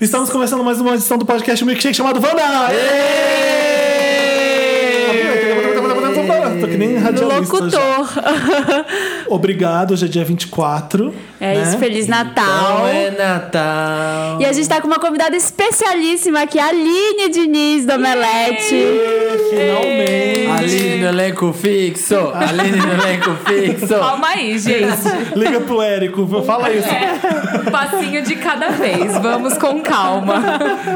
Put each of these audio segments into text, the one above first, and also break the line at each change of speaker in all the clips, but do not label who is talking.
Estamos começando mais uma edição do podcast Milkshake chamado Vanda! Tô que nem radialista já.
Locutor.
Obrigado, hoje é dia 24.
É
né?
isso, Feliz Natal.
Então é Natal.
E a gente tá com uma convidada especialíssima aqui, a Aline Diniz da Omelete.
Finalmente!
Aline no elenco fixo. Aline no elenco fixo.
Calma aí, gente.
Liga pro Érico, fala isso.
É, passinho de cada vez. Vamos com calma.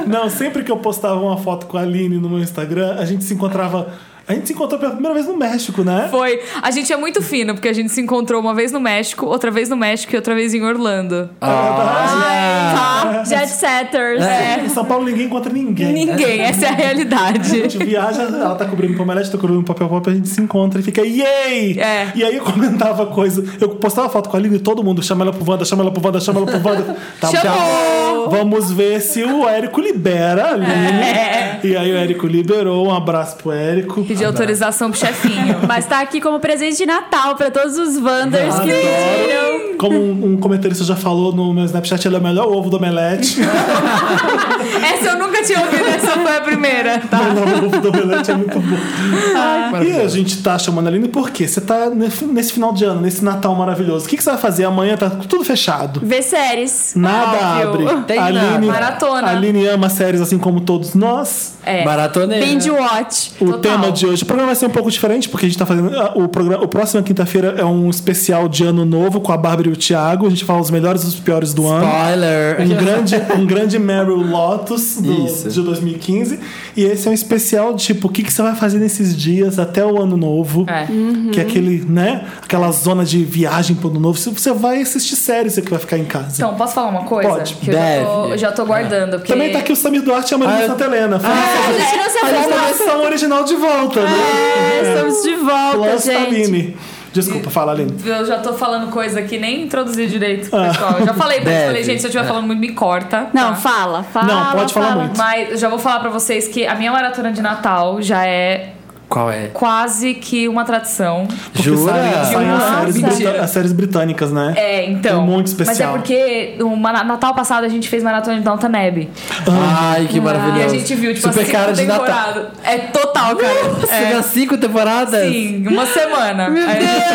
Não, sempre que eu postava uma foto com a Aline no meu Instagram, a gente se encontrava. A gente se encontrou pela primeira vez no México, né?
Foi. A gente é muito fino, porque a gente se encontrou uma vez no México, outra vez no México e outra vez em Orlando.
Ah.
Tá? Jet Setters.
É Em São Paulo ninguém encontra ninguém.
Ninguém, essa é a
A
realidade.
gente viaja, ela tá cobrindo Pomelete, tô cobrindo papel pop, a gente se encontra e fica, yay!
É.
E aí eu comentava coisa, eu postava foto com a Aline e todo mundo, chama ela pro Wanda, chama ela pro Wanda, chama ela pro Wanda. Tá,
Chamou!
tá. Vamos ver se o Érico libera a Aline. E aí o Érico liberou, um abraço pro Érico.
Pedir autorização pro chefinho.
É.
Mas tá aqui como presente de Natal pra todos os Wanders que pediram.
Como um, um comentarista já falou no meu Snapchat, ele é o melhor ovo do Omelete.
Essa eu nunca tinha ouvido, essa foi a primeira, tá?
O melhor ovo do Omelete é muito bom. e a gente tá chamando a Aline porque você tá nesse nesse final de ano, nesse Natal maravilhoso. O que, que você vai fazer amanhã? Tá tudo fechado.
Vê séries.
Nada
Óbvio.
abre.
Tem
Aline,
nada.
Maratona.
Aline ama séries assim como todos nós.
É.
Maratoneira.
Binge Watch.
O
Total.
tema de hoje. O programa vai ser um pouco diferente, porque a gente tá fazendo. ah, O, programa, o próximo quinta-feira é um especial de ano novo com a Bárbara e o Thiago. A gente fala os melhores e os piores do ano.
Spoiler.
Um grande, um grande Meryl Lotus do-
Isso.
de 2015. E esse é um especial, tipo, o que, que você vai fazer nesses dias até o ano novo?
É.
Que é aquele, né? Aquela zona de viagem pro ano novo. Você- Você vai assistir séries, você que vai ficar em casa.
Então, posso falar uma coisa?
Pode.
Que eu já tô,
Deve.
eu já tô guardando. Porque...
Também tá aqui o Samir Duarte e a Maria
Ah, eu-
Santa Helena.
A
Fala-
gente não se
Fala
afastou.
a versão original de volta, né?
É, Estamos de volta,
Plus
gente.
Aline. Desculpa, fala Aline.
Eu já tô falando coisa que nem introduzi direito
Ah.
pro pessoal. Eu já falei pra eles,
Deve.
falei, gente, se eu
É.
estiver falando muito, me corta.
Não,
tá?
fala, fala.
Não, pode falar
fala.
muito.
Mas eu já vou falar pra vocês que a minha maratona de Natal já é
Qual é?
quase que uma tradição.
Porque
Jura?
saem- saem as
Nossa.
séries, brita-
Mentira.
as séries britânicas, né?
É, então.
Tem um monte especial.
Mas é porque uma, Natal passado a gente fez maratona de Downton Abbey.
Ai, que maravilhoso.
E a gente viu, tipo,
Super
assim,
cara de Natal.
temporada. É total, cara.
Você
É,
viu cinco temporadas? É.
sim, uma semana. Meu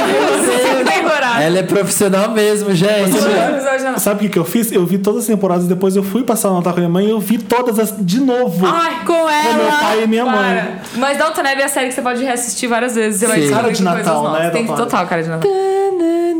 Deus! temporada.
Ela é profissional mesmo, gente.
um
Sabe o que, que eu fiz? Eu vi todas as temporadas, depois eu fui passar o Natal com a minha mãe e eu vi todas as de novo.
Ai,
Com
com
ela.
meu pai e minha
Para.
mãe.
Mas Downton Abbey é a série que você pode reassistir várias vezes. Você vai
Sim.
descobrir
Cara de
coisas
Natal,
novas.
né,
Tem
Downton
total cara de Natal.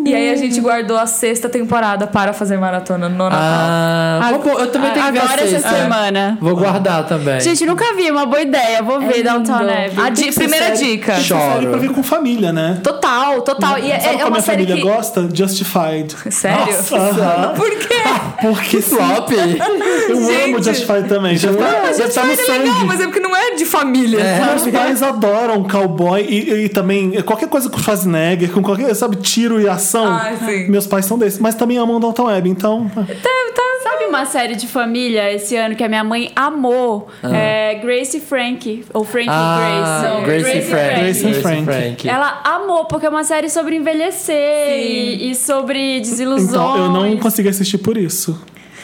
E aí a gente guardou a sexta temporada para fazer maratona no Natal.
Ah, vou pôr- eu também tenho que ver É. a
Agora essa
sexta.
semana.
Vou guardar também.
Gente, nunca vi, uma boa ideia. Vou ver um Downtown Abbey.
É A di- primeira dica.
Série pra
Choro.
ver com família, né?
Total, total. E é,
Sabe qual
é
a
uma
minha
série
família
que.
gosta? Justified.
Sério?
Aham.
Por quê?
Porque sim,
Flop.
eu amo
Gente.
Justified também. Já tá, já tá no
Mas é
sangue.
legal, mas é porque não é de família.
Meus pais adoram cowboy e, e também qualquer coisa com Schwarzenegger, com qualquer, sabe, tiro e ação.
Ah, sim.
Meus pais são desses, mas também amam Dalton Web, então.
Tá,
Sabe uma série de família esse ano que a minha mãe amou? É Grace e Frank. Ou Frank
Ah,
e Grace. Não,
Grace e Frank.
Grace and Frank.
Ela amou, porque é uma série sobre envelhecer e, e sobre desilusões.
Então, eu não consigo assistir por isso.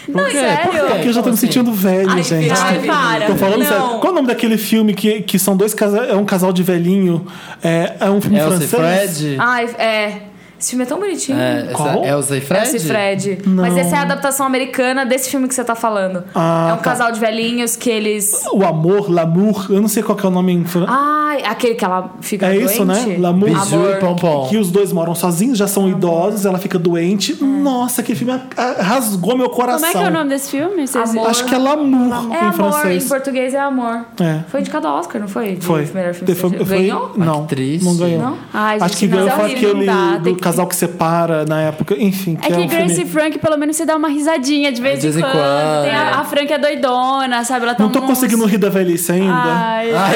Não, sério?
É,
Porque eu já tô
assim?
me sentindo velho,
Ai,
gente.
Ai,
Ai, para.
Tô falando
Não.
sério. Qual é o nome daquele filme que, que são dois casais. É um casal de velhinho. É, é um filme
Elsa e
francês.
Fred?
Ai, é. Esse filme é tão bonitinho.
É, essa-
Qual?
Elsa e Fred?
Elsa e Fred. Mas essa é a adaptação americana desse filme que você tá falando.
Ah,
é um
tá.
casal de velhinhos que eles.
O amor, l'amour. Eu não sei qual que é o nome em francês.
Ai, aquele que ela fica
É
doente.
isso, né? L'amour.
Biju e Pompom.
Que os dois moram sozinhos, já
Uhum.
são idosos, ela fica doente. Nossa, que filme ah, rasgou meu coração.
É. Como é que é o nome desse filme? Vocês
Amor.
Acho que é L'amour
É
em
amor,
francês.
em português é amor.
É.
Foi indicado ao Oscar, não foi? De
Foi.
Melhor filme
Foi-
estrangeiro.
foi-
Ganhou?
Não,
Atriz.
não ganhou.
Não?
Ai, gente,
Acho que
mas
ganhou
é
foi
horrível,
aquele
não dá, tem
do
que-
casal que separa na época. Enfim, que
É
é,
que
um
Grace e
filme...
Frank, pelo menos, você dá uma risadinha de vez,
De vez
em
em
quando.
quando,
Tem
é.
a, a Frank é doidona, sabe? Ela tá
Não tô
um-
conseguindo rir da velhice ainda.
Ai,
Ai,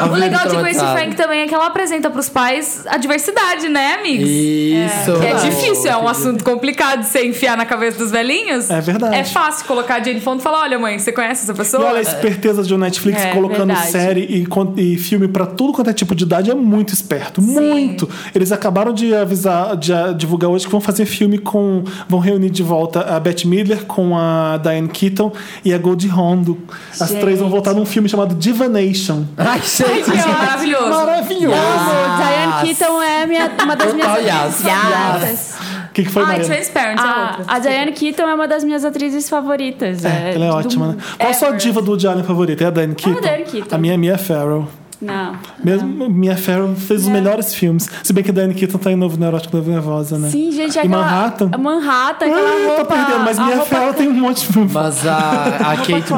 a
O
vida
legal de Grace
traumatizada.
Frank também é que ela apresenta pros pais a diversidade, né, amigos?
Isso.
É
Não.
difícil, é um assunto complicado de você enfiar na cabeça dos velhinhos.
É verdade.
É fácil colocar a Jane Fonda e falar: olha, mãe, você conhece essa
E
pessoa?
olha a esperteza de um Netflix
É,
colocando
verdade.
série e, con- e filme pra tudo quanto é tipo de idade é muito esperto. Muito! Eles acabaram de avisar a, de- a divulgar hoje que vão fazer filme com. Vão reunir de volta a Beth Midler com a Diane Keaton e a Goldie Hondo. As
Gente.
três vão voltar num filme chamado Divanation.
Ai, gente.
Que é maravilhoso.
Maravilhoso! Ah,
Amo, Diane Keaton é minha, uma das minhas
Total
atrizes
yes.
favoritas.
O que, que foi,
Ai,
Mariana?
Transparent é
Ah,
outra.
A, a Diane Keaton é uma das minhas atrizes favoritas.
É, ela é
do-
ótima, né? Qual a sua
ever.
diva do Woody Allen favorita? É a Diane Keaton?
Diane Keaton. Ah.
A minha é Mia Farrow.
É, Não.
Mesmo, Mia Farrow fez os
É.
melhores filmes. Se bem que a Diane Keaton tá em novo Neurótico da Nervosa, né?
Sim, gente, é
E
aquela.
Manhattan?
Manhattan, aquela
Ah,
roupa.
tô perdendo, mas
a
Mia
roupa-
Farrow tem um monte de filme.
Mas a, a Kate
clássica.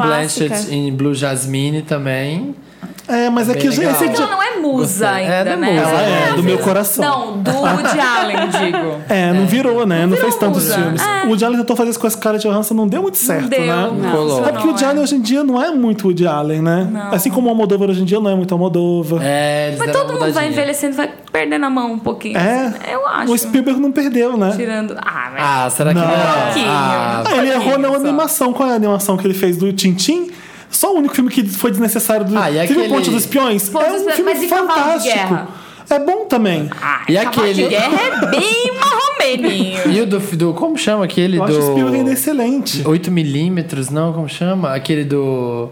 Blanchett em Blue Jasmine também.
É, mas é
Bem
que já-
legal.
esse
Então
dia-
não é musa
Gostei.
ainda,
É, não é
né?
musa.
Ela é, do meu coração.
Não, do Woody Allen, digo.
É, não virou, né? Não, fez tantos
usa.
filmes. O Woody Allen tentou fazer isso com a Scarlett Johansson, não deu muito certo,
É. Não deu.
né?
Não colou.
É porque o Woody Allen hoje em dia não é muito Woody Allen, né? Assim como o Almodóvar hoje em dia não é muito Almodóvar.
É, eles
Mas
deram
todo
uma
mundo vai
mudadinha.
envelhecendo, vai perdendo a mão um pouquinho.
É.
Eu acho.
O Spielberg não perdeu, né?
Tirando. Ah, mas.
Ah, será que
Não.
não?
um pouquinho.
Ah,
Ah, ele errou na
só.
animação. Qual é a animação que ele fez do Tintim? Só o único filme que foi desnecessário do.
Ah, e
Teve o
aquele-
Ponte dos Peões?
Ponte
é
dos
um
Peões,
filme
mas e Cavalo de Guerra?
fantástico. É bom também.
e
Cavalo ah, de
aquele.
guerra é bem marromeninho.
E o do, do. Como chama aquele
Eu
do.
acho o Spielberg ainda é excelente.
8 milímetros, não? Como chama? Aquele do.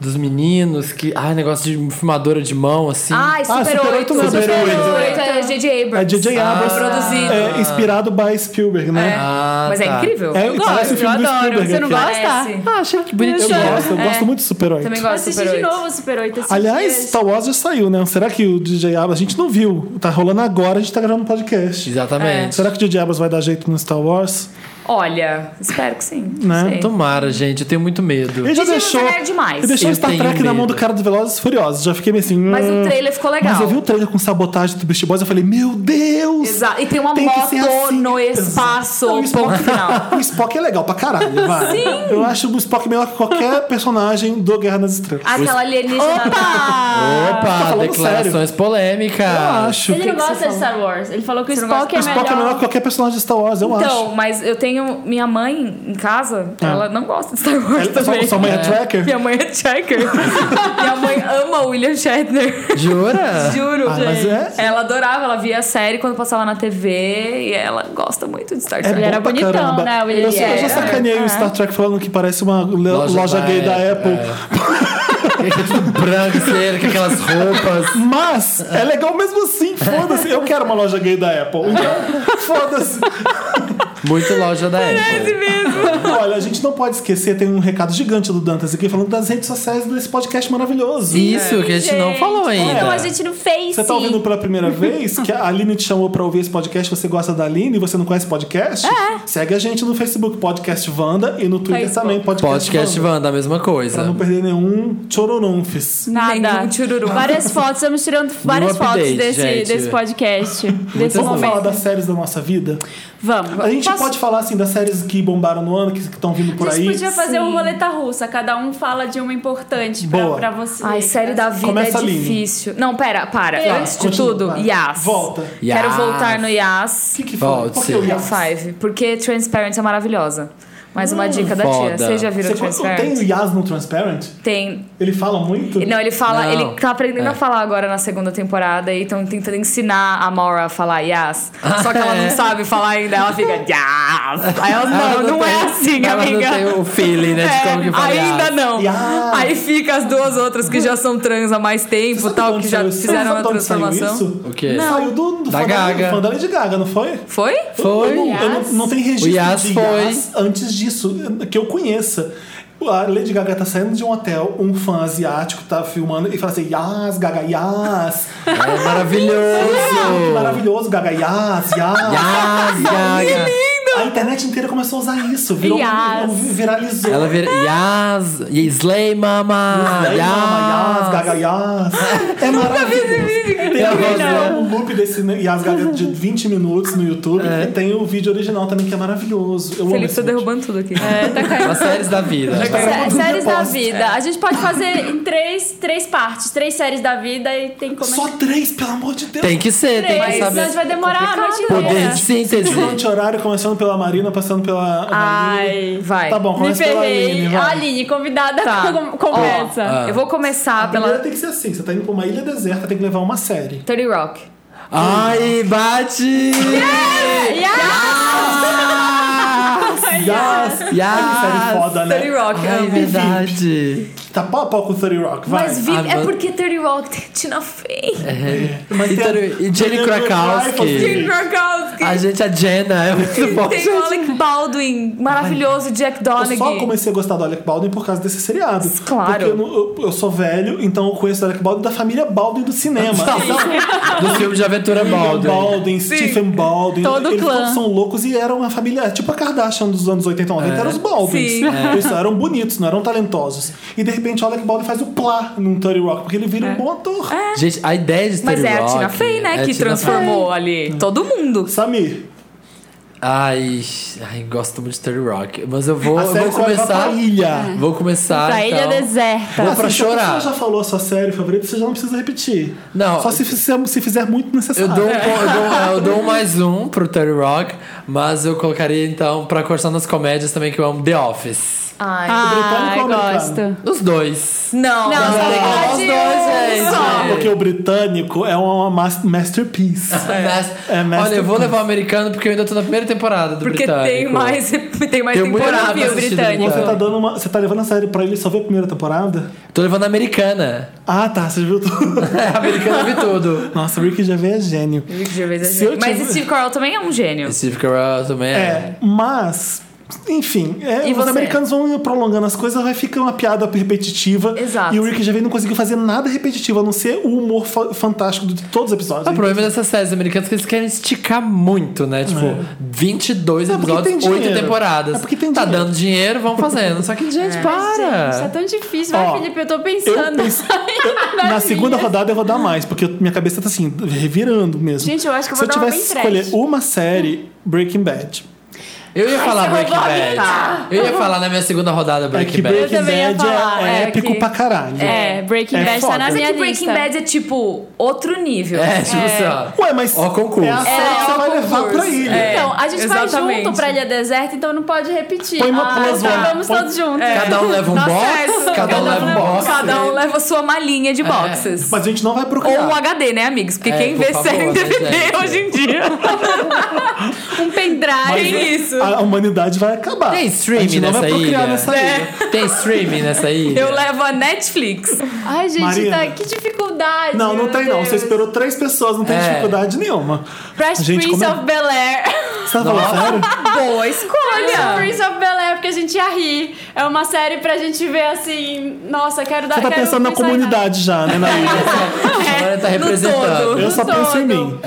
Dos meninos que. Ai, negócio de filmadora de mão, assim.
Ai,
Ah,
Super
Super
8.
oito não, Super oito.
é J.J.
É
Abrams. Ah, tá.
J.J. Abrams.
Produzido.
É inspirado by Spielberg,
É.
né?
Ah,
Mas é
tá.
incrível.
É,
eu
e
gosto.
parece o filme do Spielberg.
Você não
aquele.
gosta?
Parece.
Ah, achei que bonitinho.
Eu gosto, eu
É.
gosto muito do Super 8.
Também
Eu
gosto de
assisti
Super
de
8.
novo o Super 8. esses
Aliás,
dias.
Star Wars já saiu, né? Será que o DJ Abrams... A gente não viu. Tá rolando agora, a gente tá gravando um podcast.
Exatamente.
Será que o DJ Abrams vai dar jeito no Star Wars?
Olha, espero que É, sim.
Né?
Sei.
Tomara, gente, eu tenho muito medo.
Ele já
Dizem que
deixou...
não é demais.
Ele deixou
Eu
o Star
tenho
Trek na mão
medo.
do cara do Velozes e Furiosos. Já fiquei meio assim...
Mas
hum.
o trailer ficou legal.
Mas eu vi o trailer com sabotagem do Beast Boys, eu falei, meu Deus!
Exato. E tem uma
que
moto
ser assim.
no
Exato.
espaço.
Não, o Spock,
Ponto final.
o Spock é legal pra caralho, vai. Sim. Eu acho o Spock melhor que qualquer personagem do Guerra nas Estrelas.
Aquela alienígena. Ah,
Opa,
falando
declarações polêmicas.
Eu acho.
Ele não gosta de Star Wars. Ele falou que o
Você não gosta?
Spock é
O Spock é melhor que
melhor.
qualquer personagem de Star Wars, eu
Então,
acho. Ah.
mas eu tenho minha mãe em casa, ela não gosta de Star Wars
Ela-
também.
sua, sua mãe é tracker?
Minha mãe é checker. minha mãe ama o William Shatner.
Jura?
Juro,
Ah, mas
gente.
é-
Ela adorava, ela via a série quando passava na TV e ela gosta muito de Star
É
Trek.
bom
era
pra
bonitão,
caramba.
né, o
Eu, eu
William
já
Shatner?
sacaneei o Star Trek falando que parece uma le- loja, gay da Apple.
É. Ele é tudo branco, sério, com aquelas roupas.
Mas é legal mesmo assim, foda-se. Eu quero uma loja gay da Apple. Então, foda-se.
Muito loja da Apple.
Olha, a gente não pode esquecer, tem um recado gigante do Dantas aqui falando das redes sociais desse podcast maravilhoso.
Isso que a gente não falou ainda.
então
Não, Então, a gente não fez.
Você tá ouvindo pela primeira vez que a Aline te chamou pra ouvir esse podcast, você gosta da Aline e você não conhece podcast? Segue a gente no Facebook Podcast Vanda e no Twitter
Facebook.
também Podcast,
Podcast
Vanda.
Wanda, a mesma
Pra
É.
coisa.
não perder nenhum chororunfes.
Nada.
Nenhum tchururu.
Várias fotos, estamos tirando várias
update,
fotos desse,
gente.
desse podcast. desse
Vamos falar
momento.
das séries da nossa vida?
Vamos.
A gente
Posso-
pode falar assim das séries que bombaram no ano, que estão vindo por
A gente
aí.
podia fazer
Sim.
uma roleta russa, cada um fala de uma importante pra,
Boa.
pra você.
Ai,
né?
série da vida
Começa
é
a Aline.
difícil. Não, pera, para.
É.
Antes de
Continua,
tudo,
vai.
Yas.
Volta.
Quero
Yas.
voltar no Yas.
O que, que foi?
Pode
Por que
ser.
é o
High
Yas?
five. Porque Transparent é maravilhosa. Mais uma dica da
foda.
tia. Vocês já viram
Hum. Você, tem o
Transparent?
Yas no Transparent?
Tem.
Ele fala muito?
Não, ele fala,
Não.
ele tá aprendendo
É.
a falar agora na segunda temporada e estão tentando ensinar a Maura a falar yes. Só que ela
é?
não sabe falar ainda, ela fica yes. Aí ela, não, não, é
tem-
assim,
ela
amiga.
Não tem o feeling, né? De
É,
como que fala.
ainda não.
Yes.
Aí fica as duas outras que já são trans há mais tempo,
Sabe de
tal,
onde
que já
saiu isso?
fizeram
Sabe
a
de onde saiu
transformação.
isso?
O quê?
Não.
Saiu do, do
Da
fã
Gaga.
fã da Lady Gaga, não foi?
Foi?
Eu
Foi.
não, eu não- não tem registro
O Yas
de
foi.
Yas antes disso, que eu conheça. A Lady Gaga tá saindo de um hotel, um fã asiático tá filmando e fala assim: Yas, Gaga, Yas.
É maravilhoso.
Ah, Maravilhoso, Gaga, Yas, Yas.
Yas, Gaga.
A internet inteira começou a usar isso, virou, um
Yas.
viralizou.
Ela vira Yas, Slay Mama,
Aí, mama,
Yas.
Yas, Gaga, Yas. É maravilhoso. Tem a versão, o loop desse né? Yas Gaga de 20 minutos no YouTube e tem o vídeo original também que é maravilhoso. Eu amo
Felipe
esse
tá
vídeo.
derrubando tudo aqui.
As séries da vida.
É, tá Sé-
Vamos pro
séries da
propósito.
É.
vida. A gente pode fazer em três, três partes. Três séries da vida e tem como.
Só três, pelo amor de Deus.
Tem que ser, tem
três,
que
senão a gente
saber.
vai demorar a noite
Poder
inteira.
de síntese.
Durante horário, começando pela Marina, passando pela. Aline.
Ai,
Vai.
Tá bom,
me
começa pela
ferrei.
Aline.
A
Vai.
Aline, convidada,
Tá.
com- começa.
Ó,
Eu vou começar
A primeira
pela
tem que ser assim: você tá indo pra uma ilha deserta, tem que levar uma série.
30 Rock.
Ai, bate!
É,
Ah,
Yes!
Yes!
Série foda, né?
30 Rock.
Ai,
amo.
é verdade.
Tá pau a pau com o 30 Rock, vai.
Mas vi,
Ah,
é
mas-
porque 30 Rock tem Tina Fey.
É
Mas
E
tem a-
Tony- Então, e Jenny
tem a
Krakowski.
Jenny
Jane Krakowski.
A gente, a Jenna, é muito bom.
Tem o Alec Baldwin, maravilhoso, Jack
Eu
Donaghy.
só comecei a gostar do Alec Baldwin por causa desse seriado.
Claro.
Porque eu, não- eu- eu sou velho, então eu conheço o Alec Baldwin da família Baldwin do cinema.
Então, Do filme de aventura
Baldwin,
Baldwin.
Stephen Baldwin.
Todo
eles
clã.
todos são loucos e eram uma família. é Tipo a Kardashian dos anos 80 e
É.
90, eram os Baldwins.
Sim.
Eles só eram bonitos, não eram talentosos. E de repente o Alec Baldwin faz o plá num Tony Rock, porque ele vira um bom ator.
Gente, a ideia de
Mas
Thirty
é a
Rock,
Tina Fey, né?
é a
que
Tina
transformou ali todo mundo.
Samir,
Fey. Ai, ai, gosto muito de Thirty Rock. Mas eu vou,
a
eu
série
vou
que vai pra
começar.
ilha.
Vou começar.
Pra
é
ilha
então.
deserta.
Vou pra
Assim, se a
chorar.
pessoa já falou a sua série favorita, você já não precisa repetir.
Não.
Só se fizer, se fizer muito
Eu
necessário.
dou, um, po- eu, dou, eu dou um mais um pro Terry Rock, mas eu colocaria então pra cortar nas comédias também que eu amo The Office.
Ai.
Ai,
britânico ou americano?
gosto.
Os dois.
Não,
Não, só
Ah,
verdade,
os dois, gente.
Ah, Porque o britânico é uma mas- masterpiece.
Mas-
É, mas
Olha, eu vou levar o americano porque eu ainda tô na primeira temporada do
Porque
Britânico.
tem mais, tem mais
Tem muito
temporada.
pra
viu,
assistir
britânico.
Você tá dando uma. Você tá levando a série pra ele só ver a primeira temporada?
Tô levando a americana.
Ah, tá. Você viu tudo.
É, a americana eu vi tudo.
Nossa, o Ricky Gervais é gênio.
Rick Gervais é
Se
gênio.
eu
Mas
tivesse-
Steve Carell também é um gênio.
Steve Carell também é.
É, mas. Enfim, é,
E
os
você?
americanos vão prolongando as coisas, vai ficar uma piada repetitiva.
Exato.
E o Ricky Gervais não conseguiu fazer nada repetitivo, a não ser o humor fa- fantástico de todos os episódios.
Ah,
O problema dessas séries americanas é que eles querem esticar muito, né? Tipo, 22
É porque
episódios,
tem
8
dinheiro.
temporadas.
É porque tem
tá
dinheiro.
dando dinheiro, vamos fazendo. Só
É.
que, gente, para!
Isso é
tá-
tão difícil. Vai,
Ó,
Felipe, eu tô
Eu
pensando.
pensei, na segunda rodada eu vou dar mais, porque minha cabeça tá assim, revirando mesmo.
Gente, eu acho que eu
Se
vou
eu
dar uma
tivesse
bem
que escolher
trash.
uma série, Breaking Bad.
Eu ia falar
você
Breaking
roubou a
Bad. Eu ia falar na minha segunda rodada
É
Breaking
que
Bad.
Breaking
Eu também ia
Bad é-
falar,
é,
é
épico
que-
pra caralho.
É, Breaking
É
Bad
foda.
tá na
Mas
Mas
minha
é que
lista.
Breaking Bad é tipo outro nível.
É, tipo assim, ó.
Ué, mas
Ó, concurso.
é a série que
ó,
você vai levar
concurso.
pra ilha.
É.
Então, a gente vai
exatamente.
junto pra Ilha Deserta, então não pode repetir.
Põe uma
ah,
plus
então
one.
vamos
Põe- É.
todos juntos.
Cada um leva um
Tá
box,
certo.
cada, um leva um box.
Cada um leva a sua malinha de boxes.
Mas a gente não vai
Ou
procurar.
um HD, né, amigos? Porque
É,
quem
por
vê
favor,
série em
né,
DVD
gente?
hoje em dia.
Um pendrive.
Tem É isso.
A humanidade vai
É.
acabar.
Tem
a gente
streaming
não
nessa
vai
ilha.
procriar nessa
É.
ilha.
Tem streaming nessa ilha.
Eu levo a Netflix.
Ai, gente,
Marina.
tá, que dificuldade.
Não, não
meu
tem não.
Deus.
Você esperou três pessoas, não tem
É.
dificuldade nenhuma.
Fresh
Gente,
Prince
como é-
of Bel-Air.
Você tá falando
Nossa.
sério?
Boa
Fresh
escolha!
Prince of Bel-Air, é porque a gente ia rir. É uma série pra gente ver assim... Nossa, quero dar...
Você tá
quero
pensando na
pensar em nada.
comunidade já, né, na ilha.
Agora tá
no todo.
representando.
Eu só
Todo.
penso em mim.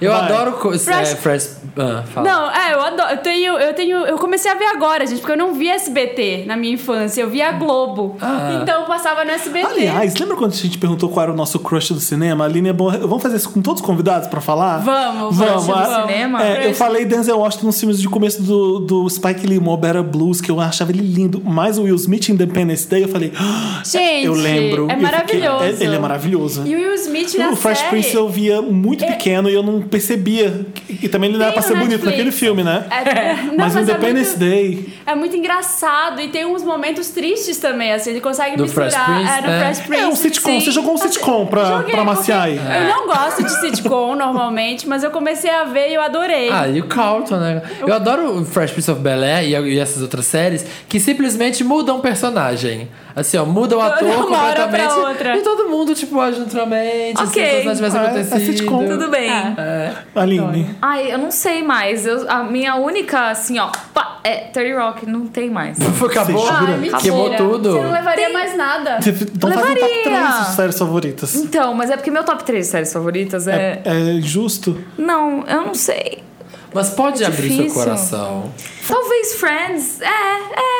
Eu
Vai.
adoro coisas. É,
Fresh-
Fresh- ah, fala.
Não, é, eu adoro. Eu tenho, eu tenho. Eu comecei a ver agora, gente, porque eu não vi SBT na minha infância, eu via Globo.
Ah.
Então eu passava no SBT.
Aliás, lembra quando a gente perguntou qual era o nosso crush do cinema? A Aline é boa. Vamos fazer isso com todos os convidados pra falar?
Vamos,
vamos.
crush do
Ah,
cinema?
é, eu
Crush.
falei Denzel Washington nos filmes de começo do, do Spike Lee, Mo Better Blues, que eu achava ele lindo. Mais o Will Smith Independence Day, eu falei. "Ah,
Gente,
eu lembro.
é
Eu fiquei-
maravilhoso.
é- ele é maravilhoso.
E o Will Smith na
o Fresh
série.
Prince eu via muito pequeno e eu não percebia. E também ele não era
Tem
pra ser
no
bonito
Netflix.
naquele filme, né?
É, não,
mas
mas,
o
é,
Independence
muito,
Day.
é muito engraçado e tem uns momentos tristes também, assim, ele consegue
Do
misturar.
Fresh Prince,
é, do
né?
Fresh Prince.
é um sitcom.
sim.
Você jogou um sitcom pra,
Joguei,
pra maciar aí.
porque Eu não gosto de sitcom normalmente, mas eu comecei a ver e eu adorei.
Ah, e o Carlton, né? Eu adoro o Fresh Prince of Bel-Air e, e essas outras séries que simplesmente mudam o personagem. Assim, ó, muda o ator
uma hora pra
completamente.
outra.
E todo mundo, tipo, age naturalmente.
Ok.
Assim, como se nada tivesse
Ah, é- é
acontecido.
sitcom.
Tudo bem.
Aline.
É. Ai, eu não sei mais. Eu- a minha única, assim, ó, pá, é 30 Rock, não tem mais.
Acabou?
Sim, jura?
Ai, mentira.
Queimou tudo?
Você não levaria
Tem-
mais nada.
Você- Então faz um top
Levaria.
3 de séries favoritas.
Então, mas é porque meu top 3 séries favoritas é.
assim. É justo?
Não, eu não sei.
Mas pode
É
abrir seu
difícil.
coração.
Talvez Friends. É,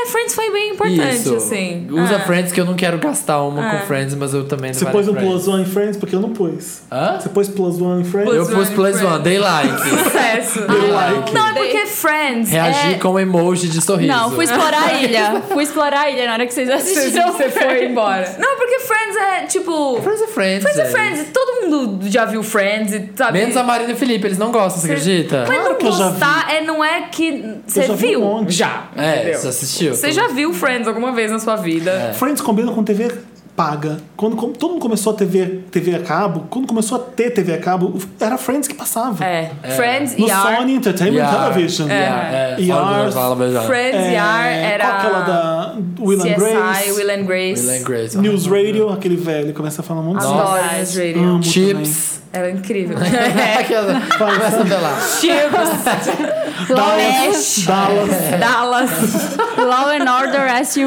é, Friends foi bem importante,
Isso.
assim.
Usa
É.
Friends, que eu não quero gastar uma
Ah.
com Friends, mas eu também não
Você
vale
pôs um
Friends.
plus one em Friends? Porque eu não pus.
Hã?
Você pôs plus one em Friends?
Eu pus
one,
Plus
Friends.
One, dei like.
Sucesso.
like.
Não, é porque Friends.
Reagir
é...
com emoji de sorriso.
Não, fui explorar a ilha. Fui explorar a ilha na hora que vocês assistiram.
embora. Não, porque Friends é tipo.
Friends é Friends.
Friends é
gente.
Friends. Todo mundo já viu Friends, sabe?
Menos a Marina e o Felipe, eles não gostam, você acredita?
Mas não
que eu já
gostar é, não é que. Você
já vi
viu?
um monte.
Já.
É,
entendeu?
você assistiu.
Você já viu Friends alguma vez na sua vida?
Friends combina com TV paga. Quando com- todo mundo começou a TV, TV a cabo, quando começou a ter TV a cabo, era Friends que passava.
É. Friends
No
e ER.
Sony Entertainment Television.
É, é.
E
Fora do
Ars. É,
Norval, mas já.
Friends e ER era.
Qual aquela da Will and
CSI,
Grace?
Will and Grace.
Will and Grace.
News Radio, aquele velho, começa a falar um monte de
Nossa.
Adoro News Radio.
Amo
Chips.
Era é incrível.
É.
É, tipo,
Aquela- Começa a falar.
Chips.
Lost,
também. Dallas.
Dallas, Law and Order SU,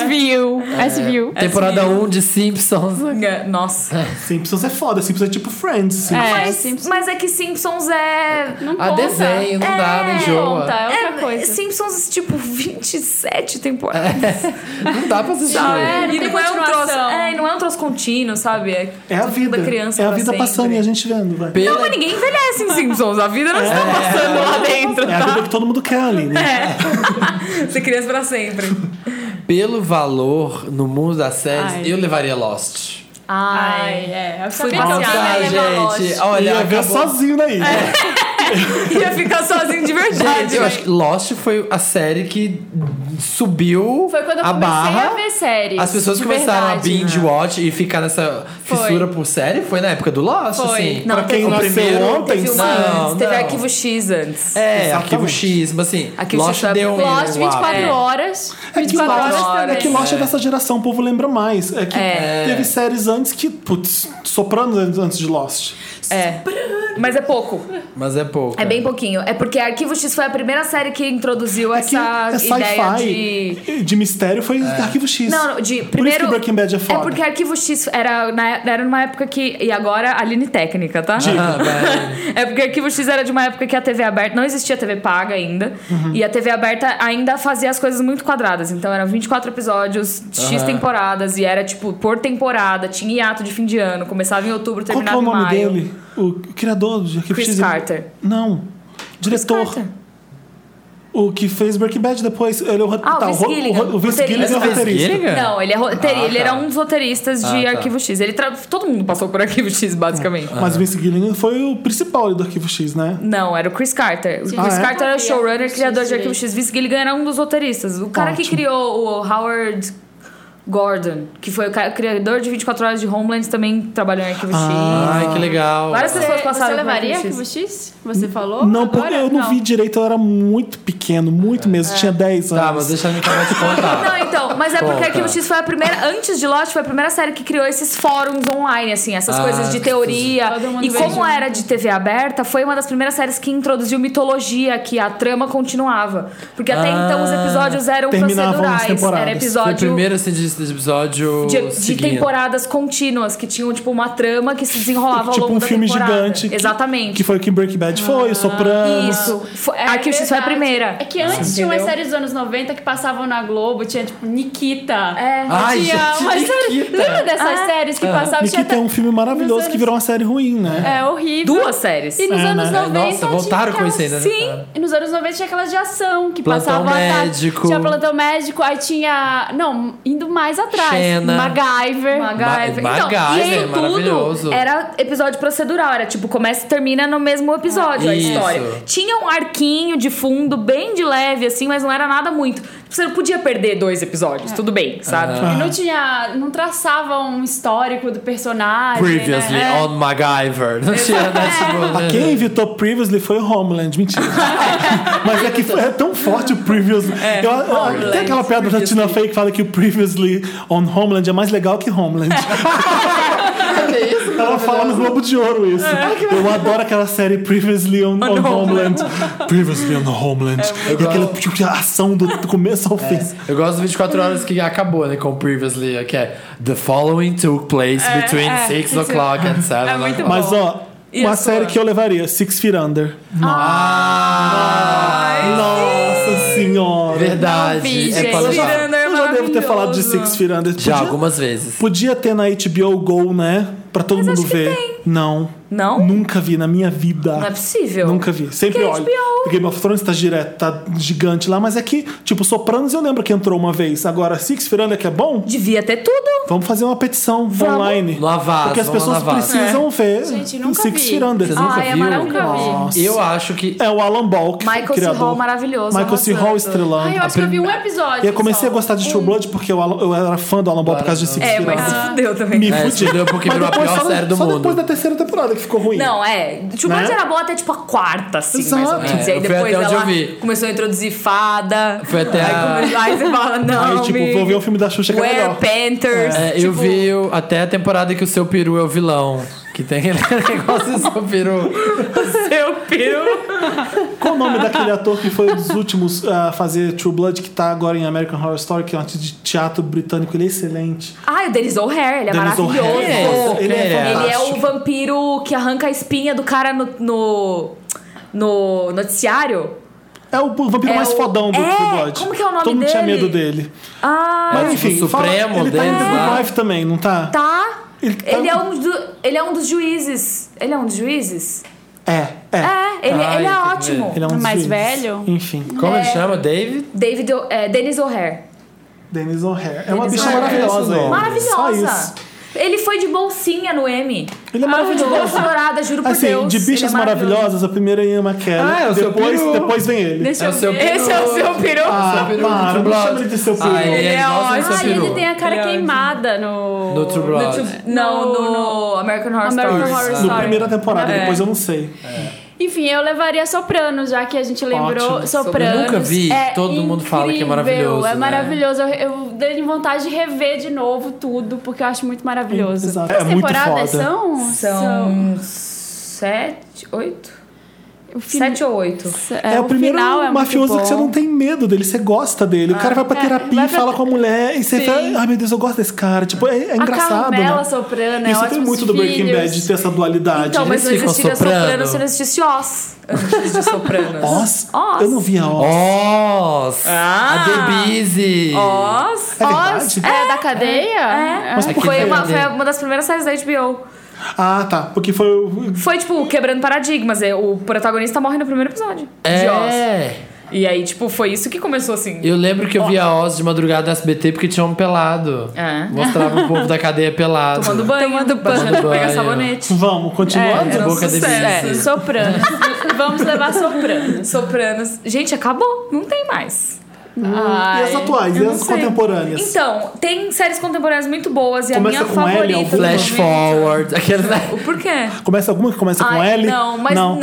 SVU, SVU.
Temporada 1 de Simpsons.
Nossa.
Simpsons é foda, Simpsons é tipo Friends. Simpsons.
É,
Mas,
Simpsons.
mas é que Simpsons é.
Não
A
conta.
desenho, não dá, não
É,
Conta,
enjoa.
é outra
É,
coisa.
Simpsons, tipo, 27 temporadas.
Não dá pra assistir.
É, não
É, tipo, e
tem
não é um
continuação.
troço. É, e não é um troço contínuo, sabe? É,
É a
tudo
vida.
Da criança
é a
pra
vida
sempre.
passando e a gente vendo, vai.
Pela-
Não, mas ninguém envelhece em Simpsons. A vida não está passando lá dentro,
É a vida
tá?
que todo mundo quer ali, né?
Você criança pra sempre.
Pelo valor no mundo das séries,
Ai.
eu levaria Lost.
Ai, é. Eu
Fui
sabia que alguém
passear,
ia levar Lost.
Tá, gente.
É,
Olha,
Ia é ver
acabou-
sozinho na ilha.
Ia ficar sozinho de verdade.
Gente, eu acho que Lost foi a série que subiu
Foi quando eu
a
comecei
barra.
a ver séries.
As pessoas
de
começaram
verdade. né?
a binge watch e ficar nessa
Foi.
fissura por série. Foi na época do Lost,
Foi.
assim.
Não,
pra quem
teve-
nasceu
primeiro-
ontem,
Teve uma
Não,
antes, teve
não.
Arquivo X antes.
É, arquivo
Exatamente.
X, mas assim,
Arquivo X
Lost
tá-
deu um.
Lost,
um up.
24 horas.
É que,
24 horas
Lost,
também.
é que Lost é dessa geração, o povo lembra mais. É que
É.
teve séries antes que, putz, Sopranos antes de Lost.
É. Mas é pouco.
Mas é pouco.
É bem pouquinho. É porque Arquivo X foi a primeira série que introduziu
É que
essa
é
ideia de.
sci-fi, de... mistério, foi Arquivo X.
Não, não, de
Por isso
primeiro.
que Breaking Bad é foda.
É porque Arquivo X era, na- é, era numa época que. E agora, a Aline Técnica, tá?
Ah, vai.
É porque Arquivo X era de uma época que a TV aberta. Não existia TV paga ainda.
Uhum.
E a TV aberta ainda fazia as coisas muito quadradas. Então eram 24 episódios, X
Aham.
temporadas. E era tipo, por temporada. Tinha hiato de fim de ano. Começava em outubro,
Qual que é
terminava
o
em
nome
maio.
dele? O criador de Arquivo
Chris
X?
Carter.
Não. Diretor.
Carter.
O que fez Breaking Bad depois. Ele é o, ro-
Ah, o
tá,
Vince
ro-
Gilligan.
ro- o Vince
Roteirista.
Gilligan é o
Vince
roteirista.
Gilligan? Liga?
Não, ele é roteirista.
Ah,
ele
tá.
era um dos roteiristas
Ah,
de
tá. Ah.
Arquivo X. Ele tra- Todo mundo passou por Arquivo X, basicamente.
Mas o Vince Gilligan foi o principal ali do Arquivo X, né?
Não, era o Chris Carter. O
Sim.
Chris
Ah, é?
Carter era o
Não vi
showrunner,
Arquivo
criador
X
de Arquivo X. Vince Gilligan era um dos roteiristas. O cara que
Ótimo.
criou o Howard Gordon, que foi o ca- criador de 24 Horas de Homeland, também trabalhou em Arquivo X.
Ai, que legal.
Várias
Você,
pessoas
você
passaram por
levaria
Arquivo
Arquivo
X.
X? Você falou?
Não,
agora?
porque eu não, vi direito, eu era muito pequeno, muito
É.
mesmo. Tinha 10 anos.
Tá, mas deixa a gente acabar de contar.
Não, então, mas é porque
Conta.
Arquivo X foi a primeira, antes de Lost, foi a primeira série que criou esses fóruns online, assim, essas
Ah,
coisas de
que
teoria.
tudo. Todo mundo
E
veio
como
junto.
era de TV aberta, foi uma das primeiras séries que introduziu mitologia, que a trama continuava. Porque até
Ah,
então os episódios eram
terminavam as
procedurais. Era
temporadas.
Foi o
episódio
primeiro assim, de de episódio.
de, de
seguido.
temporadas contínuas, que tinham, tipo, uma trama que se desenrolava ao
Tipo
longo
um
da
filme
temporada.
gigante. que-
Exatamente. Ah,
Que foi o que Breaking Bad foi, o Sopranos.
Isso. Foi,
É
Arquivo X foi a
verdade.
primeira.
É que antes tinha umas
Entendeu?
séries dos anos 90 que passavam na Globo, tinha tipo Nikita.
É. Ah.
Ai,
tinha
gente,
umas séries-
Nikita. Ah, é
Lembra dessas séries que passavam?
E
Tinha
que tem um filme
nos
maravilhoso
anos-
que virou uma série ruim, né?
É horrível.
Duas séries.
E nos
É,
anos
né?
90
Nossa, voltaram com
tinha
isso ainda.
aquelas- Sim. E nos anos 90 tinha aquelas de ação que
Plantão
passavam à tarde.
médico.
Tinha plantão médico, aí tinha. Não, indo mais atrás.
Xena.
MacGyver.
MacGyver.
Ma-
Então,
MacGyver,
e isso
é maravilhoso.
tudo era episódio procedural, era tipo, começa e termina no mesmo episódio a
Isso.
história. Tinha um arquinho de fundo, bem de leve, assim, mas não era nada muito. Tipo, Você não podia perder dois
É.
episódios, tudo bem, sabe?
E não tinha. Não traçava um histórico do personagem.
Previously
né? É.
on MacGyver. Não tinha, né? Tipo, né?
Quem evitou Previously foi o Homeland, mentira. Mas é que foi- é tão forte o Previously.
É,
Eu- eu- tem aquela piada da Tina Fey que fala que o Previously on Homeland é mais legal que Homeland.
né?
Ela fala no Globo de Ouro isso.
É.
Eu adoro aquela série Previously on, on Homeland. Previously on Homeland.
É
e aquela tipo, ação do do começo ao fim.
Eu gosto do 24 horas que acabou, né? Com o Previously, que é The following took place between
é,
6
isso.
o'clock and 7
É muito
o'clock.
bom.
Mas ó,
E a
uma
sua?
série que eu levaria, Six Feet Under.
Ah!
Nossa senhora.
Verdade.
Não vi,
é
gente.
pra
Six
levar.
Feet Under é
Eu já devo ter
maravilhoso.
falado de Six Feet Under.
Já
Podia-
algumas vezes.
Podia ter na HBO Go, né? pra todo
Mas
mundo
acho que
ver.
tem.
Não.
Não?
Nunca vi na minha vida.
Não é possível.
Nunca vi. Sempre
Que
olho.
HBO?
O Game of Thrones tá direto, tá gigante lá, mas é que, tipo, Sopranos eu lembro que entrou uma vez. Agora, Six Firanda que é bom,
Devia ter tudo.
vamos fazer uma petição online.
Lavar,
Porque as
vamos
pessoas
lavar.
precisam ver
Gente, nunca
Six
vi.
Firanda.
Vocês
Ah,
nunca
é
viu?
nunca vi.
Nossa.
Eu acho que.
É o Alan Ball, que foi o
Michael C.
criador.
Hall maravilhoso,
Michael C. Hall
arrasando.
estrelando.
Ai, eu acho que eu vi um episódio.
E eu comecei
só.
a gostar de True Blood porque eu, eu era fã do Alan Ball por causa de Six
É, mas
Firanda.
se fudeu também.
Me
É,
fudi.
entendeu? Porque
tipo,
virou
Mas
a
depois,
pior
só,
série do
só
mundo.
depois da terceira temporada que ficou ruim.
Não, é. Two Bloods
Né?
era bom até tipo a quarta, assim, mais ou
Exato.
menos.
É,
e aí
eu fui
depois
até onde
ela
eu vi.
começou a introduzir fada.
Foi até
aí,
a-
come- aí você fala, não.
Aí, tipo,
amigo.
vou ver o filme da Xuxa que é
Wear
melhor.
Panthers.
É, eu
tipo,
vi o- até a temporada que o seu peru é o vilão. Que tem aquele negócio do seu peru. É.
Seu peru.
Qual o nome daquele ator que foi um dos últimos a fazer True Blood, que tá agora em American Horror Story, que é um ator de teatro britânico, ele é excelente.
Ah, e o Dennis O'Hare, ele é
Dennis O'Hare.
maravilhoso.
Nossa, Ele é,
Ele é
fantástico.
Ele é o vampiro que arranca a espinha do cara no. no, no noticiário.
É o vampiro
É
mais
o-
fodão do
É,
True Blood.
como que é o nome
Todo mundo tinha
dele?
medo dele.
Ah,
Mas
tipo
enfim,
o
fala-
Supremo né?
ele tá em
deles
The
lá.
Good Wife também, não tá?
tá.
Ele tá-
Ele é, um do- ele é um dos juízes. Ele é um dos juízes?
É, é.
É, ele,
Ah,
ele é
eu tenho
ótimo.
Ele é um dos
Mais
juízes.
velho?
Enfim,
Como ele chama? David?
David, O- é, Dennis O'Hare.
Dennis O'Hare. É uma
Dennis
bicha
O'Hare.
maravilhosa. ele. Só isso.
Maravilhosa. Ele foi de bolsinha no M.
Ele é maravilhoso.
Bolsa dourada, juro por
Assim,
Deus.
de bichas
Ele é maravilhoso.
maravilhosas, a primeira é a Emma Kelly.
Ah, é o seu
depois,
peru.
depois vem ele.
Deixa
É o
eu
seu
ver.
peru.
Esse é o seu peru?
Ah,
seu peru do
para,
True
não
Blood.
chama ele de seu peru.
Ah, ele é,
Ele é
nossa,
ótimo.
seu
Ai, ele
peru.
tem a cara
Ele é
queimada no.
No True
No
Blood.
Tube- Não, no, American Horror
American
Story.
Horror
No
Story.
primeira temporada,
É.
depois eu não sei.
Enfim, eu levaria Sopranos, já que a gente lembrou
Ótimo.
Sopranos.
Eu nunca vi,
É
todo mundo fala que é
incrível,
maravilhoso,
É
né?
maravilhoso. Eu, eu dei vontade de rever de novo tudo, porque eu acho muito maravilhoso.
Exato.
As
É muito
temporadas
foda.
são?
São sete, oito?
O fin-
Sete ou oito.
É, o primeiro
final é muito
mafioso
bom.
que você não tem medo dele, você gosta dele. o cara vai pra
É,
terapia
vai
e
pra-
fala com a mulher e você
Sim.
fala, ai meu Deus, eu gosto desse cara. Tipo, é, é
A
engraçado.
Carmela
né?
Soprano, é
Isso tem
Ótimos
muito do Breaking
Filhos.
Bad, de ter essa dualidade.
Então, mas não
Eles ficam
existiria
soprando.
Soprano se não existisse Oz. Antes de Sopranos.
Oz?
Oz.
Eu não via Oz.
Oz! A
Ah!
The Busy!
Oz?
É
Oz
verdade?
é, da cadeia?
É.
Mas por
Foi
quê?
uma, foi uma das primeiras séries da HBO.
Ah, tá. Porque foi o.
Foi, tipo, quebrando paradigmas. é, O protagonista morre no primeiro episódio de Oz.
É!
E aí, tipo, foi isso que começou assim.
Eu lembro que eu via Oz de madrugada no SBT porque tinha homem pelado.
É.
Mostrava o povo da cadeia pelado.
Tomando banho. Tomando
banho.
Pegar sabonete.
Vamos, continuando.
era um
boca de
sucesso.
bife.
Sopranos. Vamos levar Sopranos.
Sopranos. Gente, acabou. Não tem mais.
e as atuais, e
eu
as
não sei.
contemporâneas?
Então, tem séries contemporâneas muito boas e
Começa
a minha
com L, é um
favorita.
alguma?
Flash forward. Aquele, né?
O porquê?
Começa alguma que começa com
Ai,
L?
Não, mas não.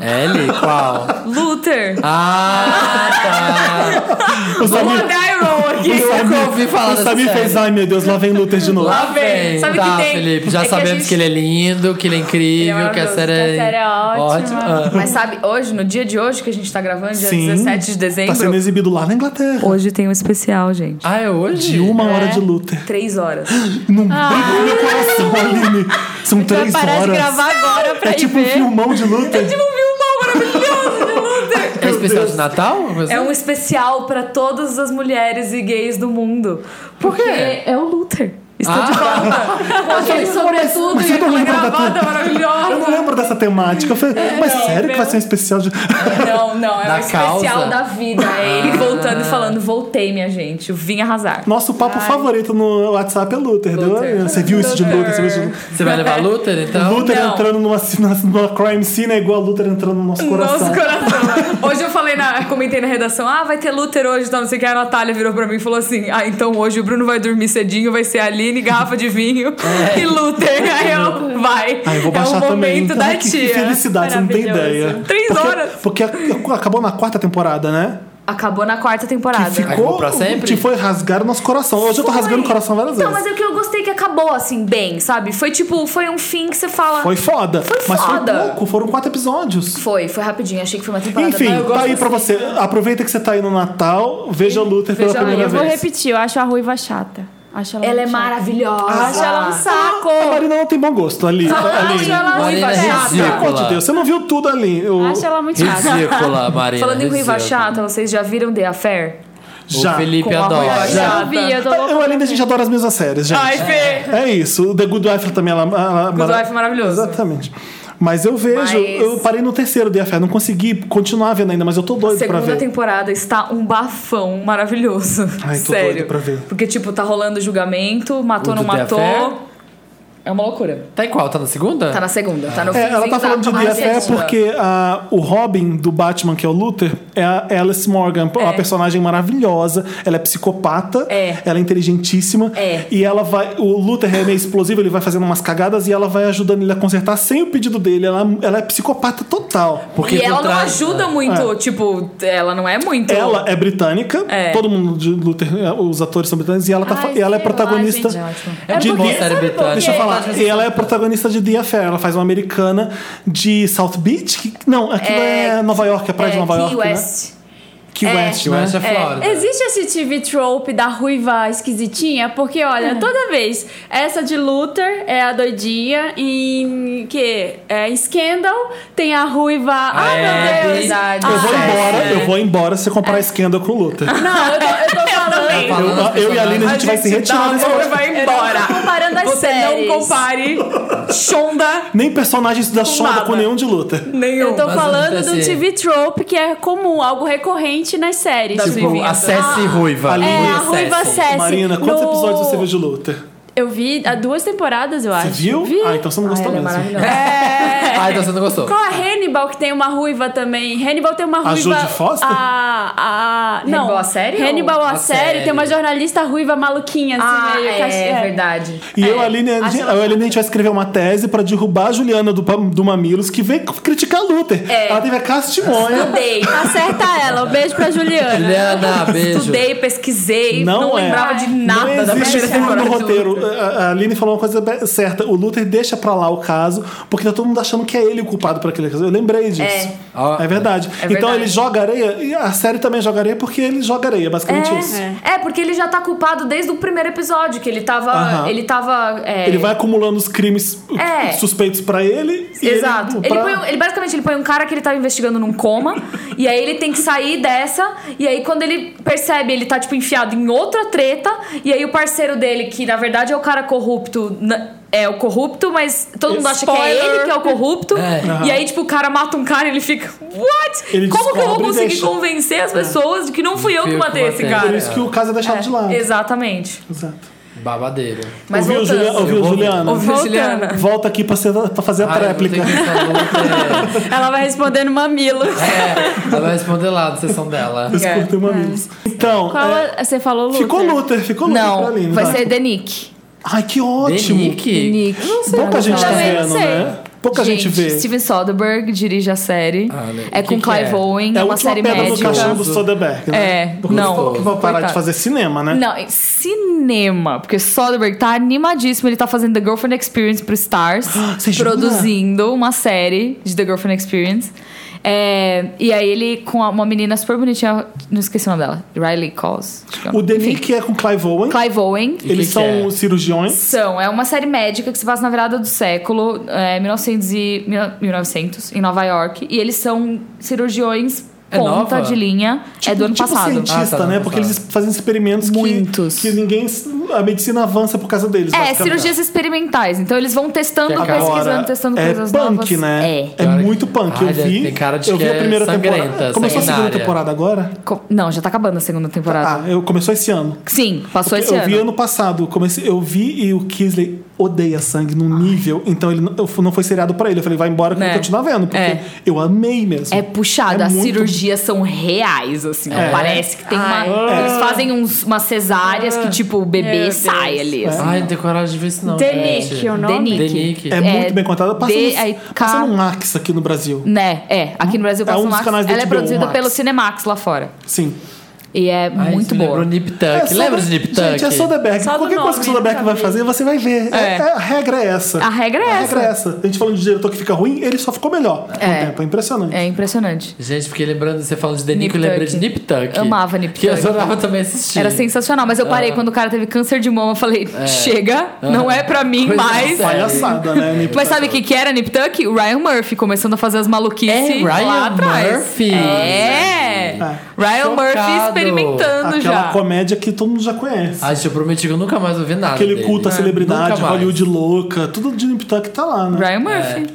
L? Qual?
Luther.
Ah, tá!
O
Vou
Samir,
mandar roll aqui.
o Samir-
nunca É ouvi falar
o
dessa
Samir
série.
fez, ai meu Deus, lá vem Luther de novo.
Lá
vem.
vem!
Sabe
tá,
que tem?
Felipe,
É
já
que a
sabemos
gente-
que ele é lindo, que ele é incrível,
Ele é
que a
maravilhoso,
série,
que a série é ótima.
ótima.
Mas sabe, hoje, no dia de hoje que a gente tá gravando, dia
Ah. Sim.
17 de dezembro.
Tá sendo exibido lá na Inglaterra.
Hoje tem um especial, gente.
Ah, é hoje?
De uma
É.
hora de Luther.
Três horas.
Não
Ah.
brinca com meu coração, Aline. São
Vai
três
parar
horas.
de gravar agora pra
É
ir
tipo um
ver.
filmão de
É
Luther.
tipo um né?
É especial de Natal?
É um especial pra todas as mulheres e gays do mundo. Por
quê?
É o Luther. Está
Ah.
de volta. Com aquele sobretudo
mas
e
eu tô
aquela
lembrando da
gravata
tua- Eu não
maravilhosa.
lembro dessa temática. Eu falei, mas
É, não,
sério
meu.
que vai ser um especial de.
Não, não, é
Da
um especial
causa.
da vida. É ele voltando e falando: voltei, minha gente, eu vim arrasar.
Nosso papo favorito no WhatsApp é Luther. deu-
Luther.
Você viu isso de Luther? Você viu isso de Luther?
Você vai levar Luther, então?
Luther
é. Não.
entrando numa, numa, numa crime scene é igual a Luther entrando no nosso coração.
Nosso coração. Hoje eu falei na, comentei na redação, ah, vai ter Luther hoje, então não sei o que. A Natália virou pra mim e falou assim: Ah, então hoje o Bruno vai dormir cedinho, vai ser a Aline, garrafa de vinho e Luther. Aí eu vai.
É. Ah, eu vou baixar
é o
também.
momento da
Ai, que, que
tia.
felicidade, você não tem
Maravilhoso.
ideia.
Três
porque,
horas.
Porque ac- acabou na quarta temporada, né?
Acabou na quarta temporada.
Ficou.
Acabou pra sempre?
Te foi rasgar o nosso coração. Hoje eu tô tá rasgando o coração várias
Então,
vezes.
mas é o que eu gostei que acabou assim, bem, sabe? Foi tipo, foi um fim que você fala.
Foi foda.
Foi
mas
foda.
foi pouco, foram quatro episódios.
Foi, foi rapidinho. Achei que foi uma temporada.
Enfim,
Não, eu
tá
gosto
aí pra você. Aproveita que você tá aí no Natal, veja Luther pela
veja-
primeira
Eu vou
vez.
repetir, eu acho a ruiva chata. Acho ela,
Ela é
muito chata.
maravilhosa.
Acho ela um saco.
A Marina não tem bom gosto ali.
Acho ela
Marina
ruiva
é
chata.
Pelo amor de
Ridícula.
Deus, você não viu tudo ali. Eu-
Acho ela muito chata.
Ridícula, Marina.
Falando em ruiva
ridícula.
chata, vocês já viram The Affair?
Já.
O Felipe
Com a
adora.
Royal.
Eu
Já.
vi, eu tô louca.
Eu, além da gente, adoro as mesmas séries, gente.
Ai, Fê.
É isso. O The Good Wife também ela, ela,
Good Wife é maravilhoso.
Exatamente. Mas eu vejo,
Mas-
eu parei no terceiro The Affair, não consegui continuar vendo ainda, mas eu tô doido pra
Segunda
ver.
temporada está um bafão maravilhoso.
Ai, tô
Sério.
doido pra ver.
Porque, tipo, tá rolando julgamento, matou,
O
não
do The Affair?
matou. É uma loucura.
Tá em qual? Tá na segunda?
Tá na segunda, tá no
É,
finzinho
ela tá
da-
falando de
da
The
é
Affair
tipo-
segunda.
porque a, o Robin do Batman, que é o Luther, é a Alice Morgan, é
É.
uma personagem maravilhosa. Ela é psicopata,
É.
ela é inteligentíssima.
É.
E ela vai. O Luther é meio explosivo, ele vai fazendo umas cagadas e ela vai ajudando ele a consertar sem o pedido dele. Ela, ela é psicopata total.
Porque
e ela não
contrasta.
ajuda muito, tipo, ela não é muito.
Ah. É. Ela é britânica,
É.
todo mundo de Luther, é, os atores são britânicos, e ela, tá,
Ai,
e ela é
sei lá,
protagonista.
gente, é
ótimo.
É
de
porque,
The-
série
sabe por
britânica.
quê?
Deixa eu falar.
Pode
E ela é a protagonista de The Affair. Ela faz uma americana de South Beach. que- não, aquilo é, Nova York, a praia
é,
de Nova
Key
York, né?
West.
Key
É.
West,
Que eu
né?
acho a Flórida.
Existe esse TV trope da ruiva esquisitinha? Porque, olha, toda vez, essa de Luther é a doidinha, em que? É, em Scandal tem a ruiva. Ai,
é,
meu Deus!
verdade.
Eu vou
Ah,
embora,
é.
eu vou embora se eu comparar Scandal com Luther.
Não, eu tô, eu tô falando.
Eu,
Falando dos
eu e a Aline, a gente,
A
vai se
gente dá
retirar
a
desse
mão e
podcast.
vai
Eu tô
embora.
comparando as
Você
séries.
não compare Shonda
Nem personagens da Shonda
nada.
com nenhum de Luther.
nenhum.
Eu tô
Mas
falando do
acontece-
TV trope, que é comum, algo recorrente nas séries.
Das
Tipo,
Ruivinha.
acesse ruiva.
Ali.
É, a
Ruiva
ruiva
Cessi.
Cessi.
Marina, quantos
No-
episódios você viu de Luther?
Eu vi há duas temporadas, eu acho.
Você viu?
Vi.
Ah, então você não
Ai,
gostou
ela é
mesmo.
maravilhosa.
Ah, então você não gostou.
Qual a Hannibal que tem uma ruiva também? Hannibal tem uma ruiva.
Judy Foster?
A, a, não.
Hannibal a série
Hannibal
ou-
a,
a
série,
série?
tem uma jornalista ruiva maluquinha, assim,
Ah,
meio
é,
cach-
verdade.
E eu, a Aline, a,
acho
gente,
ela
eu e a Aline, a gente vai escrever uma tese pra derrubar a Juliana do, Pam- do Mamilos, que vem criticar Luther.
É.
Ela teve a castimonha.
Estudei.
Acerta ela, um beijo pra Juliana.
Juliana, beijo.
Estudei, pesquisei,
Não
não,
é.
lembrava de
Não
nada da
existe
primeira
furo
temporada.
no
de
roteiro.
Luther.
A a Aline falou uma coisa be- certa. O Luther deixa pra lá o caso, porque tá todo mundo achando que é ele o culpado por aquele caso. Eu lembrei disso.
É.
Ah,
É verdade.
verdade.
Então ele joga areia, e a série também joga areia porque ele joga areia, basicamente isso.
É. É, porque ele já tá culpado desde o primeiro episódio, que ele tava.
Aham.
Ele tava. é,
Ele vai acumulando os crimes
É.
suspeitos pra ele. e
Exato. Ele,
Ele, pra-
põe um- ele basicamente ele põe um cara que ele tá investigando num coma, e aí ele tem que sair dessa, e aí quando ele percebe, ele tá tipo enfiado em outra treta, e aí o parceiro dele, que na verdade é o cara corrupto, na- é o corrupto, mas todo mundo acha que é
Spoiler.
ele que é o corrupto.
É.
E aí tipo o cara mata um cara, e ele fica, what?
Ele
Como que eu vou
descobre e
conseguir
deixa. É.
convencer as pessoas de que não fui eu
Fui
que
eu que
matei esse
matei.
Por
cara?
isso que o caso é deixado de lado.
Exatamente.
Exato.
Babadeiro.
Mas
ouviu,
voltando.
Julia- ouviu,
Eu vou-
Juliana?
Ouviu,
Voltando.
Juliana?
Volta aqui pra, ser- pra fazer
Tá
a
Ah, eu vou ter
tréplica.
que pensar no Luther.
Ela vai responder no mamilo.
É, ela vai responder lá na sessão dela.
Os
É.
curtem mamilos. Então,
Qual
é,
a- Você falou Luther?
ficou Luther, ficou Luther pra
Não,
Aline.
vai
tá?
ser Denick.
Ai, que
é
ótimo.
Nick.
Nick.
Pouca gente tá
Não, eu não
vendo,
sei.
né? Pouca gente, vê.
Steven Soderbergh dirige a série.
Ah, né?
é
O
com
que que
Clive
é?
Owen, é
a
uma
última
série
pedra do
médica.
caixão do Soderbergh, né?
É,
Porque
não.
Que vão parar de
Coitado.
fazer cinema, né?
Não, é cinema, porque Soderbergh tá animadíssimo, ele tá fazendo The Girlfriend Experience pro Stars,
Você jura?
produzindo uma série de The Girlfriend Experience. É, e aí ele com uma menina super bonitinha, não esqueci o nome dela, Riley Cos.
O The Nick é com Clive Owen.
Clive Owen.
E
Eles
que
são
que é?
cirurgiões.
São, é uma série médica que se passa na virada do século, é, 1900, e, mil- 1900 em Nova York. E eles são cirurgiões
É
ponta
nova?
de linha. é do ano
tipo
passado.
cientista,
Ah, tá,
né?
do
Porque
ano
eles fazem experimentos que-
Muitos.
que, ninguém. A medicina avança por causa deles.
É,
basicamente.
cirurgias experimentais. Então eles vão testando,
Que
vão
agora
pesquisando, testando
é
coisas
punk,
novas.
né?
É.
É muito punk.
Ah,
eu vi.
tem cara de
eu vi
que
a primeira
é sangrenta,
temporada. Começou a segunda
sanguinária.
temporada agora?
Co- Não, já tá acabando a segunda temporada.
Ah, eu, começou esse ano.
Sim, passou esse
eu
ano.
vi ano passado, comecei, eu vi e o Kisley odeia sangue num nível, então ele não, eu fu- não foi seriado pra ele. Eu falei, vai embora que eu
Né.
vou continuar vendo, porque
É.
eu amei mesmo.
É puxado,
É
as
muito-
cirurgias são reais, assim.
É.
Parece que tem
Ai.
uma. Eles
É.
fazem uns, umas cesáreas que, tipo, o
Meu Deus.
bebê sai ali. assim.
Ai, não tenho coragem de ver isso não.
The
gente.
Nick, o nome?
The Nick.
The Nick.
É, muito bem contada. Passa,
de-
no,
aí,
passa
K-
no Max aqui no Brasil.
Né, é. Aqui no Brasil
É
passa
um
no
dos
Max.
canais da
Ela é
HBO,
produzida
Max.
pelo Cinemax lá fora.
Sim.
E é
Ai,
muito
isso me
boa.
Lembra o Nip Tuck.
É
Lembra de
Soder-
Nip Tuck?
Gente, é Soderbergh.
Só do
Qualquer coisa que o
nome,
Soderbergh vai
sabe?
fazer, você vai ver. É-
É.
é- a regra é essa.
A regra é
A regra é
essa.
essa. A gente falando de diretor que fica ruim, ele só ficou melhor. com o
É.
tempo. É impressionante.
É impressionante.
Gente, fiquei lembrando, você falando de The
Nip
Nick, eu lembrei
Tuck.
de Nip Tuck.
Eu amava Nip
Que eu
Tuck.
adorava também assistir.
Era sensacional, mas eu
Ah.
parei quando o cara teve câncer de mama. Eu falei, chega, não é pra mim
É. Coisa
mais.
séria.
Palhaçada, né? Nip
Mas sabe o que, que era Nip Tuck? O Ryan Murphy começando a fazer as maluquices
É,
lá
Ryan
atrás.
Murphy.
É.
É.
Ryan
Chocado.
Murphy experimentando
Aquela
tá já.
comédia que todo mundo já conhece.
Ah, gente, eu prometi que eu nunca mais ouvi nada.
Aquele
dele. É,
culto à celebridade,
Nunca mais.
Hollywood louca, tudo de Nip Tuck tá lá, né?
Brian Murphy.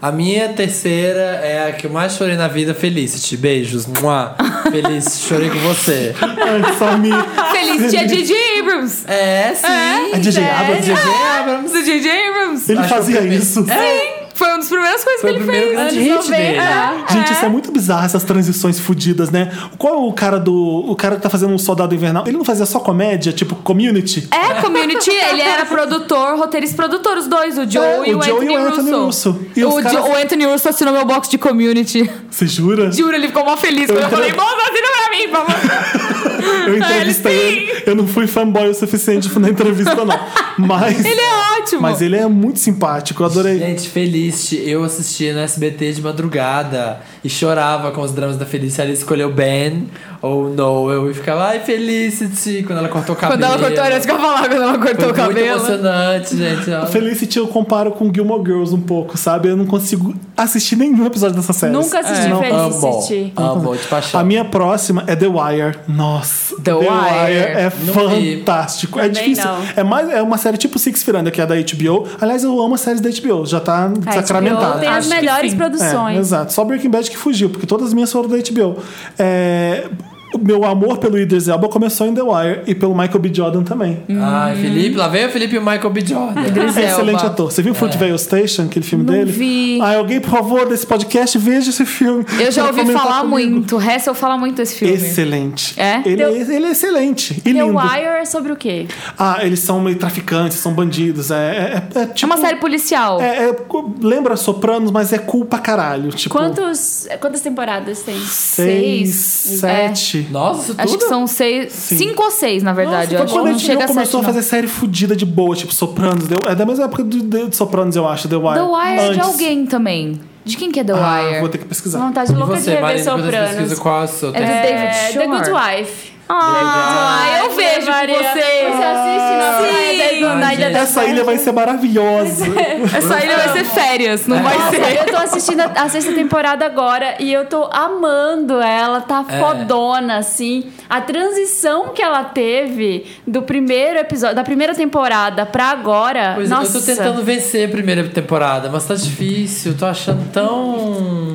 A minha terceira é a que eu mais chorei na vida, Felicity. Beijos. Mua. Feliz, chorei com você.
Ai, só me...
Feliz dia Didi Abrams.
É, sim.
É DJ Abrams?
DJ Abrams.
Do Didi Abrams.
Ele
Acho
fazia
que é eu
isso.
Sim, foi uma das primeiras coisas
Foi o
que ele
primeiro
fez.
grande
Anos
hit dele.
90.
Gente, isso é muito bizarro, essas transições fodidas, né? Qual é o cara do. O cara que tá fazendo um soldado invernal? Ele não fazia só comédia, tipo community?
É, Community, ele era produtor, roteirista e produtor, os dois, o Joe
É,
e o,
o Joe
Anthony,
e o Anthony Russo. E os
o,
caras-
Jo- o Anthony Russo assinou meu box de Community.
Você jura?
Juro, ele ficou mó feliz quando eu,
Eu
falei,
entendo.
moça, assina pra mim, por favor.
Eu entrevistei
Ele sim.
ele. Eu não fui fanboy o suficiente na entrevista, não. Mas.
Ele é ótimo.
Mas ele é muito simpático, eu adorei.
Gente, Felicity, eu assistia no SBT de madrugada e chorava com os dramas da Felicity. Ela escolheu Ben ou Noel e ficava, ai, Felicity, quando ela cortou o
é
cabelo.
Quando ela cortou, era isso que eu ia falar, quando ela cortou
Foi
o cabelo.
Muito emocionante, gente. Ela-
Felicity eu comparo com Gilmore Girls um pouco, sabe? Eu não consigo assistir nenhum episódio dessa série. É.
Nunca assisti
Não,
Felicity.
Amo, amo, de paixão.
A minha próxima é The Wire. Nossa,
The Wire.
é
Não
fantástico. É
Também
difícil.
não.
É, mais, é uma série tipo Six Feet Under, que é da HBO. Aliás, eu amo as séries da HBO. Já
Ah,
tá
A HBO
sacramentada.
É, tipo, Tem as
Acho que
melhores
sim.
É,
produções.
exato. Só Breaking Bad que fugiu, porque todas as minhas foram da HBO. É, o meu amor pelo Idris Elba começou em The Wire e pelo Michael B. Jordan também.
Ai, Felipe, lá vem o Felipe e o Michael B. Jordan.
Idris Elba.
Hum. é
É.
Excelente ator. Você viu Fruitvale Station, aquele filme
Não
dele?
vi.
Ah, alguém, por favor, desse podcast, veja esse filme.
Eu já
Pra
ouvi
comentar
falar
comigo.
muito. Hessel fala muito desse filme.
Excelente.
É?
Ele,
Deu-
é ele é excelente e
The
lindo.
Wire é sobre o quê?
Ah, eles são meio traficantes, são bandidos. É, é- é- é
É
tipo-
uma série policial.
é- é co- lembra Sopranos, mas é cool pra caralho. Tipo,
Quantos, quantas temporadas tem?
Seis,
seis? É.
sete.
Nossa, isso tudo?
Acho que são seis. Cinco ou seis, na verdade.
Nossa,
eu
foi
acho
quando
que
a
não
gente
chega a sete.
começou a
não.
fazer série fodida de boa, tipo Sopranos. Deu, é da mesma época do, de- de Sopranos, eu acho, The Wire.
The Wire é de
Antes.
alguém também. De quem que é The
Ah,
Wire?
vou ter que pesquisar.
Vontade
E
louca de
você,
rever
Marina, depois você pesquisa
Sopranos.
qual é a sua
É do David
É,
Shore.
The Good Wife.
Ah, eu vejo
Maria.
com vocês.
Você assiste na praia da-
Ai,
na Ilha
gente. é,
das
Essa
é
ilha vai ser maravilhosa.
Essa ilha vai ser férias, não vai
Nossa,
ser.
eu tô assistindo a, a sexta temporada agora e eu tô amando ela, tá
É.
fodona, assim. A transição que ela teve do primeiro episódio, da primeira temporada pra agora.
Pois é,
nossa,
eu tô tentando vencer a primeira temporada, mas tá difícil, tô achando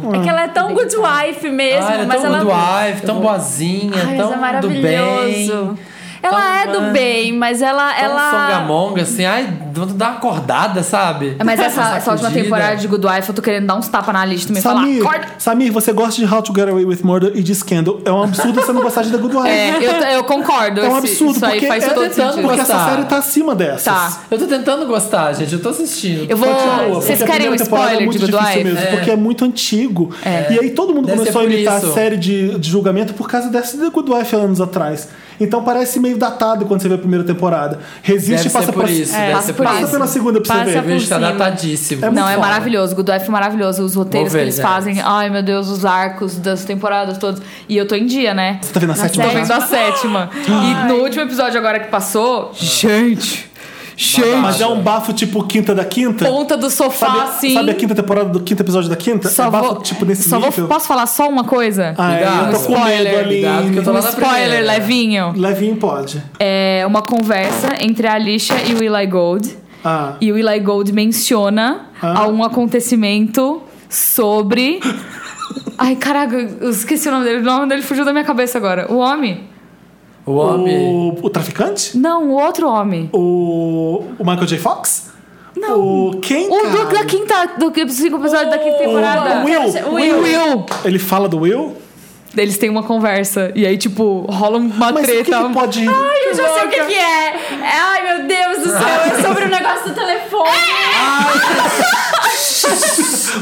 tão.
é que ela é tão good wife mesmo,
ah, ela é
mas
tão
ela.
good wife, tão boazinha,
Ai, mas
tão
é
do
maravilhoso.
bem.
Ela
tão-
é do bem, mas ela.
Tão
ela...
songamonga, assim, ai, vamos dar uma acordada, sabe?
É, Mas essa,
Uma
essa última
sacudida.
temporada de Good Wife, eu tô querendo dar uns tapas na lista também. Falar,
Samir,
acorda!
Samir, você gosta de How to Get Away with Murder e de Scandal. É um absurdo você não gostar de The Good Wife.
É, eu, t- eu concordo.
É um
esse-
absurdo,
Isso aí
porque,
faz
é-
todo
tentando
sentido.
porque essa
gostar.
série tá acima dessas.
Tá.
Eu tô tentando gostar, gente, eu tô assistindo.
Eu vou.
Continua, Tipo, porque
Vocês
a
querem um
primeira temporada
spoiler
é muito
de Good
difícil
Wife?
mesmo, porque é muito antigo. E aí todo mundo
Deve
começou a
ser por
imitar
isso.
a série de, de julgamento por causa dessa The Good Wife há anos atrás. Então parece meio datado quando você vê a primeira temporada. Resiste
Deve
e passa
ser por
pra-
isso,
É,
deve
passa,
ser por
passa
isso.
pela segunda pra
Passa
você
Eu
ver.
por-
vejo que tá
cima.
datadíssimo.
É
Não, é
foda.
maravilhoso. Good Wife é maravilhoso. Os roteiros
Vou ver,
que eles
gente.
fazem. Ai, meu Deus, os arcos das temporadas todas. E eu tô em dia, né?
Você tá vendo a sétima?
Tô
já?
vendo a sétima. E no último episódio agora que passou, gente,
Mas
gente,
é um bafo tipo quinta da quinta?
ponta do sofá,
Sabe,
assim.
sabe a quinta temporada do quinto episódio da quinta?
só
é bafo
vou,
tipo desse
só vou,
nível.
posso falar só uma coisa?
Ah, é, eu tô com
Spoiler.
medo ali.
Cuidado que eu tô
um
lá na
spoiler
primeira.
levinho.
Levinho pode.
É uma conversa entre a Alicia e o Eli Gold.
Ah.
E o Eli Gold menciona
Ah.
a um acontecimento sobre. Ai, caraca, eu esqueci o nome dele. O nome dele fugiu da minha cabeça agora. O homem?
O homem.
O, o traficante?
Não, o outro homem.
O, o Michael J. Fox? Não. O quem?
O
cara?
do, da quinta. Do que- cinco episódio da quinta
O
temporada.
Will.
O Will. Will.
Ele fala do Will?
Eles têm uma conversa. E aí, tipo, rola
Mas
uma
o que, que
treta. é um
ele pode.
Ai, eu já sei o que, que é. é. Ai, meu Deus do céu, é sobre o negócio do telefone.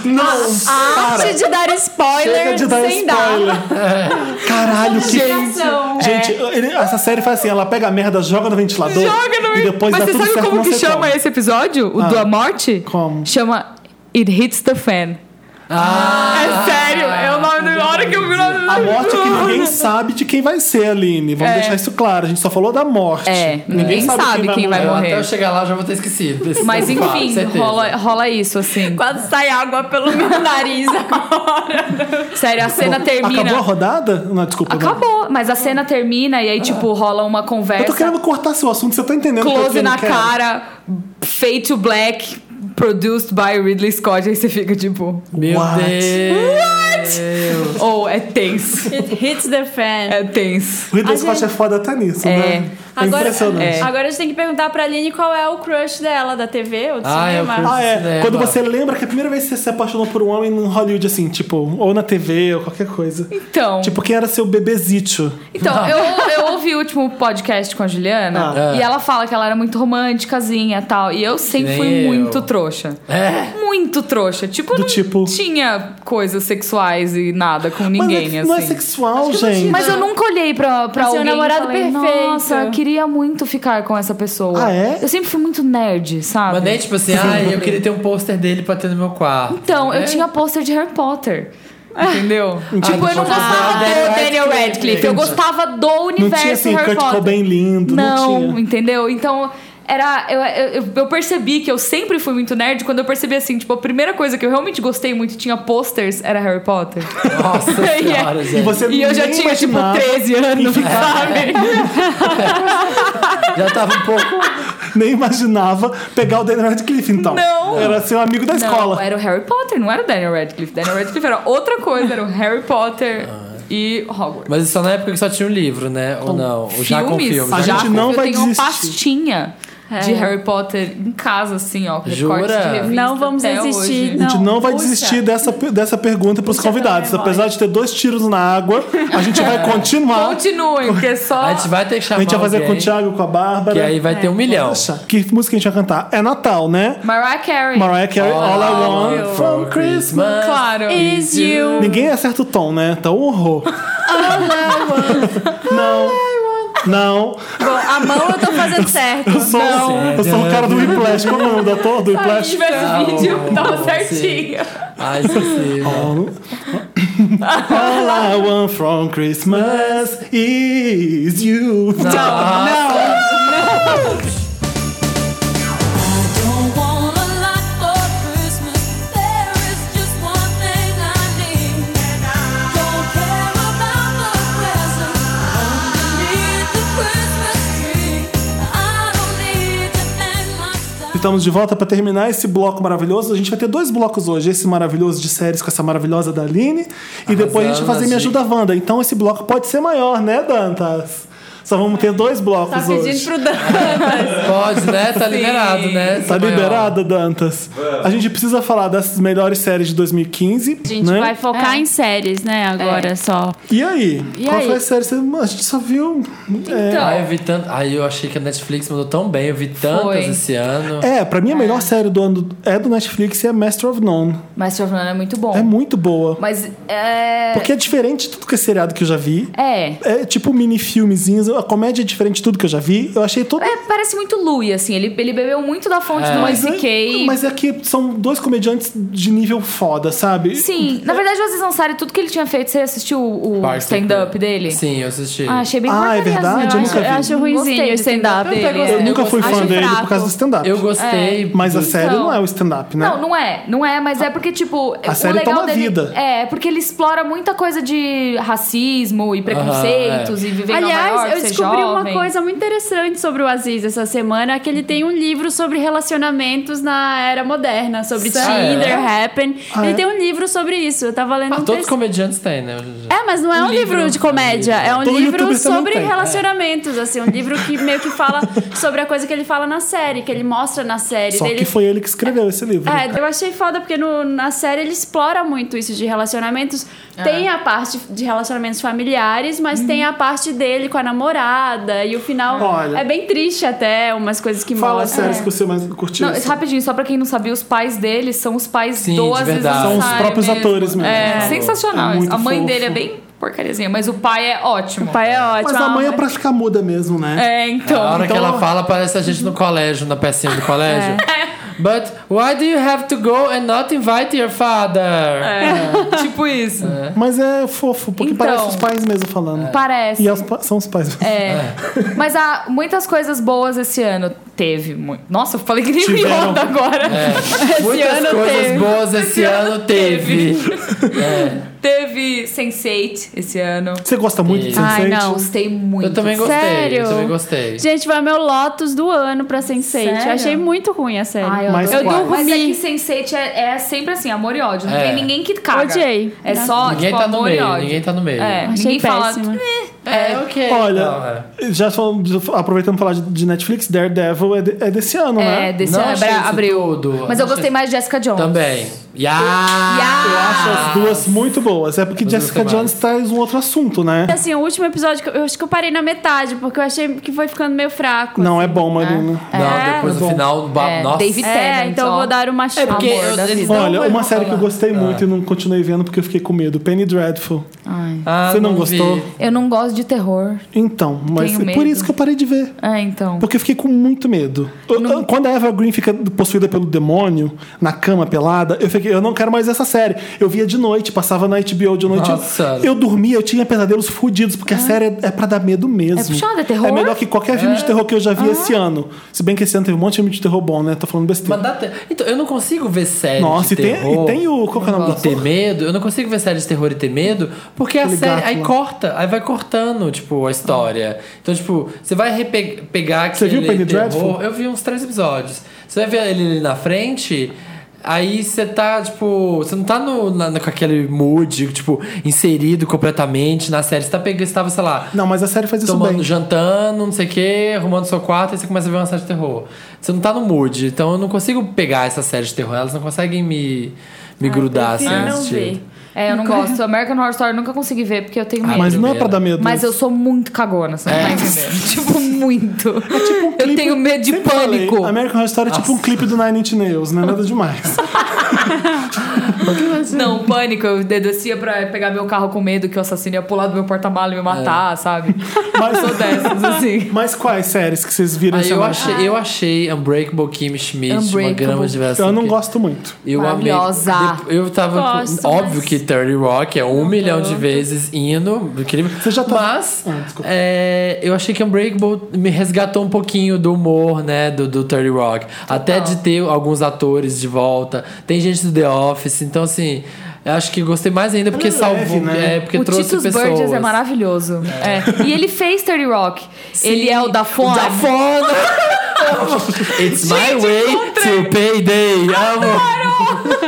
Não!
A arte de dar spoiler
Chega de dar
sem
spoiler.
dar.
Caralho, que.
Gente.
Gente, ele- essa série faz assim: ela pega a merda, joga no ventilador.
é. Joga no
E depois
Mas
dá
você
tudo
sabe
certo
como
na
que
sequela.
chama esse episódio? O
Ah.
da morte?
Como?
Chama It Hits the Fan.
Ah!
É sério, é o nome nome. A hora que eu vi o nome
A morte é que ninguém sabe de quem vai ser, Aline. Vamos
É.
deixar isso claro. A gente só falou da morte.
É, ninguém sabe quem vai
Eu
morrer.
até eu chegar lá eu já vou ter esquecido. desse
Mas
fato,
enfim,
certeza.
rola, rola isso, assim.
Quase sai água pelo meu nariz agora.
Sério, a cena termina.
Acabou a né? rodada? Não, desculpa. não.
Acabou, mas a cena termina e aí, tipo, rola uma
Eu tô
conversa.
querendo cortar seu assunto, você tá entendendo o que eu
Close
quero,
na
quero.
cara, Fade to Black, produced by Ridley Scott. Aí você fica tipo,
Meu
What?
Deus.
oh, é tenso.
It hits the fan.
É tenso.
O Ridley
A
Scott
gente-
é foda até nisso,
É.
né? É
Agora,
impressionante.
É.
agora a gente tem que perguntar pra Aline qual é o crush dela, da TV ou do
Ah, é
cinema.
o crush.
Ah, é.
Cinema.
Quando você lembra que a primeira vez que você se apaixonou por um homem em Hollywood, assim, tipo, ou na TV, ou qualquer coisa.
Então,
Tipo, quem era seu bebezito?
então
Ah.
eu, eu ouvi o último podcast com a Juliana
Ah.
É.
e ela fala que ela era muito românticazinha e tal. E eu sempre
nem
fui
eu.
muito trouxa.
É.
Muito trouxa. Tipo, eu
Do
não
tipo-
tinha coisas sexuais e nada com ninguém,
Mas é-
assim.
não é sexual,
que eu não
gente.
tinha-
Mas eu nunca olhei pra, pra
Seu
alguém
namorado
e falei,
perfeito.
nossa, eu queria muito ficar com essa pessoa.
Ah, é?
Eu sempre fui muito nerd, sabe?
Mas nem tipo assim, ah, eu queria ter um pôster dele pra ter no meu quarto.
Então, eu
É.
tinha pôster de Harry Potter. Entendeu? tipo, eu não
Ah,
gostava do
Daniel
Daniel
Radcliffe.
Radcliffe. Eu
Entendi.
gostava do
Não
universo
tinha, assim,
Harry
Kurt
Potter.
Cobain lindo, não, tinha.
entendeu? Então, era. Eu, eu, eu percebi que eu sempre fui muito nerd quando eu percebi assim, tipo, a primeira coisa que eu realmente gostei muito e tinha posters era Harry Potter.
Nossa senhora,
E
gente.
E você
e eu já
nem
tinha,
imaginava. é,
tipo, 13 anos,
E ficava-
sabe?
Já tava um pouco.
Nem imaginava pegar o Daniel Radcliffe, então.
Não.
Era seu amigo da
Não, é-
escola.
era o Harry Potter, não era o Daniel Radcliffe. Daniel Radcliffe era outra coisa, era o Harry Potter
Ah.
e Hogwarts.
Mas isso só na época que só tinha o livro, né?
Um
Ou não? Ou já com
Filmes,
filme.
A
já
gente
com-
não
eu
vai
tenho uma
desistir.
pastinha de Harry Potter em casa, assim, ó. com
Jura?
recortes de revista
Não vamos
até
desistir,
hoje.
A gente não vai
Puxa.
desistir dessa, dessa pergunta pros convidados.
memória.
Apesar de ter dois tiros na água, a gente vai continuar.
Continuem, porque é só...
A gente vai ter que chamar
A gente vai fazer
alguém,
com o Thiago, com a Bárbara.
Que aí vai
É.
ter um milhão.
Nossa, que música a gente vai cantar? É Natal, né?
Mariah Carey.
Mariah Carey, All, I Want From Christmas.
Claro.
Is you.
Ninguém acerta o tom, né? Tá um horror. Não. Não,
Bom, a mão eu tô fazendo certo.
eu sou,
um
eu sou o cara do Whiplash, como é o nome do ator
Tá
do
Se
Whiplash?
tivesse vídeo, tava
assim.
certinho.
Ai, esqueci.
All I want from Christmas is you.
Don't want a lot for Christmas. There is just one thing I need. Don't care about the presents underneath the Christmas tree. I don't need to thank my stars.
Estamos de volta para terminar esse bloco maravilhoso. A gente vai ter dois blocos hoje. Esse maravilhoso de séries com essa maravilhosa da Aline. E depois a gente vai fazer Me Ajuda Wanda. Então esse bloco pode ser maior, né, Dantas? Só vamos ter dois blocos
Tá pedindo
hoje.
pro Dan.
Pode, né? Tá liberado, né?
Tá
Essa maior.
liberada, Dantas? A gente precisa falar das melhores séries de 2015.
A gente
né?
vai focar
É.
em séries, né, agora só.
E aí?
E
Qual
aí?
foi a série? que você- A gente só viu. um-
Então,
Ai, eu vi tanto. Ai, eu achei que a Netflix mandou tão bem. Eu vi tantas
Foi.
esse ano.
É, pra mim a melhor série do ano é do Netflix e é Master of None.
Master of None é muito bom.
É muito boa.
Mas é...
Porque é diferente de tudo que é seriado que eu já vi.
É...
É tipo mini filmezinhos, a comédia é diferente de tudo que eu já vi. Eu achei todo.
É, parece muito Louie, assim. Ele, ele bebeu muito da fonte do
mas, é,
SK.
mas é que são dois comediantes de nível foda, sabe?
Sim, na verdade, o Aziz Ansari, tudo que ele tinha feito, você assistiu o o
Parks and
um stand-up
Rec.
dele?
Sim, eu assisti.
Ah, achei bem
Ah, é
porcariazinho.
verdade? Eu nunca vi.
Eu acho ruimzinho
Gostei
o
do
stand-up
stand-up
dele.
dele,
eu
é.
nunca fui
gosto-
fã
acho
dele
fraco.
por causa do stand-up.
Eu gostei.
Mas a
do-
série
Então-
não é o stand-up, né?
Não, não é, não é, mas é porque, tipo,
A
o
série
legal
toma
dele
vida.
é porque ele explora muita coisa de racismo e preconceitos
é.
e viver em Nova
Aliás,
York,
eu
ser
descobri uma
jovem.
coisa muito interessante sobre o Aziz essa semana, que ele tem um livro sobre relacionamentos na era moderna, sobre
Sério?
Tinder,
Ah,
Happen.
Ah,
ele
é?
tem um livro sobre isso. Eu tava lendo
Ah,
um
todos os
texto.
comediantes têm, né?
É, mas não é um, livro, de comédia, é um
Todo
livro
youtuber também
sobre
tem. é.
relacionamentos, assim, um livro que meio que fala sobre a coisa que ele fala na série, que ele mostra na série.
Só
Daí
que
ele
foi ele que escreveu esse livro.
É, eu achei foda, porque no- na série ele explora muito isso de relacionamentos.
É.
Tem a parte de relacionamentos familiares, mas tem
Uhum.
a parte dele com a namorada. E o final
Olha.
é bem triste até, umas coisas que
Fala as
mostra.
séries que você mais curtiu.
é. Não, rapidinho, só pra quem não sabia, os pais dele são os pais
Sim,
do
de
Aziz
verdade.
São os
Ansari
próprios
é mesmo.
atores mesmo.
É,
Fofo.
sensacional.
É muito
a mãe
fofo.
dele é bem porcariazinha, mas o pai é ótimo.
O pai é ótimo.
Mas a mãe é
mãe-
pra ficar muda mesmo, né?
Tipo, É, então. É.
A hora
Então-
que ela fala, parece a gente no colégio, na pecinha do
É.
colégio. But why do you have to go and not invite your father?
tipo isso.
Mas é fofo, porque
Então.
parece os pais mesmo falando.
Parece.
E é os pa- são os pais mesmo.
É. Mas há muitas coisas boas esse ano. Teve. mu- Nossa, eu falei que nem
Tiveram. É.
Mionda agora. Esse
É. Muitas
ano
coisas
teve.
boas esse, ano, teve. É.
Teve Sense8 esse ano.
Você gosta muito de
Ai,
Ai,
Sense8?
não, gostei muito.
Eu também gostei.
Sério?
Eu também gostei.
Gente, vai meu Lotus do ano pra Sense8.
Sério?
Achei muito ruim a série.
Ai, eu
Mas
adorei.
qual?
Mas é
Dormi.
que Sense8 é, é sempre assim, amor e ódio. Não
É.
tem ninguém que caga.
Odiei.
É só,
ninguém
tipo,
tá no
amor e
meio,
ódio.
ninguém tá no meio.
É,
Achei
ninguém fala...
péssima.
É, ok.
Olha,
Não, é.
já falando- já aproveitando pra falar de- de Netflix, Daredevil é, de- é desse ano,
É,
né?
desse
Não
ano
achei isso
abriu.
tudo.
Mas eu
Achei-
gostei mais de Jessica Jones.
Também. Ya!
Ya!
Eu acho as duas muito boas. É porque
As duas
Jessica
são
Jones traz um outro assunto, né?
É
Assim, o último episódio, que eu, eu acho que eu parei na metade, porque eu achei que foi ficando meio fraco.
Não é bom,
né?
Marina.
Não, depois
Bom.
no final, ba-
É,
nossa.
David
É,
Tennant,
então eu
ó.
vou dar uma chance.
É porque
Amor
eu-
da
eles
vida.
não
Olha,
vão
uma série que eu
falar.
gostei muito
Ah.
e não continuei vendo porque eu fiquei com medo. Penny Dreadful.
Ai,
Ah,
Você não
vi.
gostou?
eu não gosto de terror.
Então, mas
Tenho
por
medo.
isso que eu parei de ver.
É, então.
Porque eu fiquei com muito medo. Eu- eu- quando a Eva Green fica possuída pelo demônio, na cama pelada, eu fiquei, eu não quero mais essa série. Eu via de noite, passava na HBO de noite.
Nossa.
Eu, eu dormia, eu tinha pesadelos fudidos, porque a série é, é pra dar medo mesmo.
Ah. É puxada, é terror? Ah.
É melhor que qualquer filme de terror que eu já vi esse ano. Se bem que esse ano teve um monte de filme de terror bom, né? Tô falando besteira.
Mas dá te- Então, eu não consigo ver série
Nossa,
de
e tem,
terror.
e tem o. Qual que é o nome
E
do
ter
ator?
medo, eu não consigo ver série de terror e ter medo, porque a
Aquele
série.
gato
Aí
lá.
corta, aí vai cortando, tipo, a história. Então, tipo, você vai repe- pegar
Você
aquele.
viu Penny
terror-
Dreadful?
Eu vi uns três episódios. Você vai ver ele ali na frente. Aí você tá, tipo, você não tá no, na- na- com aquele mood, tipo, inserido completamente na série. Você tá pegando, você tava, sei lá,
Não, mas a série faz isso
tomando,
bem.
jantando, não sei o quê, arrumando seu quarto, aí você começa a ver uma série de terror. Você não tá no mood, então eu não consigo pegar essa série de terror, elas não conseguem me, me grudar assim.
Ah, prefiro não
assistir.
ver.
É, eu não gosto. American Horror Story eu nunca consegui ver porque eu tenho medo.
Mas
medo
não é
mesmo.
pra dar medo.
Mas eu sou muito cagona, você não vai entender. tipo, muito. eu
É tipo um clipe-
tenho medo de
Sempre falei,
pânico.
American Horror Story é tipo um clipe do Nine Inch Nails, não é nada demais.
Não, pânico. Eu descia pra pegar meu carro com medo que o assassino ia pular do meu porta-malas e me
É.
matar, sabe?
Mas-
Eu sou dessas, assim.
Mas quais séries que vocês
Ah,
viram
Aí
essa
eu
semana?
achei, eu achei Unbreakable Kim Schmidt uma
Unbreakable.
grama de diversão.
Eu não gosto muito.
Eu amei.
Maravilhosa.
De- Eu tava. com-
Gosto,
óbvio
mas-
que 30 Rock é um milhão de vezes indo. Incrível.
Você já tá-
Mas
Ah, desculpa.
é, eu achei que Unbreakable me resgatou um pouquinho do humor, né? Do, do 30 Rock. Até de ter alguns atores de volta. Tem gente do The Office. Então, assim, eu acho que gostei mais ainda porque
é leve,
salvou.
né?
É, porque
o
trouxe
Titus
pessoas.
Burgess é maravilhoso. É. E ele fez 30 Rock.
Sim,
ele é o da Fona.
Da Fona! It's my way to payday. Amo.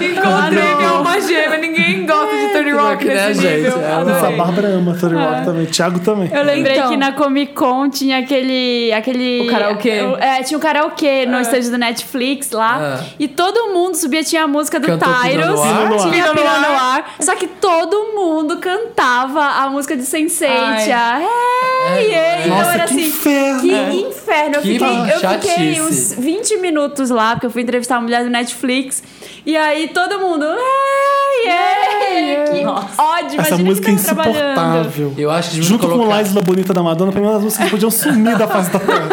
Encontrei minha alma gêmea. Ninguém gosta de Tony Rock
né,
nesse
gente?
nível.
É,
Nossa, a
Adorei.
Bárbara ama Tony
É.
Rock também. Thiago também.
Eu lembrei
Então.
que na Comic Con tinha aquele. aquele
O karaokê.
o- É, tinha um karaokê no estande do Netflix lá.
É.
E todo mundo subia, tinha a música do
Cantou Pino
Tyrus.
Noir?
Pino Noir.
Tinha
Pino
Pino
Noir.
Noir. Só que todo mundo cantava a música de Sense8.
Ai.
a Hey, yeah. Então
Nossa,
era
que
assim.
inferno.
Que inferno! Eu
Que
fiquei, eu fiquei
chatice.
uns 20 minutos lá, porque eu fui entrevistar uma mulher do Netflix. E aí todo mundo. "Ei, ei, Que ódio!
Essa
imagina
música é
quem tava trabalhando.
insuportável.
Eu acho que
Junto com
colocar-
o Laisla Bonita da Madonna, pra mim as músicas podiam sumir da face da terra.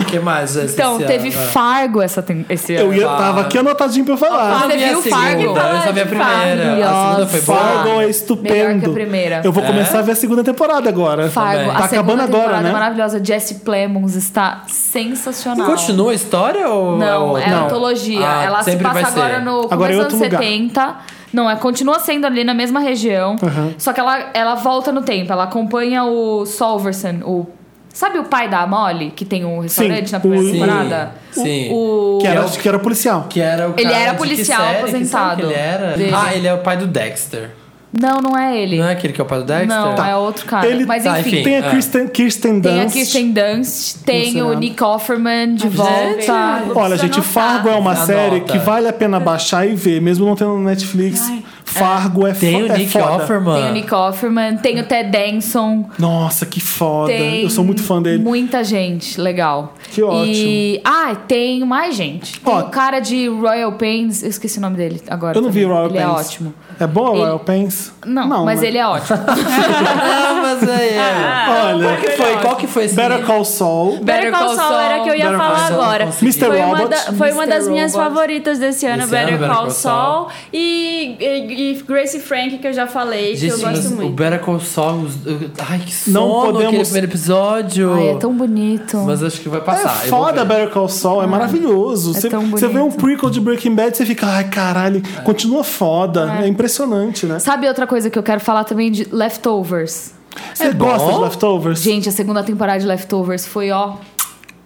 O que mais? Ah. Jéssica,
Então,
esse
teve
ano?
Fargo essa tem- esse ano.
né? Eu ia, tava aqui anotadinho pra eu falar.
Você
Eu vi a
viu
segunda,
Fargo?
Eu só vi a primeira. A segunda
Maravilhosa.
foi
Fargo
boa.
é estupendo.
Melhor que a primeira.
Eu vou
É?
começar a ver a segunda temporada agora.
Fargo,
Também.
a
Tá
segunda
acabando agora,
temporada
né?
é maravilhosa. Jesse Plemons está sensacional.
Continua a história ou
Não,
é
é
outra?
antologia.
Ah,
Ela se
sempre
passa
vai ser.
agora no
Agora é
começo dos anos
outro lugar.
70. Não, é, continua sendo ali na mesma região.
Uhum.
Só que ela, ela volta no tempo. Ela acompanha o Solverson, o. Sabe o pai da Molly, que tem um restaurante na primeira
o-
temporada?
Sim, sim.
O,
Que era,
Que é o-
que era policial.
Que era o
Ele
cara
era
de que
policial
série? Que série
aposentado.
que ele era?
Dele.
Ah, ele é o pai do Dexter.
Não, não é ele.
Não é aquele que é o pai do Dexter?
Não, é outro cara.
Ele-
Mas
Tá,
enfim.
enfim.
Tem a
é.
Kirsten, Kirsten
Tem a
Dunst.
Kirsten Dunst, tem
Não
o
será.
Nick Offerman de
gente.
volta.
Tá. Olha, gente,
anotar.
Fargo é uma
Anota.
série que vale a pena baixar e ver, mesmo não tendo no Netflix. Fargo é, fo-
Tem o
é
Nick
foda.
Offerman.
Tem o Nick Offerman, tem o Ted Danson.
Nossa, que foda.
Tem
Eu sou muito fã dele.
Muita gente, legal.
Que
E. Ah, tem mais gente. Tem
Ó.
o cara de Royal Pains, eu esqueci o nome dele agora.
Eu não vi
também.
Royal
Ele
Pains. né?
é ótimo.
É bom
Ele-
Royal Pence?
Não, mas ele é ótimo.
Ah, mas aí. é.
Olha,
Que foi? Qual que foi esse?
Better Call Saul.
Better Call Saul era que eu ia
Better Call
falar
Saul,
agora.
consegui.
Mr.
Foi uma,
Robot.
da- foi uma
Mr.
das minhas
Robot.
favoritas desse ano,
Esse
Better
ano, Better
Call
Call
Saul e, e, e Grace Frank, que eu já falei,
Gente,
que eu
mas
gosto
o
muito.
Better Call Saul... os- eu- Ai, que sono
Não
aquele
podemos-
primeiro episódio.
Ai, é tão bonito.
Mas acho que vai passar.
É
eu vou
foda
ver.
Better Call Saul, é maravilhoso.
é
Você
tão
você vê um
bonito.
prequel de Breaking Bad, você fica, ai caralho,
É.
continua foda. É, impressionante, né?
Sabe outra coisa que eu quero falar também de Leftovers?
Você gosta
bom?
de Leftovers?
É Gente, a segunda temporada de Leftovers foi, ó.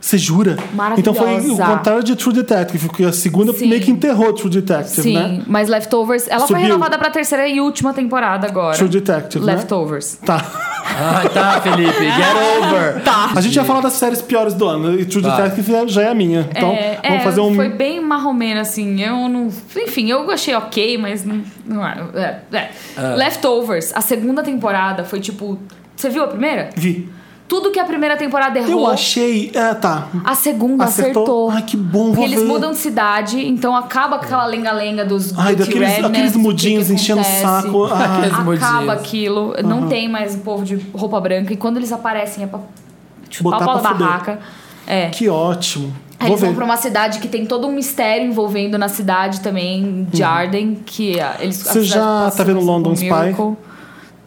Você jura? Então foi o
Maravilhosa.
contrário de True Detective, que a segunda
Sim.
meio que enterrou True Detective,
Sim,
né?
mas Leftovers. Ela foi
Subiu.
renovada pra terceira e última temporada agora.
True Detective, né?
Leftovers.
Tá.
Ah, tá, Felipe. Get over. Tá.
A gente vai falar das séries piores do ano, e True
Vai.
Detective já é a minha. Então,
é,
vamos
é,
fazer um.
Foi bem marromeno, assim. Eu não. Enfim, eu achei ok, mas não. não é, é, é.
Ah.
Leftovers, a segunda temporada foi tipo. Você viu a primeira?
Vi.
Tudo que a primeira temporada errou,
Eu achei. É, tá.
a segunda acertou.
Acertou? Ai, que bom, vou
Porque eles
ver.
mudam de cidade, então acaba com aquela lenga-lenga dos.
Ai,
do
daqueles
T-Regnant,
aqueles
do que
mudinhos
que
enchendo o
acontece.
saco. Ah,
Aqueles
Acaba
mudinhos.
aquilo, não tem mais o povo de roupa branca, e quando eles aparecem é pra chupar
Botar
pau da
pra fuder.
barraca. É.
que ótimo. Vou
Aí É, eles vão
ver.
pra uma cidade que tem todo um mistério envolvendo na cidade também, de Arden, que ah, eles... a
Hum. Você
cidade
já
passa
tá vendo
por um
London Spy?
miracle.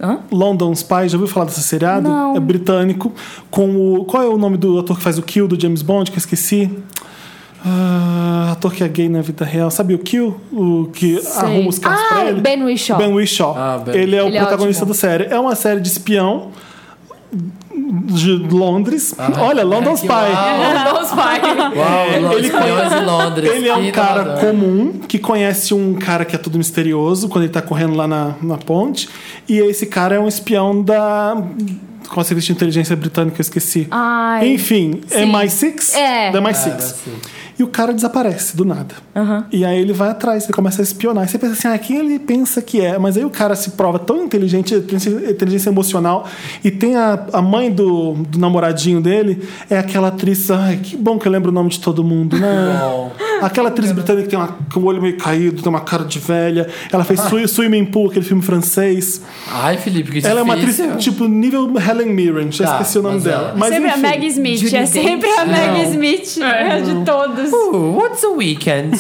Hã?
London Spy, já ouviu falar desse seriado?
Não.
É britânico. Com o. Qual é o nome do ator que faz o Kill do James Bond, que eu esqueci? Ah, ator que é gay na vida real. Sabe o Kill? O que
Sei.
arruma os carros
Ah,
pra É, ele?
Ben Whishaw.
Ben Whishaw.
Ah, Ben.
Ele é o
Ele é
protagonista
ótimo.
da série. É uma série de espião de Londres. Olha, London
É, que
Spy.
uau.
London Spy.
Uau,
Ele é um
ele conhece em Londres.
Ele é um
Que
cara
inovador.
comum que conhece um cara que é tudo misterioso quando ele tá correndo lá na, na ponte. E esse cara é um espião da. Qual serviço de inteligência britânica? Eu esqueci.
Ai.
Enfim,
Sim.
MI6?
É.
Da
Cara,
MI6.
sim.
E o cara desaparece do nada. E aí ele vai atrás, ele começa a espionar. E você pensa assim, ah, quem ele pensa que é? Mas aí o cara se prova tão inteligente, ele tem inteligência emocional. E tem a, a mãe do, do namoradinho dele, é aquela atriz. Ai, que bom que eu lembro o nome de todo mundo, né?
Bom.
Aquela atriz britânica que tem uma- com o olho meio caído, tem uma cara de velha. Ela
Ah.
fez Swi- Swimming Pool, aquele filme francês.
Ai, Felipe, que difícil.
Ela é uma atriz tipo nível Helen Mirren, já
Tá,
esqueci o nome
mas
dela.
é.
Mas
sempre a
enfim.
Meg Smith,
Judy
é sempre a Meg Smith é, de todos.
Ooh, what's a weekend?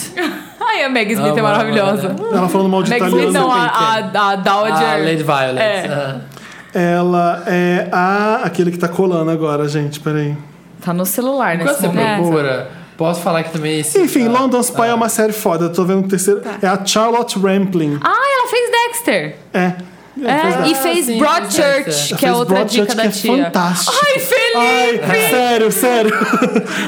Ai, a Meg Smith
Ah,
é
mano,
maravilhosa.
mano.
Ela falando mal de
Meg Smith
italiano.
não, a, a, a Dowager.
ah, Lady Violet.
É.
Ah.
Ela é a. aquele que tá colando agora, gente, peraí.
Tá no celular
Quando
nesse
você
momento.
procura, posso falar que também esse...
Enfim,
ah,
London Spy é uma série foda. Eu tô vendo o terceiro. É a Charlotte Rampling.
Ah, ela fez Dexter.
É.
É, e
Ah,
fez
sim, fez
Broadchurch,
Dexter.
que é
Fez
outra
Broadchurch,
dica da
que É
tia.
fantástico.
Ai, Felipe!
Ai, sério, sério.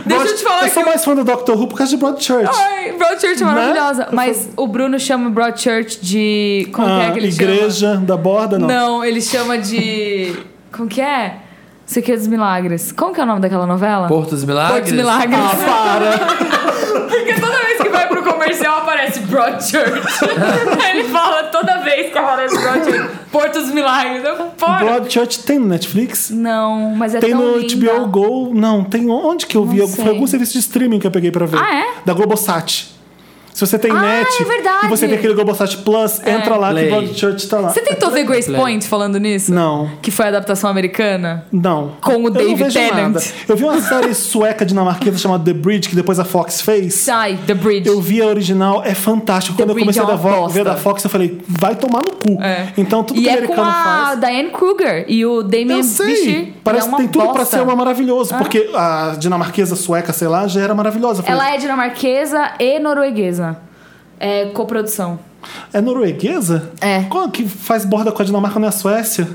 Deixa eu te falar
Eu sou mais fã do Doctor Who por causa de Broadchurch. Né?
Ai, Broadchurch é
É
maravilhosa.
Maravilhosa. Mas o Bruno chama Broadchurch de... Como que é
Ah,
que ele chama?
igreja da borda, não.
Não, ele chama de... Como que é? Isso aqui é dos milagres. Como que é o nome daquela novela?
Porto dos Milagres?
Porto dos Milagres.
Ah, para! Ah.
Porque toda vez que vai pro comercial aparece Broadchurch. Ele fala toda vez que aparece Broadchurch. Porto dos Milagres. Eu, porra.
Broadchurch tem no Netflix?
Não, mas é
Tem
tão
no
linda.
HBO Go? Não, tem onde que eu vi?
Não
Foi
sei.
algum serviço de streaming que eu peguei pra ver.
Ah, é?
Da Globosat. Se você tem
Ah,
net
é verdade. É.
e você tem aquele Globosat Plus, entra lá
Play.
que Broadchurch tá lá.
Você tentou ver Grace
Play.
Point falando nisso?
Não,
Que foi a adaptação americana?
não.
Com o
Eu não
David
vejo
Tennant.
nada. Eu vi uma série sueca dinamarquesa chamada The Bridge, que depois a Fox fez.
Sai, The Bridge.
Eu vi a original, é fantástico. Quando eu
Bridge
comecei
é
a
uma
da Vo-
bosta.
ver da Fox, eu falei, vai tomar no cu.
É.
Então tudo
E
que o
é com
americano faz.
a Diane Kruger e o Damien
Eu sei.
Bichir.
Parece
é
que
uma
tem tudo pra
bosta.
ser uma maravilhosa, porque a dinamarquesa, sueca, sei lá, já era maravilhosa. Eu falei,
Ela é dinamarquesa e norueguesa. É coprodução.
é... norueguesa?
É.
Qual que faz borda com a Dinamarca não é a Suécia?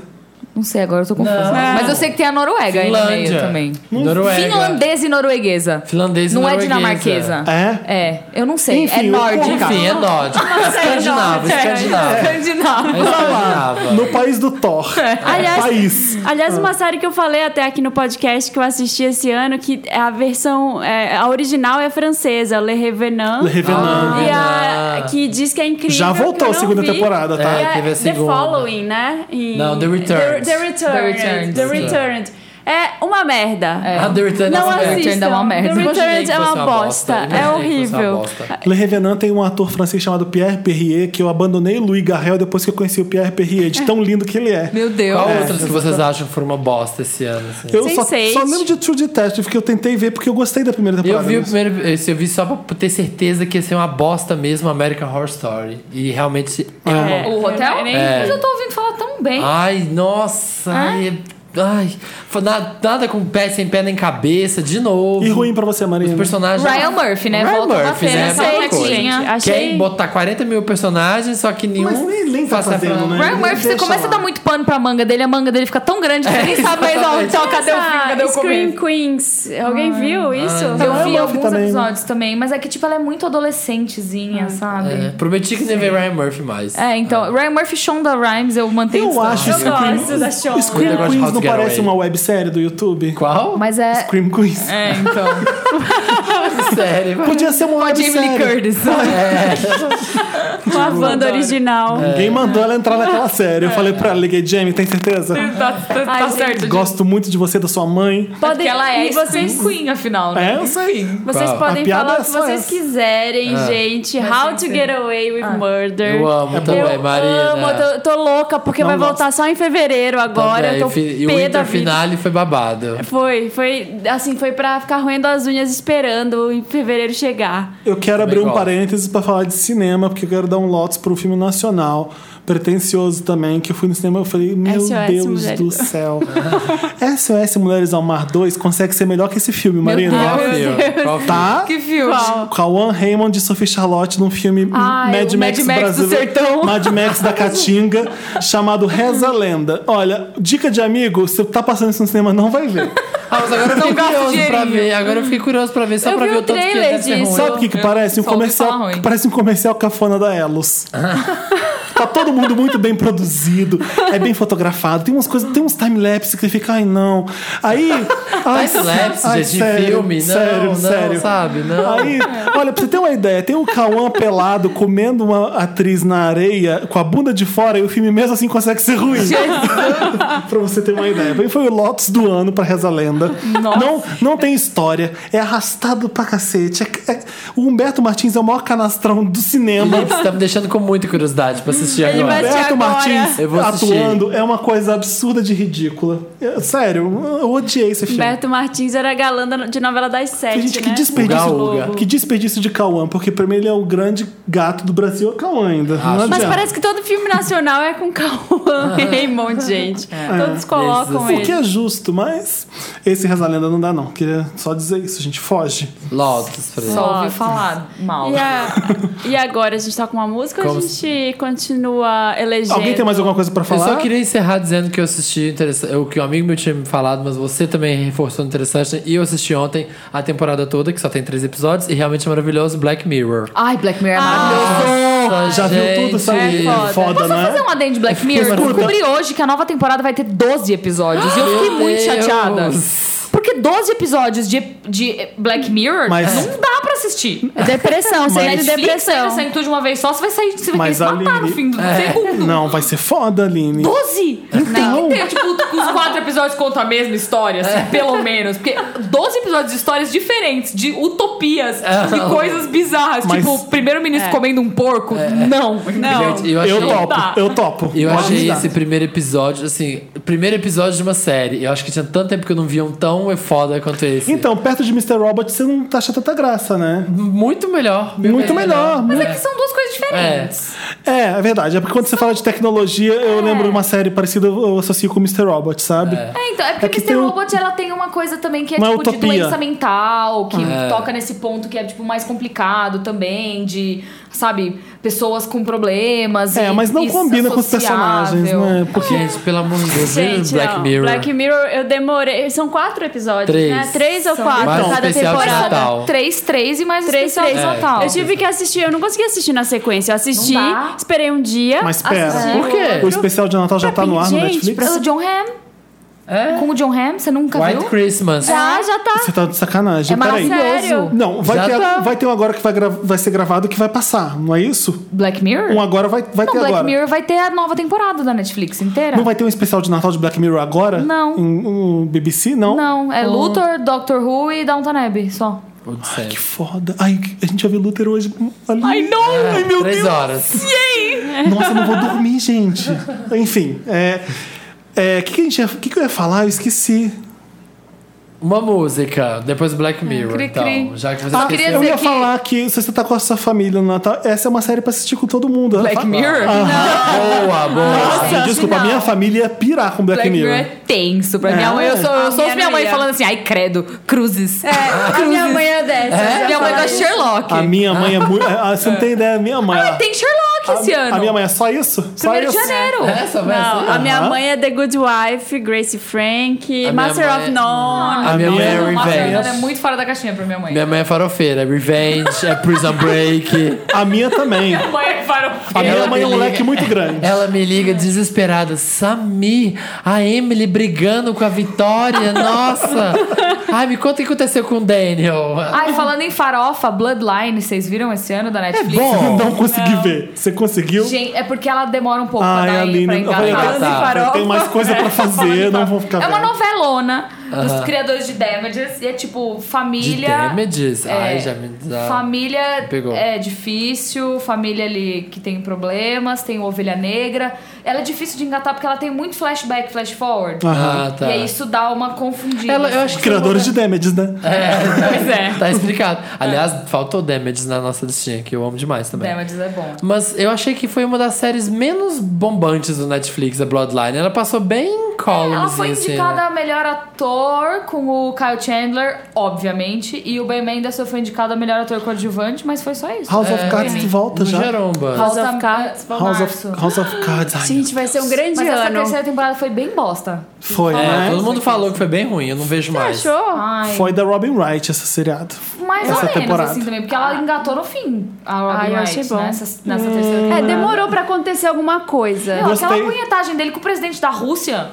Não sei, agora eu tô confusa.
Não.
Mas eu sei que tem a Noruega aí no meio
Finlândia.
também.
Noruega.
Finlandesa e norueguesa.
Finlandesa e
Não é
norueguesa.
dinamarquesa.
É?
É, eu não sei.
Enfim,
é
eu-
nórdica.
Enfim, é nórdico. Escandinava, escandinava. É
Escandinava.
escandinava.
No país do Thor.
Aliás-
País.
Aliás, uma série que eu falei até aqui no podcast que eu assisti esse ano, que é a versão. é, a original é francesa, Le Revenant.
Le Revenant.
E a, que diz que é incrível.
Já
que eu
voltou a
não
segunda
vi.
temporada, tá?
É,
É,
teve a
The
segunda.
Following, né? Em-
Não, The Returned.
The, Returned.
The Returned.
The Returned. É uma merda.
É.
Ah, The Return
Não
é uma merda.
assistam.
Return é uma merda.
The
Eu imaginei
Returned
que
é
fosse
uma bosta.
Eu
É
imaginei que fosse uma
horrível.
bosta.
Le Revenant tem um ator francês chamado Pierre Perrier, que eu abandonei Louis Garrel depois que eu conheci o Pierre Perrier, de tão lindo que ele é.
Meu Deus.
Qual outras que vocês acham que foram uma bosta esse ano? assim?
Eu só,
Sense8.
só lembro de True Detective, que eu tentei ver porque eu gostei da primeira
Eu
temporada.
vi o
mas-
primeiro. Esse eu vi só pra ter certeza que ia ser uma bosta mesmo American Horror Story. E realmente eu
É.
não.
O hotel?
Nem-
É.
Mas eu tô ouvindo falar tão bem.
Ah.
Ai, nossa! Ai, ai. Foi na- nada com pé sem pé nem cabeça, de novo.
E ruim pra você, Marina.
Os personagens.
Ryan Murphy, né?
Ryan
Volta pra
Murphy,
frente,
né?
essa
Aquela
Sei,
coisa.
gente.
retinha.
Achei...
Quer botar 40 mil personagens, só que nenhum.
Mas nem- nem tá
faça
fazendo,
frente.
né?
Ryan
Ele
Murphy, você
deixa
começa
lá.
a dar muito pano pra manga dele, a manga dele fica tão grande que você nem sabe mais ó,
exatamente.
então, cadê o fim,
Essa
cadê o
Ah, Scream
começo.
Queens. Alguém viu isso?
Eu
Ryan
vi
Murphy
alguns
também, né?
episódios também, mas é que, tipo, ela é muito adolescentezinha, sabe?
É, prometi que não ia ver Ryan Murphy mais.
É, então, Ryan Murphy, Shonda Rhimes, eu mantenho
Eu
distância.
acho um
Eu
Scream-
gosto da Shonda.
Eu
Scream
gosto de How
Queens
to
não
Get Away.
parece uma websérie do YouTube?
Qual?
Mas é...
Scream Queens.
É, então.
Sério, vai.
Então. Podia ser uma
Com a Jamie Lee
websérie.
Curtis.
Com a Wanda
É.
original.
Ninguém mandou ela entrar naquela série. Eu falei pra ela, liguei, Jamie, tem certeza?
tá tá- tá
Ai,
certo. gente.
Gosto muito de você, da sua mãe.
Porque ela é
e vocês,
Scream Queen, afinal, né?
É,
Uhum.
eu sei.
vocês
Qual?
A
podem
piada
falar
é
o que
só
vocês
essa.
quiserem, gente.
Mas
How
tem
to
que
get away with murder.
É. Ah. Eu amo né? também,
eu
Marina.
amo, eu tô, tô louca porque
Não
vai voltar só em fevereiro agora.
Também,
eu tô
Tá fi- E o
pé da
Inter
vida. É
Finale foi babado.
Foi, foi assim, foi pra ficar roendo as unhas esperando em fevereiro chegar.
Eu quero abrir um
gosto.
parênteses pra falar de cinema, porque eu quero dar um lotus pro filme nacional, pretencioso também, que eu fui no cinema e eu falei, meu
SOS
Deus
Mulheres
do
ao-
céu. SOS Mulheres ao Mar 2 consegue ser melhor que esse filme, Marina.
Qual filme? Qual filme?
Tá?
Que filme.
Qual?
Cauan Raymond e Sophie Charlotte num filme
Ai,
Mad
o
Max,
Mad Max do
brasileiro.
Sertão.
Mad Max da Caatinga, chamado Reza a Lenda. Olha, dica de amigo, se tá passando isso no cinema, não vai ver.
Ah, mas agora eu fiquei
Não gasto
curioso pra
dinheirinho.
ver. Agora eu fiquei curioso pra ver, só
Eu
pra
vi
ver
o
o tanto que
trailer
deve ser
disso.
ruim.
Sabe o que, que parece? Um
só ouvi
comercial.
falar ruim.
Parece um comercial cafona da Elos. tá todo mundo muito bem produzido, é bem fotografado. Tem umas coisas, tem uns time-lapse que você fica, ai não. Aí. ai,
Time-lapse,
ai,
gente, de
sério,
filme. Não,
sério,
não,
sério.
sabe? Não.
Aí, olha, pra você ter uma ideia, tem o Cauã pelado comendo uma atriz na areia com a bunda de fora e o filme mesmo assim consegue ser ruim. pra você ter uma ideia. Bem, Foi o Lotus do ano pra Reza a Lenda. Não, não tem história, é arrastado pra cacete. É- é- o Humberto Martins é o maior canastrão do cinema.
Felipe, você tá me deixando com muita curiosidade pra assistir
Ele vai
agora.
Humberto
assistir agora.
Martins
Eu vou assistir.
atuando é uma coisa absurda de ridícula. É, sério, eu odiei esse filme.
Humberto Martins era galã da- de novela das
Tem
sete,
gente que
né?
desperdício,
Uga, uga.
que desperdício de Cauã, porque pra mim ele é o grande gato do Brasil, é o Cauã ainda. não
Mas
adianta.
parece que todo filme nacional é com Cauã
Ah.
e Raymond, gente.
É.
Todos colocam
Porque
ele.
é justo, mas esse Reza a Lenda não dá, não. Queria só dizer isso, a gente foge.
Lotus, por exemplo.
Só ouvi
Nossa.
falar mal.
E, a- e agora a gente tá com uma música ou a
Como
gente continua elegendo?
Alguém tem mais alguma coisa pra
Eu
falar?
só queria encerrar dizendo que eu assisti interessa- o que um amigo meu tinha me falado, mas você também reforçou interessante. né? E eu assisti ontem a temporada toda, que só tem três episódios, e realmente é maravilhoso Black Mirror.
Ai, Black Mirror é maravilhoso.
Nossa,
Já viu tudo, sabe?
gente. é
Foda,
É Posso
né?
fazer um adendo de Black Mirror?
Escuta.
Eu descobri hoje que a nova temporada vai ter 12 episódios. E eu fiquei
Meu
muito
Deus.
chateada. Porque 12 episódios de, de Black Mirror
Mas-
não dá pra assistir.
É Depressão, você é de
Netflix
depressão.
ainda saindo tudo de uma vez só, você vai sair, você vai
Mas,
querer se matar no
Aline-
fim do segundo.
Não, um. vai ser foda, Aline.
12? Tem que ter, tipo, os quatro episódios contam a mesma história,
É.
assim, pelo menos. Porque 12 episódios de histórias diferentes, de utopias,
É.
de coisas bizarras.
Mas-
Tipo, o primeiro-ministro comendo um porco.
É.
Não, não.
Eu- eu achei-
Eu topo,
dá.
eu topo.
Eu
Pode
achei
dar.
esse primeiro episódio, assim, primeiro episódio de uma série. Eu acho que tinha tanto tempo que eu não via um tão foda quanto esse.
Então, perto de Mr. Robot, você não tá achando tanta graça, né?
muito melhor.
Muito melhor.
Mas
muito-
é que são duas coisas
É.
diferentes.
É, é verdade. É porque quando você fala de tecnologia, eu lembro uma série parecida, eu associo com Mr. Robot, sabe?
É, então, é porque
É que
Mr.
tem um-
Robot ela tem uma coisa também que é
Uma
tipo de
utopia.
doença mental, que
É.
toca nesse ponto que é tipo mais complicado também, de, sabe, pessoas com problemas.
É,
e-
mas não
e
combina com os personagens,
sociável.
né? Porque
Gente, pelo amor de Deus,
Gente,
veja Black
não.
Mirror.
Black Mirror, eu demorei. São quatro episódios,
Três.
né? Três ou
São
quatro
Mais um
cada
especial de
temporada.
Natal. É.
Três, três e mais
Três,
especial de
três.
Natal.
Eu tive que assistir, eu não consegui assistir na sequência. Eu assisti,
Não dá.
esperei um dia.
Mas pera,
Assistiu.
Por quê?
o especial de Natal já tá no ar no
Gente,
Netflix?
O John Hamm.
É.
Com o John Hamm, você nunca
White
viu?
Christmas.
Já, já tá.
Você tá de sacanagem.
É
Peraí.
maravilhoso.
Sério?
Não, vai
Já
ter,
tá.
vai ter um agora que vai, gra- vai ser gravado que vai passar, não é isso?
Black Mirror?
Um agora vai, vai
Não,
ter
Black
agora.
Mirror vai ter a nova temporada da Netflix inteira.
Não vai ter um especial de Natal de Black Mirror agora?
É. Não.
Um, um BBC, não?
Não,
Oh.
é Luthor, Doctor Who e Downton Abbey só.
Ou de série.
Que foda. Ai, a gente vai ver Luther hoje. Ai, não! Ai, meu
Três
Deus!
horas.
Nossa, eu não vou dormir, gente. Enfim, é. é, que que, a gente ia- que, que eu ia falar? Eu esqueci.
Uma música, depois Black Mirror,
Hum, cri,
então.
cri.
Já que você
Só queria
esqueceu.
Eu
dizer
ia
que-
falar que se você tá com a sua família no Natal, essa é uma série pra assistir com todo mundo.
Black
Fa-
Mirror?
Boa, boa.
Nossa, Ah, desculpa, a
não.
minha família ia pirar com Black,
Black
Mirror.
Mirror
É tenso pra minha
É.
mãe. Eu sou,
A
eu sou
minha
minha, minha mãe
não ia.
falando assim, ai, credo, cruzes.
É, a minha mãe é dessa. já
Minha mãe
falei.
gosta de Sherlock.
A minha mãe é muito. é, Você não tem ideia, a minha mãe. ela-
Tem Sherlock esse
a,
ano.
a minha mãe é só isso? Só
Primeiro de
isso?
janeiro.
Essa vai
Não,
ser.
a minha
Aham.
mãe é The Good Wife, Grace Frank,
minha
Master
mãe-
é-
of None.
A minha mãe é
Nossa, ela é
Revenge.
muito fora da caixinha pra minha mãe.
Minha mãe é farofeira, é Revenge, é Prison Break.
A minha também.
mãe é
A minha
Ela
mãe é um
me liga.
moleque muito grande.
Ela me liga desesperada. Sami, a Emily brigando com a Vitória, nossa. Ai, me conta o que aconteceu com o Daniel.
Ai, falando em farofa, Bloodline, vocês viram esse ano
É
da Netflix?
Eu
Bom,
não consegui ver. Você conseguiu?
Gente, é porque ela demora um pouco pra,
Ai,
dar, pra
Aline, eu falei,
engatar.
eu,
Falando em
eu
farofa.
tenho mais coisa pra fazer, não vou ficar
É uma
vendo.
novelona dos criadores de Damages. E é tipo,
de
família.
damages.
é,
Ai, já me dá.
Família
Pegou.
é difícil, família ali que tem problemas, tem ovelha negra. Ela é difícil de engatar porque ela tem muito flashback, flash forward.
Ah, tá.
E aí isso dá uma confundida.
Ela, eu acho que
Criadores de damages, né?
Pois é.
Tá explicado. Aliás, faltou damages na nossa listinha, que eu amo demais também.
Damages é bom.
Mas eu achei que foi uma das séries menos bombantes do Netflix, a Bloodline. Ela passou bem columns,
É, Ela foi
assim,
indicada
né?
a melhor ator com o Kyle Chandler, obviamente. E o Ben Mendelsohn foi indicado a melhor ator coadjuvante, mas foi só isso.
House of Cards de volta
No
já.
Geromba.
House
Volta,
of Cards.
eh, pra
House
março.
of, House of Cards. Ai,
Gente, vai ser um grande
Mas essa
ano.
terceira temporada foi bem bosta.
foi,
É, todo
né?
mundo falou que foi bem ruim, eu não vejo mais.
Achou?
Ai,
Foi da Robin Wright essa seriado.
mais
essa
ou menos
temporada. Ah.
assim também, porque ela engatou no fim a Robin
Ai, eu
Wright
achei bom.
nessa, nessa terceira temporada.
É, demorou pra acontecer alguma coisa.
Não,
Gostei.
aquela punhetagem dele com o presidente da Rússia.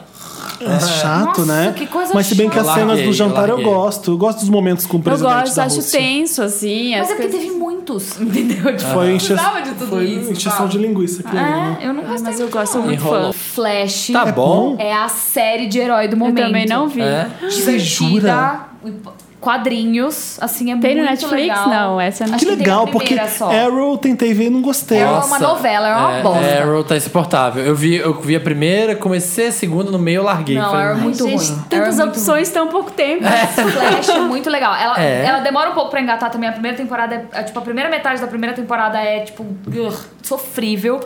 É chato,
Nossa,
né?
que coisa
Mas se bem que as
chata.
cenas
Larguei,
do jantar eu
larguei.
gosto. Eu gosto dos momentos com o
Eu
presidente
gosto,
da
acho
Rússia.
tenso, assim.
Mas
as
é porque
coisas-
teve muitos, entendeu? Tipo,
É, Foi enche-
precisava de tudo
foi
isso.
encheção
sabe?
de linguiça. né? Que
É, eu não gostei.
Mas eu gosto muito
Enrolou.
fã.
Flash
Tá bom?
é a série de herói do
Eu
momento.
também não vi.
É.
Você
Divertida,
jura?
Quadrinhos, assim, é
Tem no
muito
Netflix?
legal.
Não, essa não.
Acho
Que legal,
tem a
porque
primeira só.
Arrow eu tentei ver e não gostei.
Arrow é
Nossa,
uma novela, é uma bosta.
Arrow tá insuportável. Eu vi, eu vi a primeira, comecei a segunda, no meio eu larguei.
Não,
Falei,
Arrow é muito
Gente,
ruim. Arrow
tantas
é muito
opções, tão pouco tempo.
Flash é muito legal. Ela,
É.
ela demora um pouco pra engatar também. A primeira temporada é, é, tipo, a primeira metade da primeira temporada é, tipo, ugh, sofrível.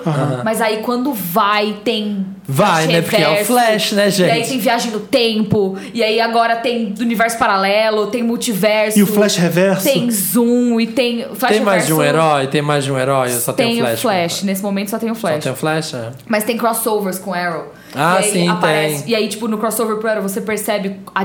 Mas aí quando vai, tem.
Vai,
Flash
né? Porque é o
reverso.
Flash, né,
E aí
gente?
tem viagem no tempo. E aí agora tem do universo paralelo, tem multiverso.
E o Flash Reverso?
Tem Zoom e tem. Flash
Tem mais de um
Reverso-
herói? Tem mais de um herói? Eu só
Tem
tenho
o Flash.
Flash.
né?
Nesse momento só tem o
Só
Flash.
tem o Flash? é.
Mas tem crossovers com Arrow.
Ah,
e aí
sim,
aparece,
tem.
E aí, tipo, no crossover pro Arrow, você percebe a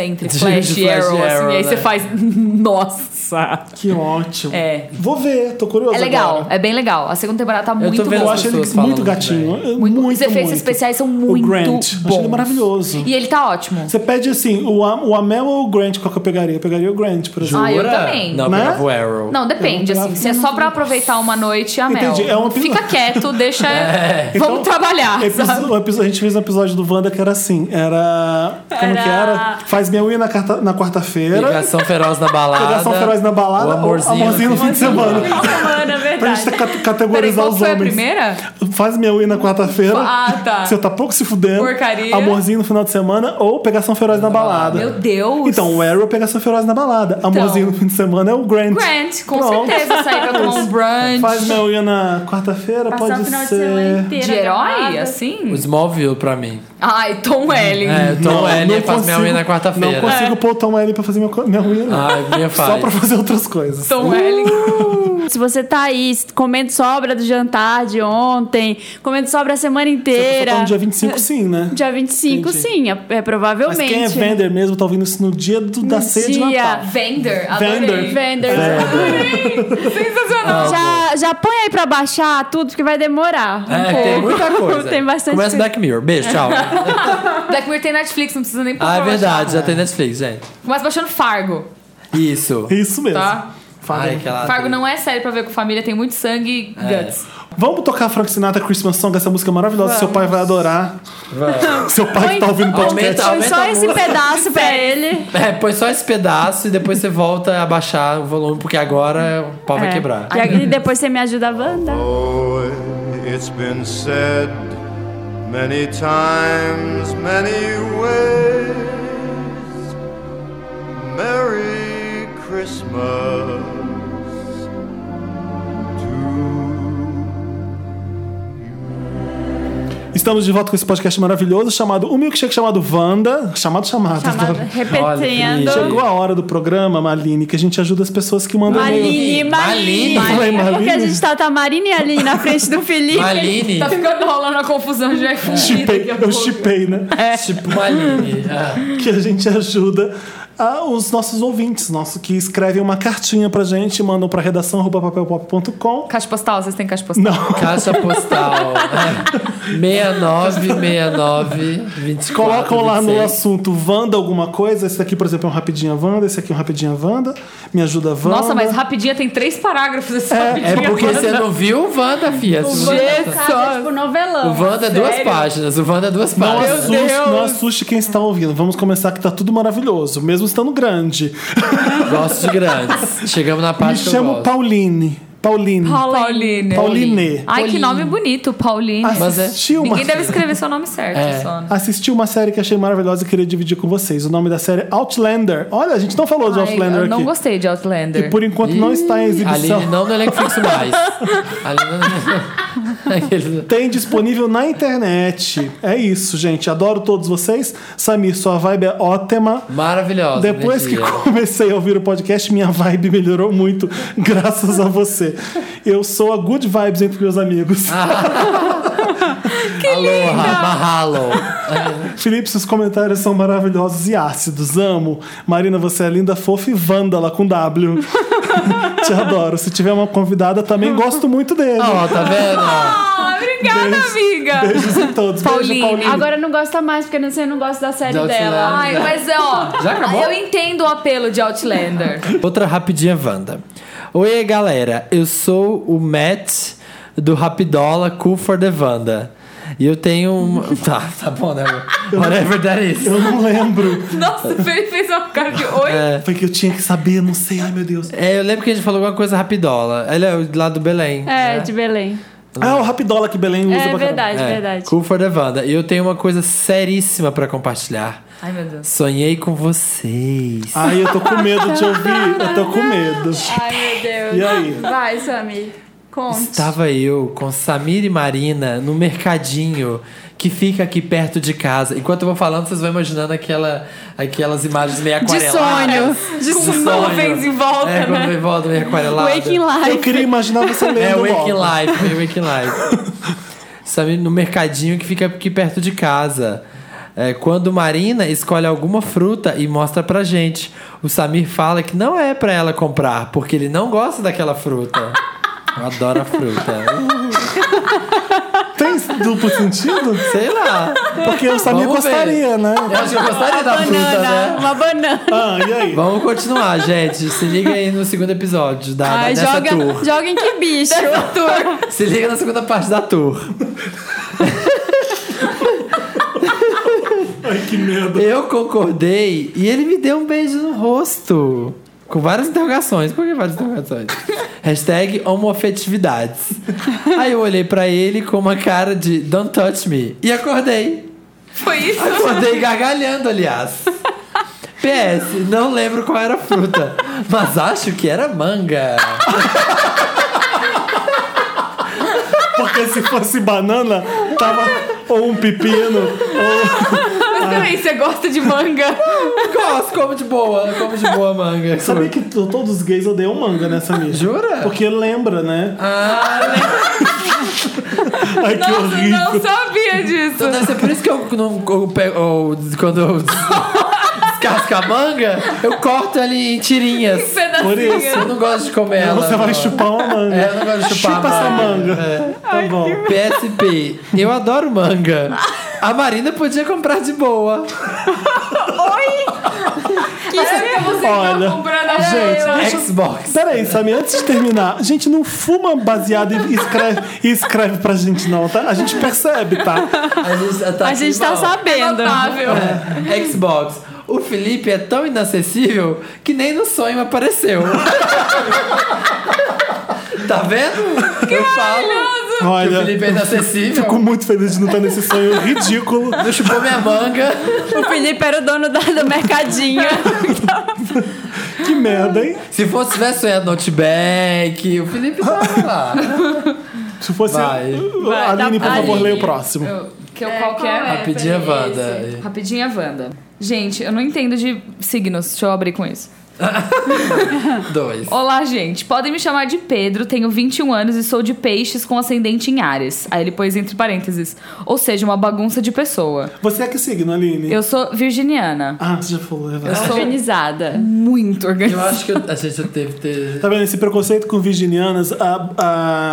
entre
De-
Flash,
de
e
Flash
Arrow,
e
assim.
Arrow,
e aí
né?
você faz, nossa.
Que ótimo.
É.
Vou ver, tô curioso
É legal,
agora.
é bem legal. A segunda temporada tá muito
tô vendo
Eu
boa.
as
acho ele
pessoas
muito
falando
gatinho. Muito,
Muito-
muito,
os efeitos
muito.
especiais são
O
muito
Grant, acho ele
bons.
maravilhoso.
E ele tá ótimo.
Você pede assim, o, Am- o Amel ou o Grant, qual que eu pegaria? Eu pegaria o Grant, por exemplo.
Ah, eu
Jura?
também.
Não, eu
Né?
pegava o Arrow.
Não, depende,
Eu não
assim. Se é
gravo-
só pra aproveitar uma noite, a Mel.
Entendi, é um episódio.
Fica quieto, deixa. Vamos
Então,
trabalhar.
Episo- o episo- a gente fez um episódio do Wanda que era assim, era... Como que era? Faz minha unha na, carta- na quarta-feira,
Ligação Feroz na balada.
pegação feroz na balada,
O
o
amorzinho.
amorzinho, no fim de semana.
Mano, é
Pra
verdade.
gente ca-
Peraí,
categorizar
qual
os
foi a
homens.
primeira?
Faz minha unha na quarta-feira.
Ah, tá.
Você tá pouco se fudendo.
Porcaria.
Amorzinho no final de semana ou pegação feroz na balada.
Meu Deus. Então.
Então, o Arrow pegação feroz na balada. Amorzinho no fim de semana é o Grant.
Grant, com
Pronto.
certeza, sair pra tomar um brunch.
Faz minha unha na quarta-feira,
Passar
pode
o final de semana
ser.
inteiro.
De herói,
agarrado.
O
assim?
Smallville pra mim.
Ai, Tom Welling.
É, o Tom
Não,
L faz
não
minha
consigo-
unha na quarta-feira.
Não
É.
consigo pôr o Tom L pra fazer minha, co- minha unha, não.
Ah, minha faz.
Só pra fazer outras
Uh!
coisas.
Tom Welling.
Uh!
Se você tá aí comendo sobra do jantar de ontem, tem comendo sobra a semana
Você tá
inteira.
falando dia 25, sim, né?
Dia 25,
Entendi.
sim, é, é
Mas
provavelmente.
quem é vender mesmo tá ouvindo isso no dia do- da
No
ceia de
dia.
Natal.
Vender,
Vendor.
adorei.
Vender.
Sensacional.
Já, já põe aí pra baixar tudo, porque vai demorar. um
É, tem
pouco.
muita coisa.
tem bastante
Começa
coisa.
Black Mirror. Beijo, tchau.
Black Mirror tem Netflix, não precisa nem pôr
ah, é
pra
verdade,
baixar.
já tem Netflix, gente.
Começa baixando Fargo,
Isso.
Isso mesmo.
tá?
Ai, aquela
Fargo não é série pra ver com família, tem muito sangue e
É.
guts.
Vamos tocar Frank Sinatra Christmas Song, essa música é maravilhosa. Seu pai vai adorar. Seu pai que tá ouvindo podcast.
Aumenta,
Foi
aumenta
só
a
esse
música.
pedaço pra ele.
É, põe só esse pedaço e depois você volta a baixar o volume, porque agora o pau vai
É.
quebrar.
E aí depois você me ajuda a banda.
Oh, it's been said many times, many ways. Merry Christmas to
Estamos de volta com esse podcast maravilhoso chamado Um Milkshake chamado Wanda. Chamado, chamado. né?
Chamado, repetindo.
Olha, querido.
Chegou a hora do programa, Maline, que a gente ajuda as pessoas que mandam e-mail.
Maline,
Maline.
Maline.
Falei Maline?
Porque a gente tá, tá Marina e Aline na frente do Felipe.
Maline.
Tá ficando rolando a confusão de um. iPhone.
Chipei, eu chipei, né?
Tipo Maline. Ah.
Que a gente ajuda a- os nossos ouvintes, nosso, que escrevem uma cartinha pra gente, mandam pra redação arroba papelpop.com.
Caixa postal, vocês têm caixa postal?
Não.
Caixa postal. É. 6969 24,
Colocam lá no
26.
assunto Wanda alguma coisa. Esse daqui, por exemplo, é um Rapidinha Wanda. Esse aqui é um Rapidinha Wanda. Me ajuda Wanda.
Nossa, mas rapidinha tem três parágrafos esse
É
rapidinho.
porque você não viu o Wanda, fia. Se você-
Casa, tipo novelão.
O Wanda é duas
sério.
páginas. O Wanda é duas
Não
páginas.
assuste, não assuste quem está ouvindo. Vamos começar que tá tudo maravilhoso, mesmo estando grande.
Gosto de grandes. Chegamos na
Me
parte que eu
chamo
gosto.
Pauline. Pauline.
Pauline.
Pauline.
Ai, que nome bonito, Pauline.
Mas é-
Assisti uma,
Ninguém deve escrever seu nome certo,
É.
só, né?
assisti uma série que achei maravilhosa e queria dividir com vocês. O nome da série é Outlander. Olha, a gente não falou de
Ai,
Outlander
eu não
aqui.
gostei de Outlander.
E por enquanto não está em exibição.
Aline não no elenco fixo mais. Aline não... Aqueles-
Tem disponível na internet. É isso, gente. Adoro todos vocês. Samir, sua vibe é ótima.
Maravilhosa.
Depois que
minha filha.
comecei a ouvir o podcast, minha vibe melhorou muito, graças a você. Eu sou a good vibes entre meus amigos.
Ah,
Aloha, mahalo.
Felipe, seus comentários são maravilhosos e ácidos. Amo. Marina, você é linda, fofa e vândala com W. Te adoro. Se tiver uma convidada, também gosto muito dele.
Ó, tá vendo?
Ah, obrigada, amiga.
Beijos a todos. Beijo,
Pauline,
Pauline.
Agora não gosta mais, porque você não gosta da série
Da
dela.
Outlander.
Ai, mas é, ó.
Já acabou?
Eu entendo o apelo de Outlander.
Outra rapidinha, Wanda. Oi, galera. Eu sou o Matt do Rapidola Cool for the Wanda. E eu tenho um. Tá, tá bom, né? Whatever that is.
Eu não lembro.
Nossa, o Felipe fez uma cara de oi.
É.
Foi que eu tinha que saber, não sei. Ai, meu Deus.
É, eu lembro que a gente falou alguma coisa rapidola. Ele é lá do Belém.
É,
né?
de Belém.
Ah, o Rapidola que Belém usa
É
pra
verdade,
É,
verdade.
Cool for the Wanda. E eu tenho uma coisa seríssima pra compartilhar.
Ai, meu Deus.
Sonhei com vocês.
caramba. Ai, eu tô com medo de ouvir. Eu tô com medo.
Ai, meu Deus.
E aí?
Vai, Samir. Conte.
Estava eu com Samir e Marina no mercadinho que fica aqui perto de casa. Enquanto eu vou falando, vocês vão imaginando aquela, aquelas imagens meio aquareladas.
De
Com
sonho. nuvens em volta,
É, quando
né?
vem em volta, meio aquarelada.
Waking Life.
Eu queria imaginar você
É,
lendo
Waking
logo.
Life, meio Waking Life. Sabe, no mercadinho que fica aqui perto de casa. É, quando Marina escolhe alguma fruta e mostra pra gente, o Samir fala que não é pra ela comprar, porque ele não gosta daquela fruta. Eu adoro a fruta.
Tem duplo sentido?
Sei lá.
Porque eu sabia que
Vamos ver.
gostaria, né?
Eu acho que eu gostaria da fruta,
Banana,
né?
uma banana.
Ah, e aí?
Vamos continuar, gente. Se liga aí no segundo episódio da,
Ai,
dessa
joga,
tour.
joga em que bicho?
Se liga na segunda parte da tour.
Ai, que medo.
Eu concordei e ele me deu um beijo no rosto. Com várias interrogações. Por que várias interrogações? Hashtag homoafetividades. Aí eu olhei pra ele com uma cara de don't touch me. E acordei.
Foi isso?
Acordei gargalhando, aliás. PS, não lembro qual era a fruta, mas acho que era manga.
Porque se fosse banana, tava ou um pepino.
Mas peraí, você gosta de manga?
Gosto, como de boa, como de boa manga.
Sabia que t- todos os gays odeiam manga nessa mídia?
Jura?
Porque Ah, lembra, né?
Ah,
Ai, que
Nossa, não
horrível.
sabia disso.
Então deve ser por isso que eu não eu pego. eu- quando eu descasco a manga, eu corto ela em tirinhas.
tá
Por
assim,
isso.
Eu não gosto de comer ela.
Você vai chupar uma manga.
É, eu não gosto de chupar É. né?
Chupa
a
essa
manga.
manga. Tá bom.
PSP, eu adoro manga. A Marina podia comprar de boa.
Olha,
"É,
É,
gente, deixa...
Xbox.
Peraí, Samir, antes de terminar, a gente não fuma baseado e escreve, e escreve pra gente, não, tá? A gente percebe, tá?
A gente tá,
A gente tá
igual.
sabendo.
É, Xbox. O Felipe é tão inacessível que nem no sonho apareceu. tá vendo? Eu falo que o
Olha,
Felipe é inacessível.
fico muito feliz de não estar nesse sonho ridículo.
Não chupou minha manga.
O Felipe era o dono da, do mercadinho.
Que merda, hein?
Se fosse tivesse sonhado no Outback, o Felipe tava lá.
Se fosse.
Vai.
Aline, por
Vai,
favor,
Aline.
leia o próximo.
Eu-
Que eu qualquer.
qual é?
Rapidinha,
Peraí,
Wanda.
esse. Rapidinha, Wanda. Gente, eu não entendo de signos. Deixa eu abrir com isso.
Dois.
Olá, gente. Podem me chamar de Pedro, tenho 21 anos e sou de peixes com ascendente em Ares. Aí ele pôs entre parênteses. Ou seja, uma bagunça de pessoa.
Você é que signo, Aline?
Eu sou virginiana.
Ah, você já falou, é verdade.
Organizada.
Muito
Eu
organizada.
acho que eu- a gente teve que ter.
Tá vendo? Esse preconceito com virginianas, a,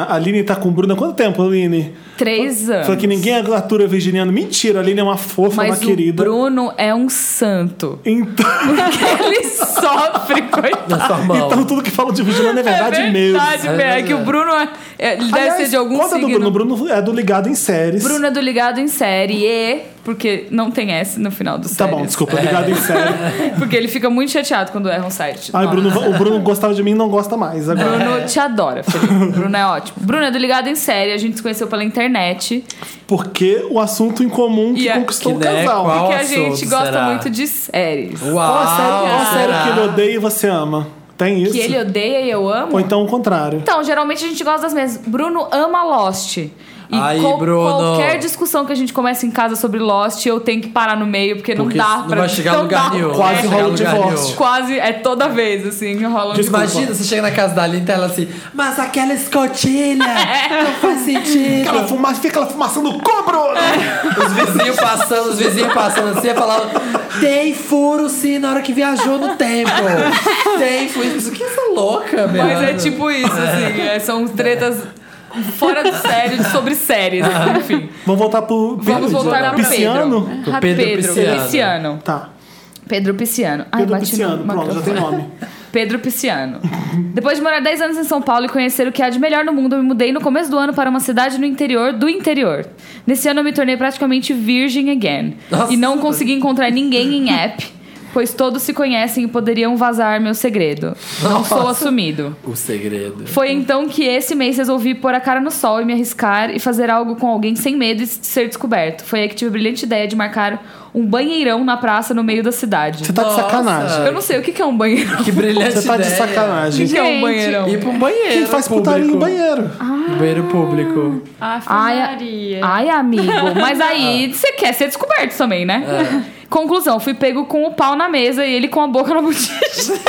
a Aline tá com Bruna há quanto tempo, Aline?
Três anos.
Falou que ninguém atura virginiano. Mentira, a Aline é uma fofa,
Mas
uma
o
querida.
Bruno é um santo.
Então,
Ele sofre, coitado.
Na sua mão.
então tudo que falam de virginiano é verdade,
é
mesmo.
verdade,
É
velho. É
verdade.
que o Bruno é, é, ele deve
Aliás,
ser de algum
conta
signo.
do Bruno. O Bruno é do ligado em séries.
Bruno é do Ligado em Série E, porque não tem S no final do
Tá
séries. É.
bom, desculpa, ligado em série.
Porque ele fica muito chateado quando erra um site.
Ai,
Nossa.
Bruno, o Bruno gostava de mim e não gosta mais agora.
Bruno te adora, Felipe. Bruno é ótimo. Bruno é do Ligado em Série, a gente se conheceu pela internet.
Porque o assunto em comum que
E é a-
conquistou
que,
o
né,
casal.
qual-
Porque a
assunto
gente gosta
será?
muito de séries.
Uau!
Qual a série, qual a É série
será?
que ele odeia e você ama? Tem isso?
Que ele odeia e eu amo.
Ou então o contrário.
Então, geralmente a gente gosta das mesmas. Bruno ama Lost. E
Aí, Bruno.
qualquer discussão que a gente começa em casa sobre Lost, eu tenho que parar no meio, porque,
Porque
não dá
não
pra.
vai chegar a
não
lugar
dá.
nenhum.
Quase
Não vai
rola
chegar
o
a lugar
divórcio.
nenhum.
Quase, é toda vez, assim, que rola um
Desculpa.
Imagina, você chega na casa da Aline e tá ela assim, mas aquela escotilha não faz sentido.
Aquela fuma... Fica aquela fumação do cobro!
É.
Os vizinhos passando, os vizinhos passando assim, falavam, tem furo sim na hora que viajou no tempo. Tem furo. Isso que é essa louca, meu.
Mas é tipo isso, assim. é, são tretas fora do sério, de- sobre séries, assim, enfim.
Vamos voltar pro.
Vamos voltar pro
Pisciano?
Pedro.
Pro Pedro Pisciano.
Pisciano.
Tá.
Pedro Pisciano. Ai,
Pedro
bati no
Pisciano, pronto, já tá.
microfone.
tem nome.
Pedro Pisciano. Depois de morar 10 anos em São Paulo e conhecer o que há de melhor no mundo, eu me mudei no começo do ano para uma cidade no interior do interior. Nesse ano eu me tornei praticamente virgin again.
Nossa.
E não consegui encontrar ninguém em app, pois todos se conhecem e poderiam vazar meu segredo. Não sou assumido.
O segredo.
Foi então que esse mês resolvi pôr a cara no sol e me arriscar e fazer algo com alguém sem medo de ser descoberto. Foi aí que tive a brilhante ideia de marcar um banheirão na praça no meio da cidade.
Você tá
Nossa.
de sacanagem.
Eu não sei o que que é um banheirão.
Que brilhante
Você tá de
ideia.
sacanagem.
O que é um
Gente.
banheirão?
Ir pra um banheiro
Quem faz putaria
público.
em banheiro?
Ah.
Banheiro público.
Ai, a-
Maria.
ai, amigo, mas
Ah.
aí você quer ser descoberto também, né?
É.
Conclusão, fui pego com o pau na mesa e ele com a boca na bochecha.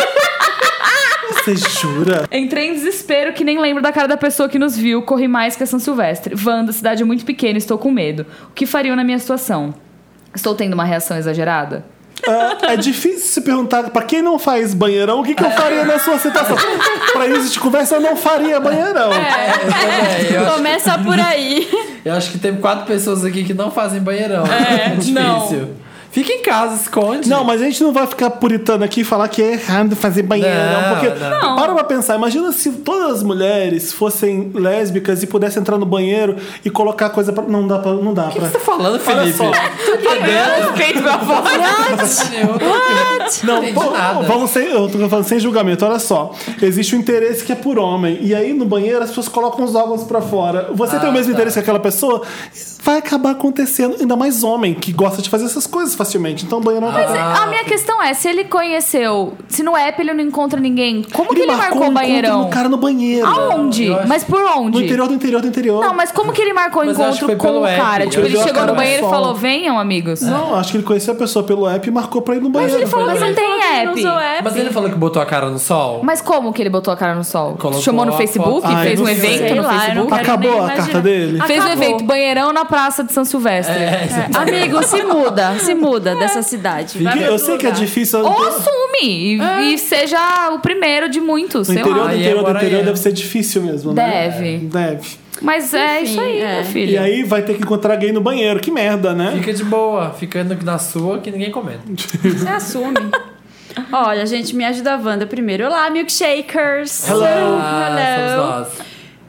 Você jura?
Entrei em desespero que nem lembro da cara da pessoa que nos viu. Corri mais que a São Silvestre. Wanda, cidade muito pequena, estou com medo. O que fariam na minha situação? Estou tendo uma reação exagerada?
É, é difícil se perguntar pra quem não faz banheirão, o que, que eu faria na sua situação? pra isso de conversa, eu não faria banheirão.
É, eu, acho,
Começa por aí.
eu acho que tem quatro pessoas aqui que não fazem banheirão. É, difícil. Fica em casa, esconde.
Não, mas a gente não vai ficar puritano aqui e falar que é errado fazer banheirão.
Não,
porque
não.
para pra pensar, imagina se todas as mulheres fossem lésbicas e pudessem entrar no banheiro e colocar coisa pra. Não dá pra. Não dá
O que
pra.
você tá falando, Felipe? Tá
só.
Respeito meu avô.
Não,
entendi
pô,
nada.
vamos sem, eu tô falando sem julgamento, olha só. Existe o interesse que é por homem. E aí no banheiro as pessoas colocam os órgãos pra fora. Você tem o mesmo interesse que aquela pessoa? vai acabar acontecendo. Ainda mais homem, que gosta de fazer essas coisas facilmente. Então, banheiro não
Mas
Ah,
a minha questão é, se ele conheceu, se no app ele não encontra ninguém, como que ele marcou o
um encontro
banheirão?
do cara no banheiro.
Aonde?
Eu acho-
Mas por onde?
No interior do interior do interior.
Não, mas como que ele marcou o
Mas eu acho que foi
encontro com
pelo
o
app.
cara? Tipo,
Ele
ele
viu a
chegou
cara
no
no
banheiro e
sol.
falou, venham, amigos.
É.
Não, acho que ele conheceu a pessoa pelo app e marcou pra ir no banheiro.
Ele falou, mas
Mas não
ele
tem
falou que não
app.
usou app.
Mas ele falou que botou a cara no sol?
Mas como que ele botou a cara no sol?
Colocou
Chamou no
a
Facebook?
foto.
Ai,
fez um
Ah, não sei.
evento
Sei
no
lá, eu não
Facebook?
quero
Acabou
nem
a
imaginar.
carta dele?
Fez um
Acabou.
evento, banheirão na Praça de São Silvestre.
É, Amigo, se muda, se muda
É.
dessa cidade. Vai
Que-
pra
eu
outro
sei que é
lugar.
difícil.
Ou some e,
É.
e seja o primeiro de muitos,
No
sei
interior
lá.
do
Aí
interior do
agora
interior
é.
deve ser difícil mesmo, né?
Deve.
Deve.
Mas é
Enfim,
isso aí,
é.
meu filho.
E aí vai ter que encontrar gay no banheiro. Que merda, né?
Fica de boa, ficando na sua que ninguém comenta.
Você assume. Olha, gente, me ajuda a Wanda primeiro. Olá, milkshakers!
Hello.
Hello.
Ah, somos nós.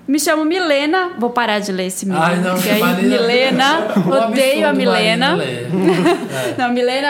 Me chamo Milena. Vou parar de ler esse menino.
Ai, não,
porque aí,
Marina-
é Milena,
Um
odeio a
absurdo, Marina
Milena.
Lê.
Não, Milena,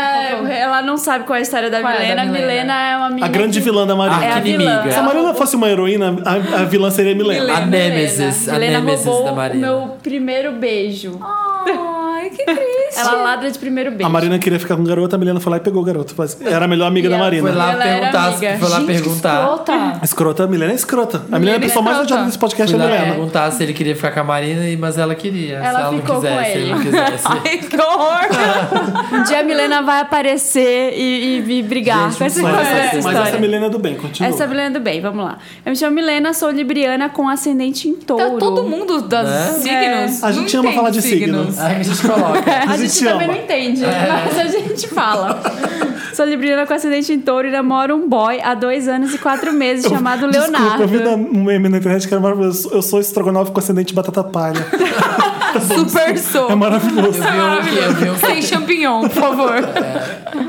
ela não sabe qual é a história da
Qual é a
Milena.
da Milena?
Milena é uma menina.
A grande
que-
vilã da Marina.
Ah,
É a
Que
vilã.
inimiga.
Se a Marina fosse uma heroína, a, a vilã seria Milena.
A Nêmesis, a
Milena
Nêmesis
roubou
da Marina.
o meu primeiro beijo.
Ai, que triste.
Ela é ladra de primeiro beijo.
A Marina queria ficar com o garoto, a Milena foi lá e pegou o garoto. Mas Era a melhor amiga
E
da
ela
Marina.
Foi lá
Ela era
perguntar,
amiga.
foi lá
Gente, que
perguntar.
escrota.
Escrota, a Milena é escrota. A Milena é a pessoa mais
escrota.
odiada desse podcast,
Fui
é a
lá
Milena.
perguntar se ele queria ficar com a Marina, e- mas ela queria. se
Ela
ela
ficou
não
com
quisesse,
ele.
não quisesse.
Ai, que
É
horror.
Um dia a Milena vai aparecer e, e- e brigar
Gente,
com essa,
mas
com
Mas,
essa
essa, mas
história.
essa Milena é do bem, continua.
Essa é a Milena do bem, vamos lá. Eu me chamo Milena, sou libriana com ascendente em touro.
Tá todo mundo das
Né?
signos.
É. A gente
Não
ama
entende
falar de signos.
Aí a gente coloca.
é A
A
gente
gente
também
ama.
não entende, mas a gente fala. Sou libriana com ascendente em touro e namoro um boy há dois anos e quatro meses chamado
Desculpa,
Leonardo.
eu vi na- um meme na internet que era maravilhoso. Eu sou estrogonofe com ascendente de batata palha.
Super
É
sou.
maravilhoso.
Eu vi um-
Sem champignon, por favor.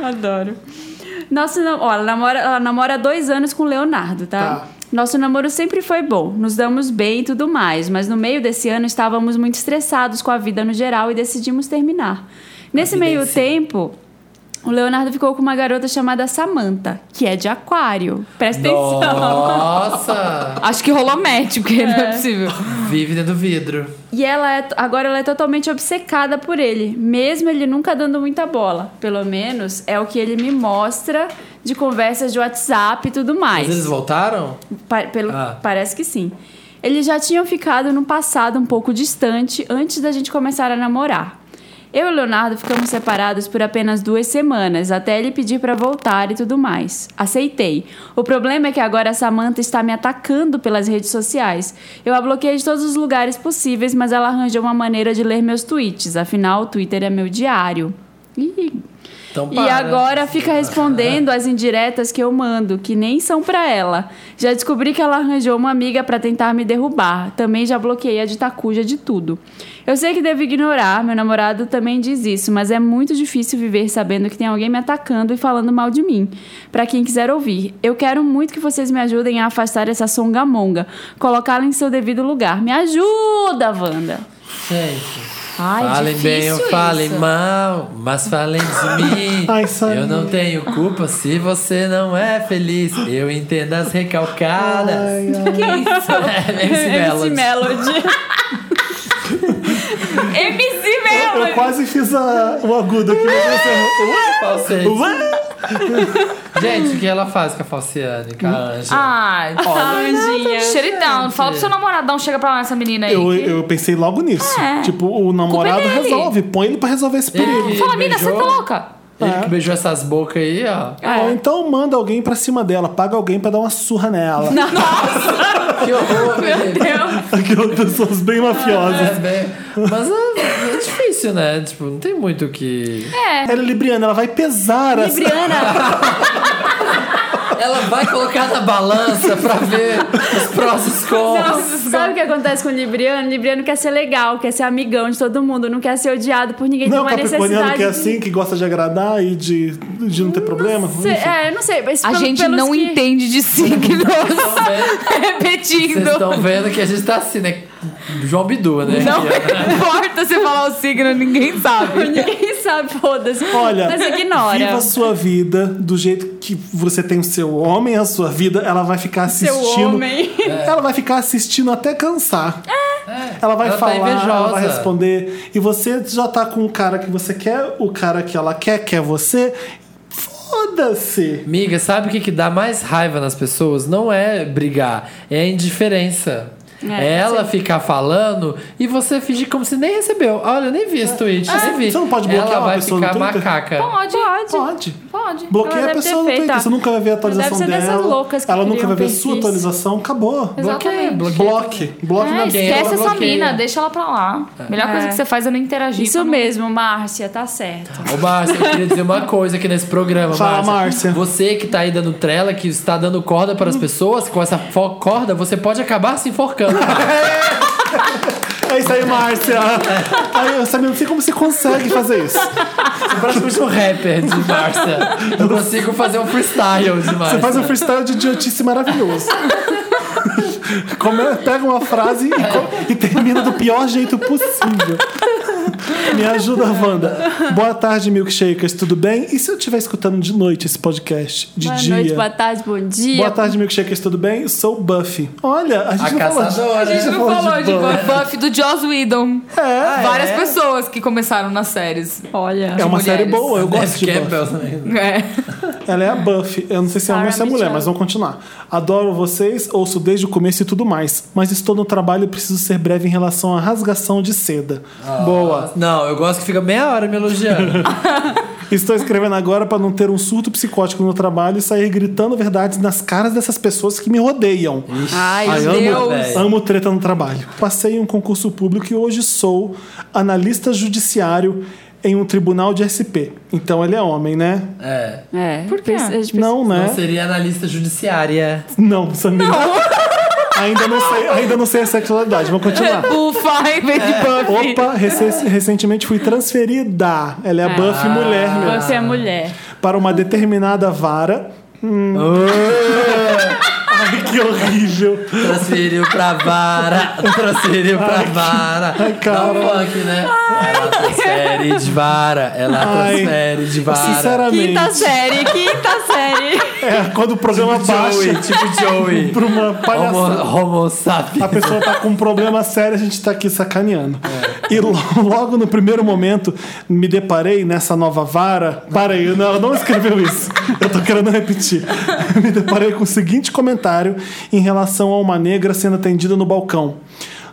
Adoro. Nosso namoro. Ó, ela namora, ela namora há dois anos com o Leonardo, tá?
Tá.
Nosso namoro sempre foi bom, nos damos bem e tudo mais, mas no meio desse ano estávamos muito estressados com a vida no geral e decidimos terminar. Nesse
vida
meio
em si.
tempo, o Leonardo ficou com uma garota chamada Samantha, que é de Aquário. Presta atenção.
Nossa!
Acho que rolou match, porque não é possível.
Vive dentro do vidro.
E ela é, agora ela é totalmente obcecada por ele, mesmo ele nunca dando muita bola. Pelo menos é o que ele me mostra de conversas de WhatsApp e tudo mais.
Mas eles voltaram?
Pa- pelo-
Ah.
Parece que sim. Eles já tinham ficado num passado um pouco distante antes da gente começar a namorar. Eu e o Leonardo ficamos separados por apenas duas semanas, até ele pedir pra voltar e tudo mais. Aceitei. O problema é que agora a Samantha está me atacando pelas redes sociais. Eu a bloqueei de todos os lugares possíveis, mas ela arranjou uma maneira de ler meus tweets. Afinal, o Twitter é meu diário. Ih,
Então para.
e agora fica respondendo as indiretas que eu mando, que nem são pra ela. Já descobri que ela arranjou uma amiga pra tentar me derrubar. Também já bloqueei a de Tacuja de tudo. Eu sei que devo ignorar, meu namorado também diz isso, mas é muito difícil viver sabendo que tem alguém me atacando e falando mal de mim. Pra quem quiser ouvir, eu quero muito que vocês me ajudem a afastar essa songamonga, colocá-la em seu devido lugar. Me ajuda, Wanda.
Gente.
Ai,
falem bem ou falem mal, mas falem de mim.
Ai, Samir.
eu não tenho culpa se você não é feliz. Eu entendo as recalcadas.
Ai, ai.
É, MC Melody.
MC
Eu,
Melody.
quase fiz a- o agudo aqui. mas
Falsete.
eu- Ué?
Gente, o que ela faz com a Falciane,
Hum.
com a Anja?
Ai,
né?
Anjinha.
shut it down. Fala pro seu tá, namoradão, chega pra lá essa menina aí.
Eu, eu pensei logo nisso.
É.
Tipo, o namorado
dele.
resolve. Põe ele pra resolver esse
Ele
perigo.
Fala, mina, você
beijou-
tá louca?
Ele que beijou essas bocas aí, ó.
É.
Ou então manda alguém pra cima dela. Paga alguém pra dar uma surra nela.
Que horror, né, meu
Aquelas pessoas bem mafiosas.
Mas é, é difícil, né? Tipo, não tem muito o que.
Ela é libriana, ela vai pesar assim. essa-
Libriana,
Ela vai colocar na balança pra ver os prós e os contras.
Sabe o que acontece com o Libriano? Libriano quer ser legal, quer ser amigão de todo mundo, não quer ser odiado por ninguém, tem
Não,
uma
capricorniano
necessidade.
que é
de-
assim, que gosta de agradar e de, de não ter problema.
Cê- é, eu não sei. mas
A
pelo-
gente
pelos
não
que-
entende de signos. Tá
Vocês
Repetindo.
estão vendo que a gente tá assim, né? João Bidu, né?
Não
Que,
importa você falar o signo, ninguém sabe.
Ninguém sabe, foda-se.
Olha,
Mas ignora.
viva a sua vida do jeito que você tem o seu homem, a sua vida, ela vai ficar assistindo.
homem. É.
Ela vai ficar assistindo até cansar. É.
ó,
Ela vai
ela tá
falar, ela
invejosa.
vai responder. E você já tá com o cara que você quer, o cara que ela quer, quer você. Foda-se!
Amiga, sabe o que, que dá mais raiva nas pessoas? Não é brigar, é a indiferença. É, ela
assim.
ficar falando e você fingir como se nem recebeu. Olha, eu nem vi esse tweet,
É.
nem vi.
você não pode bloquear
ela
uma
vai
pessoa no
ficar
Twitter?
macaca.
Pode, pode.
Pode.
Pode.
Ela
Bloqueia a
deve
pessoa no
ter feito,
Twitter,
ah.
você nunca vai ver a atualização
Deve ser dessas
dela.
loucas que
ela nunca
criam
vai ver a sua
perfis.
atualização, acabou.
Exatamente.
Bloque. Bloque na
É,
bloqueia,
esquece
ela
essa
bloqueia.
mina, deixa ela pra lá. Melhor coisa que você faz é não interagir.
Isso
pra não-
mesmo, Márcia, tá certo.
Ô, Márcia, eu queria dizer uma coisa aqui nesse programa,
Fala, Márcia.
Você que tá aí dando trela, que está dando corda para as
Hum.
pessoas, com essa fo- corda você pode acabar se enforcando.
É isso aí, Márcia. Aí, eu sabia, não sei como você consegue fazer isso.
Você praticamente um rapper de Márcia. Eu consigo fazer um freestyle de Márcia.
Você faz um freestyle de idiotice maravilhoso. Come- pega uma frase e, co- e termina do pior jeito possível. Me ajuda, Wanda. Boa tarde, milkshakers, tudo bem? E se eu estiver escutando de noite esse podcast? De
Boa
dia?
noite, boa tarde, bom dia.
Boa tarde, milkshakers, tudo bem? Sou o Buffy. Olha, a gente
A
não falou
caçadora.
de,
A gente
não falou de Buffy.
Buff do Joss Whedon. Várias pessoas que começaram nas séries.
Olha.
É uma
mulheres.
série boa, eu gosto
Neve
de Buffy.
Campbell também.
É.
Ela é a Buffy. Eu não sei se é homem ou se é
Sarah
mulher,
Mitchell.
mas vamos continuar. Adoro vocês, ouço desde o começo e tudo mais. Mas estou no trabalho e preciso ser breve em relação à rasgação de seda. Boa.
Não, eu gosto que fica meia hora me elogiando.
Estou escrevendo agora para não ter um surto psicótico no trabalho e sair gritando verdades nas caras dessas pessoas que me rodeiam.
Ai,
Ai, amo,
Deus.
velho.
Amo treta no trabalho. Passei em um concurso público e hoje sou analista judiciário em um tribunal de SP. Então ele é homem, né?
É.
É, Por
um- quê?
Não, né?
Não seria analista judiciária.
Não, Samir. Ainda não sei, ainda não sei a sexualidade. Vamos continuar.
Ufa, em
É.
vez de Buff.
Opa, rece- recentemente fui transferida. Ela é a Buffy mulher mesmo.
Você é mulher.
Para uma determinada vara. Hum. Ai, que horrível.
Transferiu pra vara. Transferiu pra vara.
ai, cara.
Não funk, né? Ela transfere de vara. Ela
Ai.
transfere de vara.
Quinta
Sinceramente,
série, quinta série.
é, quando o programa
Joey,
baixa
tipo Joey.
pra uma palhaçada.
Homo, homo
A
sapiens.
pessoa tá com um problema sério, a gente tá aqui sacaneando.
É.
E lo- logo no primeiro momento, me deparei nessa nova vara. Para aí, não, ela não escreveu isso. Eu tô querendo repetir. Me deparei com o seguinte comentário em relação a uma negra sendo atendida no balcão.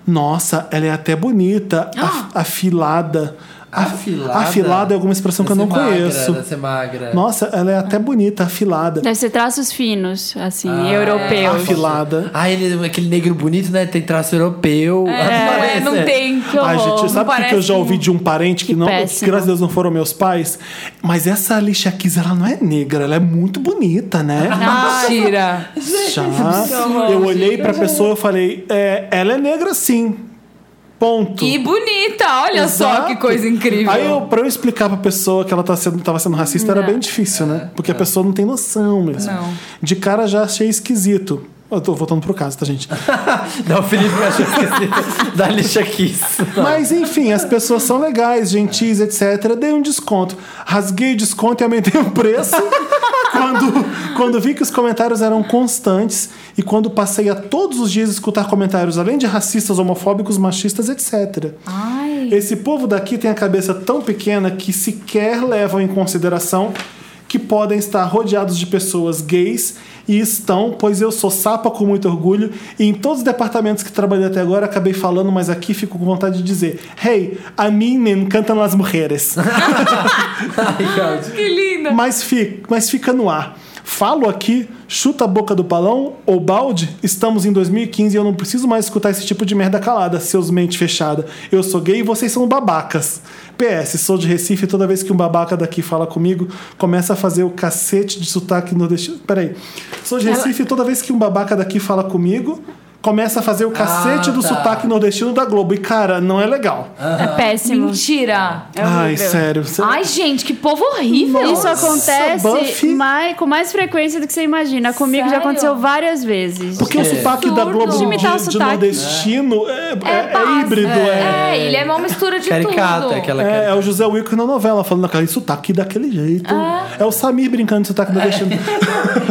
Nossa, ela é até bonita, af- afilada. Af-
Afilada?
Afilada é alguma expressão que eu não
Deve ser magra, né?
conheço.
Deve ser magra.
Nossa, ela é até bonita, afilada.
Deve ser traços finos, assim,
Ah.
europeus.
Afilada.
Ah, ele é aquele negro bonito, né? Tem traço europeu. Ah,
né?
É,
né?
não tem. Que
Ai,
horror.
gente,
Não
sabe o que que eu
parece
já ouvi
um-
de um parente que,
Que
não, que,
péssimo.
graças a Deus não foram meus pais? Mas essa Alicia Keys, ela não é negra, ela é muito bonita, né?
Mentira.
Já. Eu olhei pra pessoa e falei, é, ela é negra sim. Ponto.
E bonita, olha só
Exato.
que coisa incrível.
Aí eu, pra eu explicar pra pessoa que ela tá sendo, tava sendo racista era bem difícil, né? Porque a pessoa não tem noção mesmo.
Não.
De cara já achei esquisito. Eu tô voltando pro caso, tá, gente?
Não, o Felipe me achou esquecido da lixa Kiss.
Mas enfim, as pessoas são legais, gentis, etc. Dei um desconto. Rasguei o desconto e aumentei o preço. quando, quando vi que os comentários eram constantes e quando passei a todos os dias escutar comentários além de racistas, homofóbicos, machistas, etc. Esse povo daqui tem a cabeça tão pequena que sequer levam em consideração que podem estar rodeados de pessoas gays e estão, pois eu sou sapa com muito orgulho e em todos os departamentos que trabalhei até agora acabei falando, mas aqui fico com vontade de dizer: Hey, a mim me encantam as mulheres.
Que linda.
mas, fi, mas fica no ar. Falo aqui, chuta a boca do balão ou balde, estamos em 2015 e eu não preciso mais escutar esse tipo de merda calada, seus mente fechada. Eu sou gay e vocês são babacas. PS, sou de Recife e toda vez que um babaca daqui fala comigo, começa a fazer o cacete de sotaque nordestino. Peraí. Sou de Recife e toda vez que um babaca daqui fala comigo, começa a fazer o cacete do
tá.
sotaque nordestino da Globo. E cara, não é legal.
É péssimo.
Mentira.
Ai, sério. Você-
Ai, gente, que povo horrível.
Isso acontece
Buffy.
mai- com mais frequência do que você imagina. Comigo já
Sério?
aconteceu várias vezes.
Porque o sotaque da Globo
De
de,
imitar o
de
sotaque.
nordestino é, é- é
básico.
híbrido, é.
É, ele é uma mistura de
Caricata,
tudo.
aquela
É,
cara.
é o José Wilker na novela, falando aquele É
É.
sotaque daquele jeito. É, o Samir brincando de sotaque nordestino.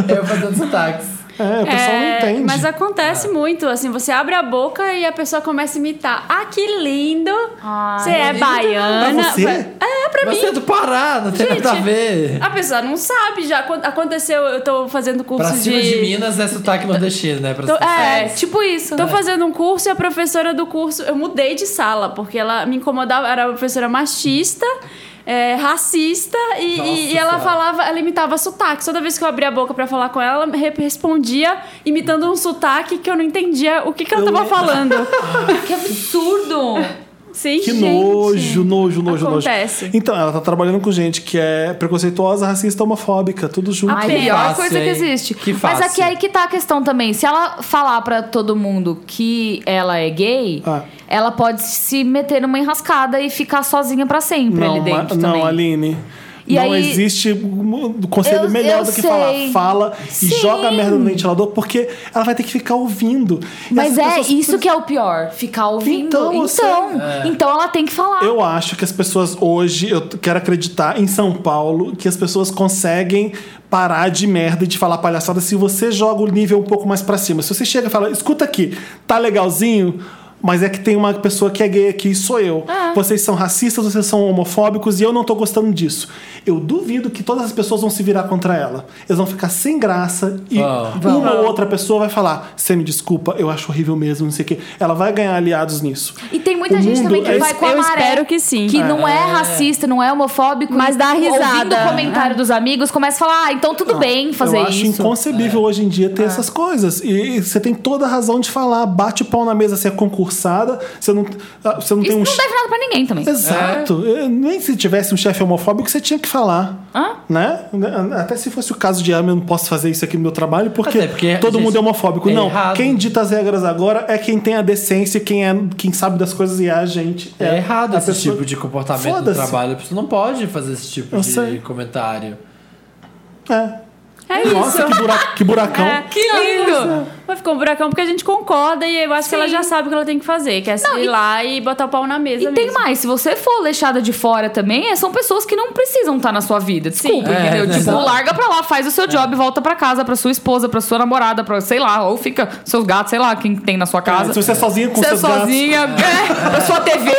Eu fazendo sotaques.
É, o pessoal não entende. É.
Mas acontece muito, assim, você abre a boca e a pessoa começa a imitar. Ah, que lindo! você é baiana.
Pra você?
É, pra mim.
Você é do Pará, não tem
Gente,
nada a ver.
A pessoa não sabe, já acon- aconteceu, eu tô fazendo curso
Pra cima de Minas é sotaque nordestino, né? Pra
Tô-
cima-
é,
É, tipo isso.
Tô fazendo um curso e a professora do curso. Eu mudei de sala, porque ela me incomodava. Era uma professora machista, é, racista, e,
Nossa
e- e ela
Senhora.
falava, ela imitava sotaque. Toda vez que eu abria a boca pra falar com ela, ela me re- respondia imitando um sotaque que eu não entendia o que, que ela
Eu
tava
lembro.
falando.
Que absurdo!
Sim,
Que
gente.
nojo, nojo, nojo,
Acontece.
nojo. Então, ela tá trabalhando com gente que é preconceituosa, racista, homofóbica, tudo junto.
A
Ai,
pior
fácil,
coisa que
hein?
existe.
Que
Mas
fácil.
aqui aí que tá a questão também. Se ela falar pra todo mundo que ela é gay,
Ah.
ela pode se meter numa enrascada e ficar sozinha pra sempre
não,
ali
ma-
dentro também.
não, Aline.
E
não
aí-
existe um conselho
Eu-
melhor
eu
do que
sei.
falar. Fala
Sim.
e joga a merda no ventilador, porque ela vai ter que ficar ouvindo. E
Mas
essas
é
pessoas-
isso que é o pior, ficar ouvindo.
Então,
Então,
você-
então, ela tem que falar.
Eu acho que as pessoas hoje, eu quero acreditar, em São Paulo, que as pessoas conseguem parar de merda e de falar palhaçada se você joga o nível um pouco mais pra cima. Se você chega e fala, escuta aqui, tá legalzinho? Mas é que tem uma pessoa que é gay aqui, sou eu. Vocês são racistas, vocês são homofóbicos e eu não tô gostando disso. Eu duvido que todas as pessoas vão se virar contra ela. Eles vão ficar sem graça e
Vão.
uma ou outra pessoa vai falar: você me desculpa, eu acho horrível mesmo, não sei o quê. Ela vai ganhar aliados nisso.
E tem muita
O
gente
mundo
também que
é
vai com a
Eu
maré.
espero que sim.
Que não é racista, não é homofóbico.
Mas dá
Ouvindo
risada. É.
o comentário dos amigos, começa a falar, ah, então tudo bem fazer
Eu acho
isso.
É.
É.
inconcebível hoje em dia ter essas coisas. E você tem toda a razão de falar. Bate o pau na mesa, você é concursada, você não, ah, você não
Isso
tem um.
não
che-
deve nada pra ninguém também.
Exato. Eu- Nem se tivesse um chefe homofóbico, você tinha que falar.
Hã?
Né? Até se fosse o caso de ah, eu não posso fazer isso aqui no meu trabalho, porque,
Até porque,
todo
gente,
mundo é homofóbico.
é
não,
errado.
quem dita as regras agora é quem tem a decência, quem, é, quem sabe das coisas e é a gente.
É, errado
a
esse
pessoa-
tipo de comportamento no
Foda-se.
trabalho. A pessoa não pode fazer esse tipo
Eu
de
sei.
comentário.
É.
É isso.
Nossa, que, buraco- que buracão.
É,
Que lindo!
Mas ficou um buracão porque a gente concorda e eu acho que ela já sabe o que ela tem que fazer, que é
Não,
ir
e-
lá e botar o pau na mesa.
E tem
mesmo.
mais, se você for deixada de fora também, é- são pessoas que não precisam estar na sua vida. Desculpa,
Sim. É,
entendeu?
né?
tipo,
Exato.
larga pra lá, faz o
É.
seu job, volta pra casa, pra sua esposa, pra sua namorada, pra sei lá, ou fica seus gatos, sei lá, quem tem na sua casa.
Se você é sozinha com
Você é
seus gatos.
sozinha, é, pra sua TV,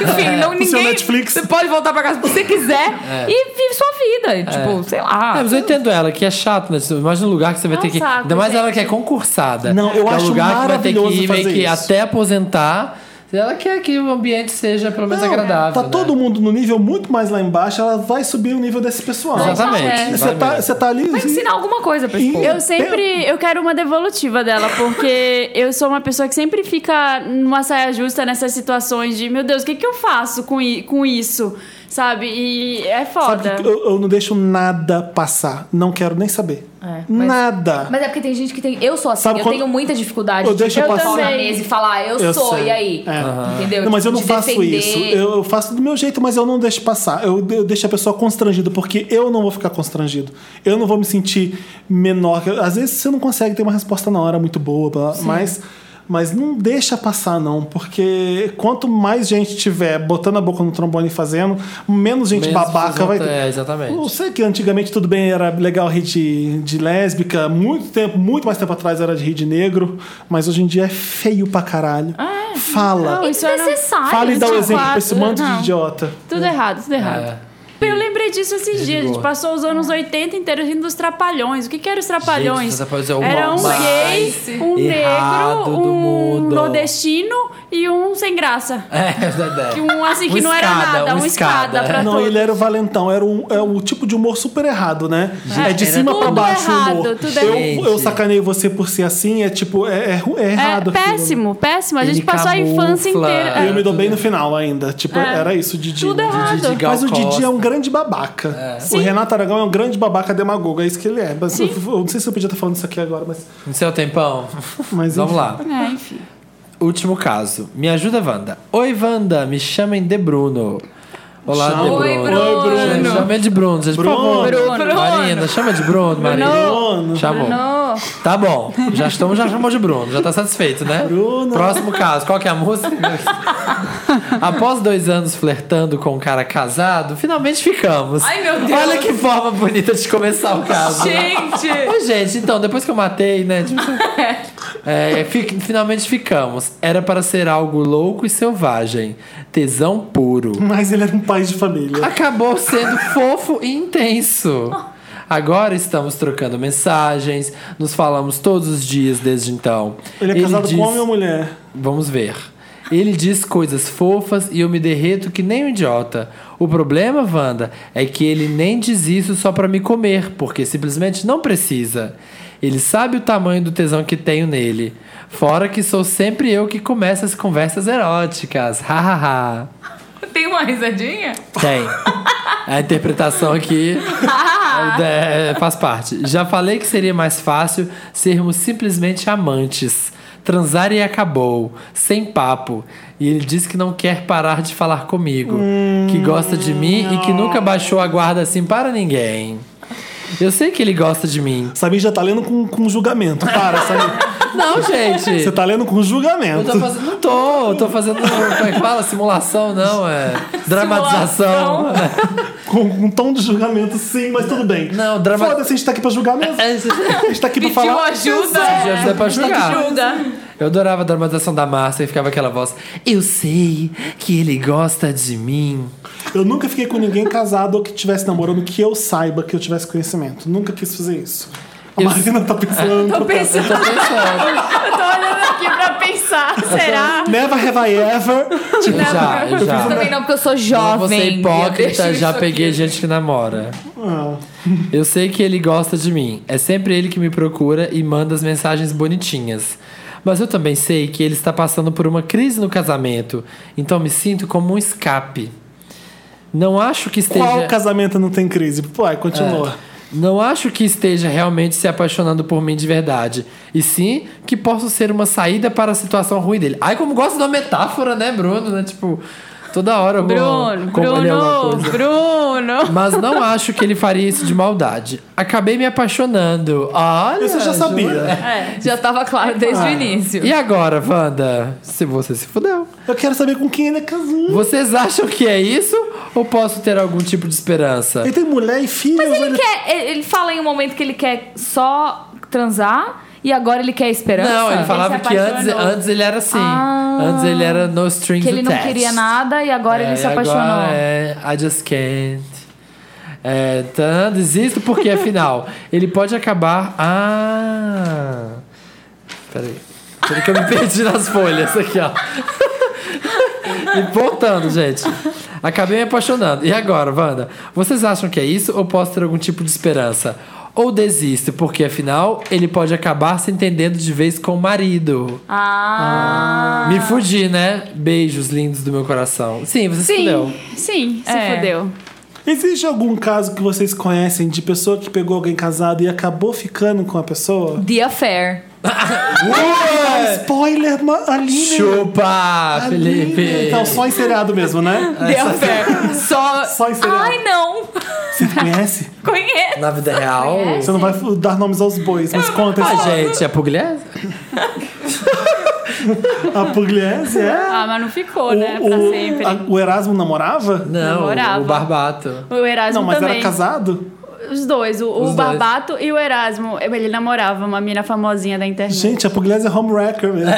enfim,
É,
não ninguém.
seu Netflix.
Você pode voltar pra casa se você quiser e vive sua vida. e, Tipo, sei lá.
É, mas eu entendo ela, que é chato, né? Imagina um lugar que você vai
Ah, É
ter
um
que.
saco,
ainda mais ela que é
gente.
concursada.
Não, eu
que é
acho
um lugar que vai ter que
maravilhoso
ir meio
fazer
que
isso.
até aposentar. Ela quer que o ambiente seja pelo menos
é.
Não,
agradável.
Tá
né?
todo mundo no nível muito mais lá embaixo, ela vai subir o nível desse pessoal.
Exatamente.
É.
Você
vai
tá,
mesmo.
você tá ali.
Vai ensinar alguma coisa pra esse
Ih,
povo.
Eu sempre. Eu quero uma devolutiva dela, porque eu sou uma pessoa que sempre fica numa saia justa nessas situações de, meu Deus, o que, que eu faço com, i- com isso? Sabe? E é
Sabe
foda.
que eu, eu não deixo nada passar. Não quero nem saber.
É, mas-
nada.
Mas é porque tem gente que tem. Eu sou assim,
Sabe
eu
quando-
tenho muita dificuldade
Eu
de
deixo
deixar
passar.
na mesa e falar, eu,
Eu
sou,
sei.
e aí?
É.
Entendeu?
Não, mas eu
Tipo,
não
de
faço
defender.
isso. Eu, eu faço do meu jeito, mas eu não deixo passar. Eu, eu deixo a pessoa constrangida, porque eu não vou ficar constrangido. Eu não vou me sentir menor. que- Às vezes você não consegue ter uma resposta na hora muito boa, blá, mas. Mas não deixa passar, não, porque quanto mais gente tiver botando a boca no trombone e fazendo, menos gente
Menos
babaca
pessoas
vai
vão
ter.
ter- é, exatamente.
Eu sei que antigamente tudo bem, era legal rir de, de lésbica, muito tempo, muito mais tempo atrás era de rir de negro, mas hoje em dia é feio pra caralho. Fala.
Ah, é. Não, isso era-
Desnecessário,
Fala e dá o
tipo,
exemplo
quatro,
pra esse monte
não.
de idiota.
Tudo errado, tudo errado.
É.
Eu lembrei disso esses dias, a gente
boa.
passou os
Hum.
anos 80 inteiros rindo dos trapalhões. O que, que eram os
Gente,
trapalhões?
os Trapalhões é o
Era um
mais
gay, um
errado
negro,
do
um
mundo.
nordestino e um sem graça.
É, Dedé.
Que um assim
Um
que não era
escada,
nada,
um
um escada,
escada.
pra
É. Não,
todos.
ele era o valentão, era um, é o tipo de humor super errado, né? é de
era
cima pra
tudo
baixo
errado,
o humor.
tudo
eu,
errado.
eu sacanei você por ser assim, é tipo, é, é, ru- é errado.
É,
aquilo, né?
péssimo, péssimo. A gente
Ele
passou a infância
camufla.
inteira.
E
É.
eu me dou bem no final ainda. Tipo, era isso, Didi.
Tudo errado.
Didi Gal
Mas o Didi
Costa.
é um grande babaca. O Renato Aragão é um grande babaca demagogo, é isso que ele é. Mas eu, eu não sei se eu podia estar falando isso aqui agora, mas.
No seu tempão.
mas
Vamos
enfim.
lá.
É, enfim.
Último caso. Me ajuda, Wanda. Oi, Wanda. Me chamem de Bruno. Olá,
Chama.
de
Oi,
Bruno.
Bruno. Oi, Bruno.
Gente, Chama de Bruno, gente, por
Bruno.
favor.
Bruno.
Marina, chama de Bruno, Marina.
Bruno.
Chamou.
Bruno.
bom.
Tá bom. Já estamos, já chamou de Bruno. Já tá satisfeito, né?
Bruno.
Próximo caso. Qual que é a música? Após dois anos flertando com um cara casado, finalmente ficamos.
Ai, meu Deus.
Olha que forma bonita de começar o caso.
Gente!
Ô, gente, então, depois que eu matei, né? tipo, é, fi- finalmente ficamos. Era para ser algo louco e selvagem. Tesão puro.
Mas ele era um pai de família.
Acabou sendo fofo e intenso. Agora estamos trocando mensagens, nos falamos todos os dias desde então.
Ele é casado
diz-
com homem ou mulher?
Vamos ver. Ele diz coisas fofas e eu me derreto que nem um idiota. O problema, Wanda, é que ele nem diz isso só pra me comer, porque simplesmente não precisa. Ele sabe o tamanho do tesão que tenho nele. Fora que sou sempre eu que começo as conversas eróticas. Hahaha.
Tem uma risadinha?
Tem. A interpretação aqui
Ah.
é, faz parte. Já falei que seria mais fácil sermos simplesmente amantes. Transar e acabou, sem papo. E ele diz que não quer parar de falar comigo,
Hum.
que gosta de mim e que nunca baixou a guarda assim para ninguém. Eu sei que ele gosta de mim.
Samir já tá lendo com, com julgamento. Para, Samir.
Não, gente.
Você tá lendo com
Eu
julgamento.
tô fazendo, não tô, eu tô fazendo, como é que fala? Simulação, não, é dramatização.
Com, com um tom de julgamento, sim, mas tudo bem.
Não, drama-
Foda-se, a gente tá aqui pra julgar mesmo.
É isso.
A gente tá aqui pra
Pediu
falar.
ajuda.
Pediu ajuda pra julgar.
Ajuda.
Eu adorava a dramatização da Márcia e ficava aquela voz. Eu sei que ele gosta de mim.
Eu nunca fiquei com ninguém casado ou que estivesse namorando que eu saiba que eu tivesse conhecimento. Nunca quis fazer isso. A
Eu-
Marina tá pensando.
Tô pensando,
Tô pensando.
Eu tô olhando aqui pra pensar. Será?
Never have I ever.
Eu Tipo, já, eu já.
Eu também não, porque eu sou
Eu vou ser
jovem.
deixo
é hipócrita,
isso
já
aqui.
peguei gente que namora.
Ah,
Eu sei que ele gosta de mim. É sempre ele que me procura e manda as mensagens bonitinhas. Mas eu também sei que ele está passando por uma crise no casamento. Então me sinto como um escape. Não acho que esteja.
qual casamento não tem crise? Pô, aí continua.
Não acho que esteja realmente se apaixonando por mim de verdade. E sim que posso ser uma saída para a situação ruim dele. Ai, como gosta da metáfora, né, Bruno? Né? Tipo, toda hora alguma,
Bruno,
como ele é alguma
Bruno,
coisa.
Bruno.
Mas não acho que ele faria isso de maldade. Acabei me apaixonando. Olha,
Isso eu já sabia.
jura?
É. Já tava claro desde o início.
E agora, Wanda? Se você se fudeu.
Eu quero saber com quem ele é casado.
Vocês acham que é isso? Ou posso ter algum tipo de esperança?
Ele tem mulher e filhos.
Mas ele
ele-
quer. Ele ele fala em um momento que ele quer só transar e agora ele quer esperança.
Não, ele falava
se
que antes,
apaixonou.
antes ele era assim.
Ah.
antes ele era no strings
Que ele não
attached.
queria nada e agora
É,
ele se
e agora
apaixonou.
é, I just can't. É, tá, desisto porque afinal ele pode acabar. Ah. Peraí. Peraí que eu me perdi nas folhas aqui, ó. E voltando, gente. Acabei me apaixonando. E agora, Wanda? Vocês acham que é isso ou posso ter algum tipo de esperança? Ou desisto, porque afinal ele pode acabar se entendendo de vez com o marido.
Ah.
Me fudi, né? Beijos lindos do meu coração. Sim, você se fudeu.
Sim, sim, se
É.
fudeu.
Existe algum caso que vocês conhecem de pessoa que pegou alguém casado e acabou ficando com a pessoa? Ah,
The Affair.
Spoiler, ma- Aline.
Chupa,
Aline.
Felipe!
Então, só em seriado mesmo, né?
The Affair. Só.
Só em seriado.
Ai, não!
Você conhece?
Conheço!
Na vida real.
Você não vai dar nomes aos bois, mas conta
Ah,
esse
gente, é Pugliese?
A Pugliese é.
Ah, mas não ficou, né?
O-
Pra
o-
sempre.
a- o Erasmo namorava?
Não,
Namorava.
o Barbato.
O Erasmo
Não, mas
também.
era casado?
Os dois, o, o
Os dois.
Barbato e o Erasmo. Ele namorava uma mina famosinha da internet.
Gente, a Pugliese é homewrecker mesmo.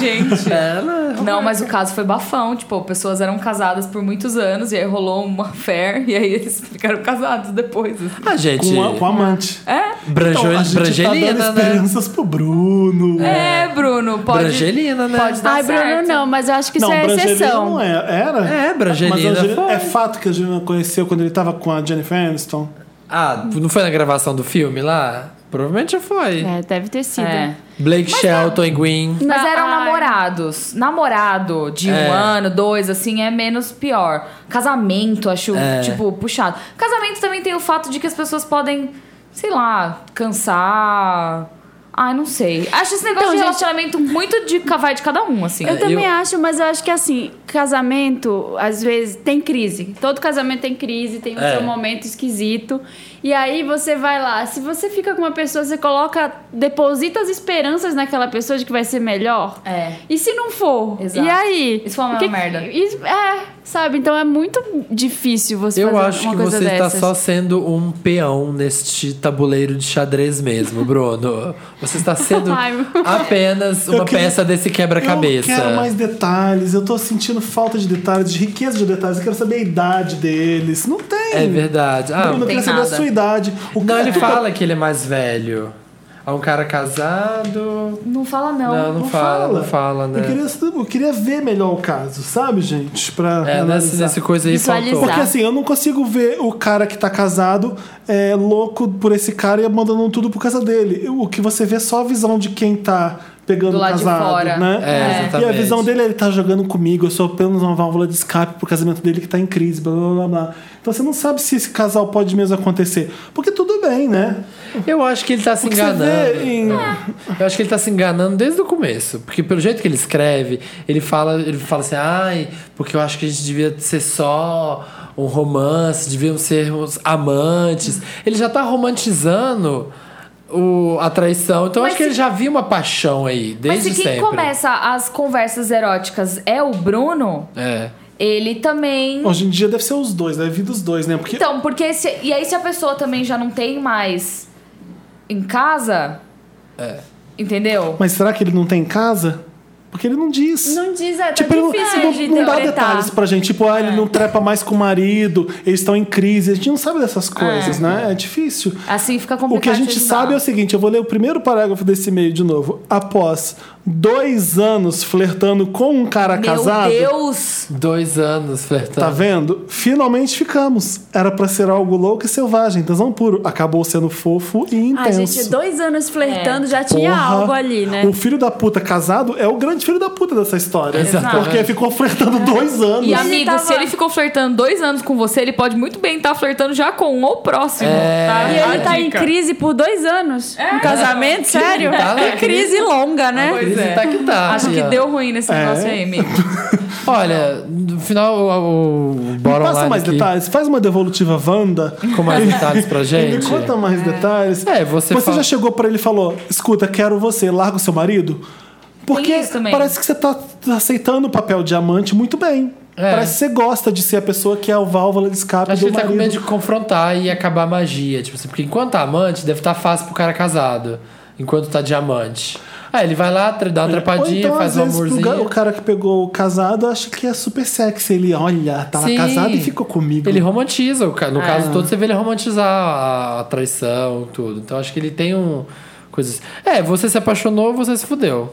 Gente.
É, Ela.
Não, mas o caso foi bafão. Tipo, pessoas eram casadas por muitos anos e aí rolou uma affair e aí eles ficaram casados depois. assim.
Ah, gente.
Com, a, com a amante.
Branjo-
Então, a gente
Brangelina,
tá dando
né?
esperanças pro Bruno.
É, Bruno, pode.
Brangelina, né?
Pode dar
Ai, Bruno,
certo.
não, mas eu acho que
Não,
isso é
Brangelina
exceção.
não é, era?
É,
Mas
Brangelina.
a Angelina-
foi.
é fato que a Angelina conheceu quando ele tava com a Jennifer Aniston.
Ah, não foi na gravação do filme lá? Provavelmente já foi.
É, deve ter sido.
É.
Blake Shelton e Green.
Mas
Não,
eram
ai.
namorados. Namorado de
É.
um ano, dois, assim, é menos pior. Casamento, acho,
É.
tipo, puxado. Casamento também tem o fato de que as pessoas podem, sei lá, cansar. Ai, não sei. Acho esse negócio
Então,
de
gente-
relacionamento muito de vai de cada um, assim.
Eu também
eu-
acho, mas eu acho que assim, casamento, às vezes, tem crise. Todo casamento tem crise, tem o
É.
seu momento esquisito. E aí você vai lá. Se você fica com uma pessoa, você coloca, deposita as esperanças naquela pessoa de que vai ser melhor.
É.
E se não for?
Exato.
E aí?
Isso foi uma
O que-
merda.
Isso- é, sabe? Então é muito difícil você
Eu
fazer
acho
uma
que
coisa
você está
dessas.
só sendo um peão neste tabuleiro de xadrez mesmo, Bruno. Você está sendo
Ai, meu-
apenas uma
Eu queria-
peça desse
Eu quero mais
quebra-cabeça.
detalhes. Eu tô sentindo falta de detalhes, de riqueza de detalhes. Eu quero saber a idade deles. Não tem.
É verdade. Ah,
Bruno, eu
tem
queria saber
nada.
a sua idade. O
não,
cara- tá-
ele fala que ele é mais velho. Há um cara casado.
Não fala, não.
Não, não, fala, não fala, né?
Eu queria, eu queria ver melhor o caso, sabe, gente? Pra
É, nessa,
analisar.
nessa coisa aí
Visualizar.
faltou.
Porque assim, eu não consigo ver o cara que tá casado é, louco por esse cara e abandonando tudo por causa dele. O que você vê é só a visão de quem tá pegando
Do
o
lado de
casado,
fora.
né?
É, exatamente.
E a visão dele é ele tá jogando comigo, eu sou apenas uma válvula de escape pro casamento dele que tá em crise, blá blá blá blá. Então você não sabe se esse casal pode mesmo acontecer. Porque tudo bem, né?
Eu acho que ele tá se
O que você
enganando.
vê em-
Eu acho que ele tá se enganando desde o começo. Porque pelo jeito que ele escreve, ele fala, ele fala assim, ai, porque eu acho que a gente devia ser só um romance, devíamos ser uns amantes. Ele já tá romantizando o, a traição. Então eu
Mas
acho que
se-
ele já viu uma paixão aí,
Mas
desde
se quem
sempre.
começa as conversas eróticas é o Bruno,
É.
ele também.
Hoje em dia deve ser os dois, deve vir dos dois, né? Porque
Então, porque se, e aí se a pessoa também já não tem mais em casa,
É.
entendeu?
Mas será que ele não tem em casa? Porque ele não diz.
Não diz, é, tá
Tipo, ele não,
difícil
não-
de
não dá
interpretar. É.
detalhes pra gente. Tipo, ah, ele não trepa mais com o marido, eles estão em crise. A gente não sabe dessas coisas, né? É difícil.
Assim fica complicado.
O que a gente
de ajudar.
sabe é o seguinte: eu vou ler o primeiro parágrafo desse e-mail de novo. Após dois anos flertando com um cara
Meu
casado.
Deus!
Dois anos
Tá
flertando.
vendo? Finalmente ficamos. Era pra ser algo louco e selvagem, tesão puro. Acabou sendo fofo e intenso.
Ah, gente, dois anos flertando, já tinha
Porra,
algo ali, né?
O filho da puta casado é o grande filho da puta dessa história.
Exatamente.
Porque ficou flertando dois anos.
E
ele
amigo,
tava-
se ele ficou flertando dois anos com você, ele pode muito bem estar flertando já com um ou próximo.
É.
tá?
E ele
A
tá em
dica.
crise por dois anos. Um casamento, sério?
tá na
é crise longa, né?
Pois é.
Tá que tá.
Acho que
Ian.
deu ruim nesse
É.
negócio aí, amigo.
Olha, no final o, o
Me
Bora
Passa
Online
mais
aqui,
detalhes, faz uma devolutiva Wanda.
com mais detalhes pra
Me
gente.
conta mais detalhes.
É, você fala-
já chegou pra ele e falou: escuta, quero você, larga o seu marido? Porque
isso também.
parece que você tá aceitando o papel de amante muito bem.
É.
Parece que você gosta de ser a pessoa que é o válvula de escape
Acho que ele
do
tá com
marido.
medo de confrontar e acabar a magia. Tipo assim, porque enquanto tá amante, deve estar fácil pro cara casado. Enquanto tá diamante. Ah, ele vai lá, tra- dá uma
Ou
trepadinha,
então,
faz
às
um
vezes, pro ga-
amorzinho.
o cara que pegou o casado acha que é super sexy. Ele, olha, tava
Sim.
tá casado e ficou comigo.
Ele romantiza, o ca- no caso todo, você vê ele romantizar a, a traição, tudo. Então acho que ele tem um. Coisas. É, você se apaixonou, você se fudeu.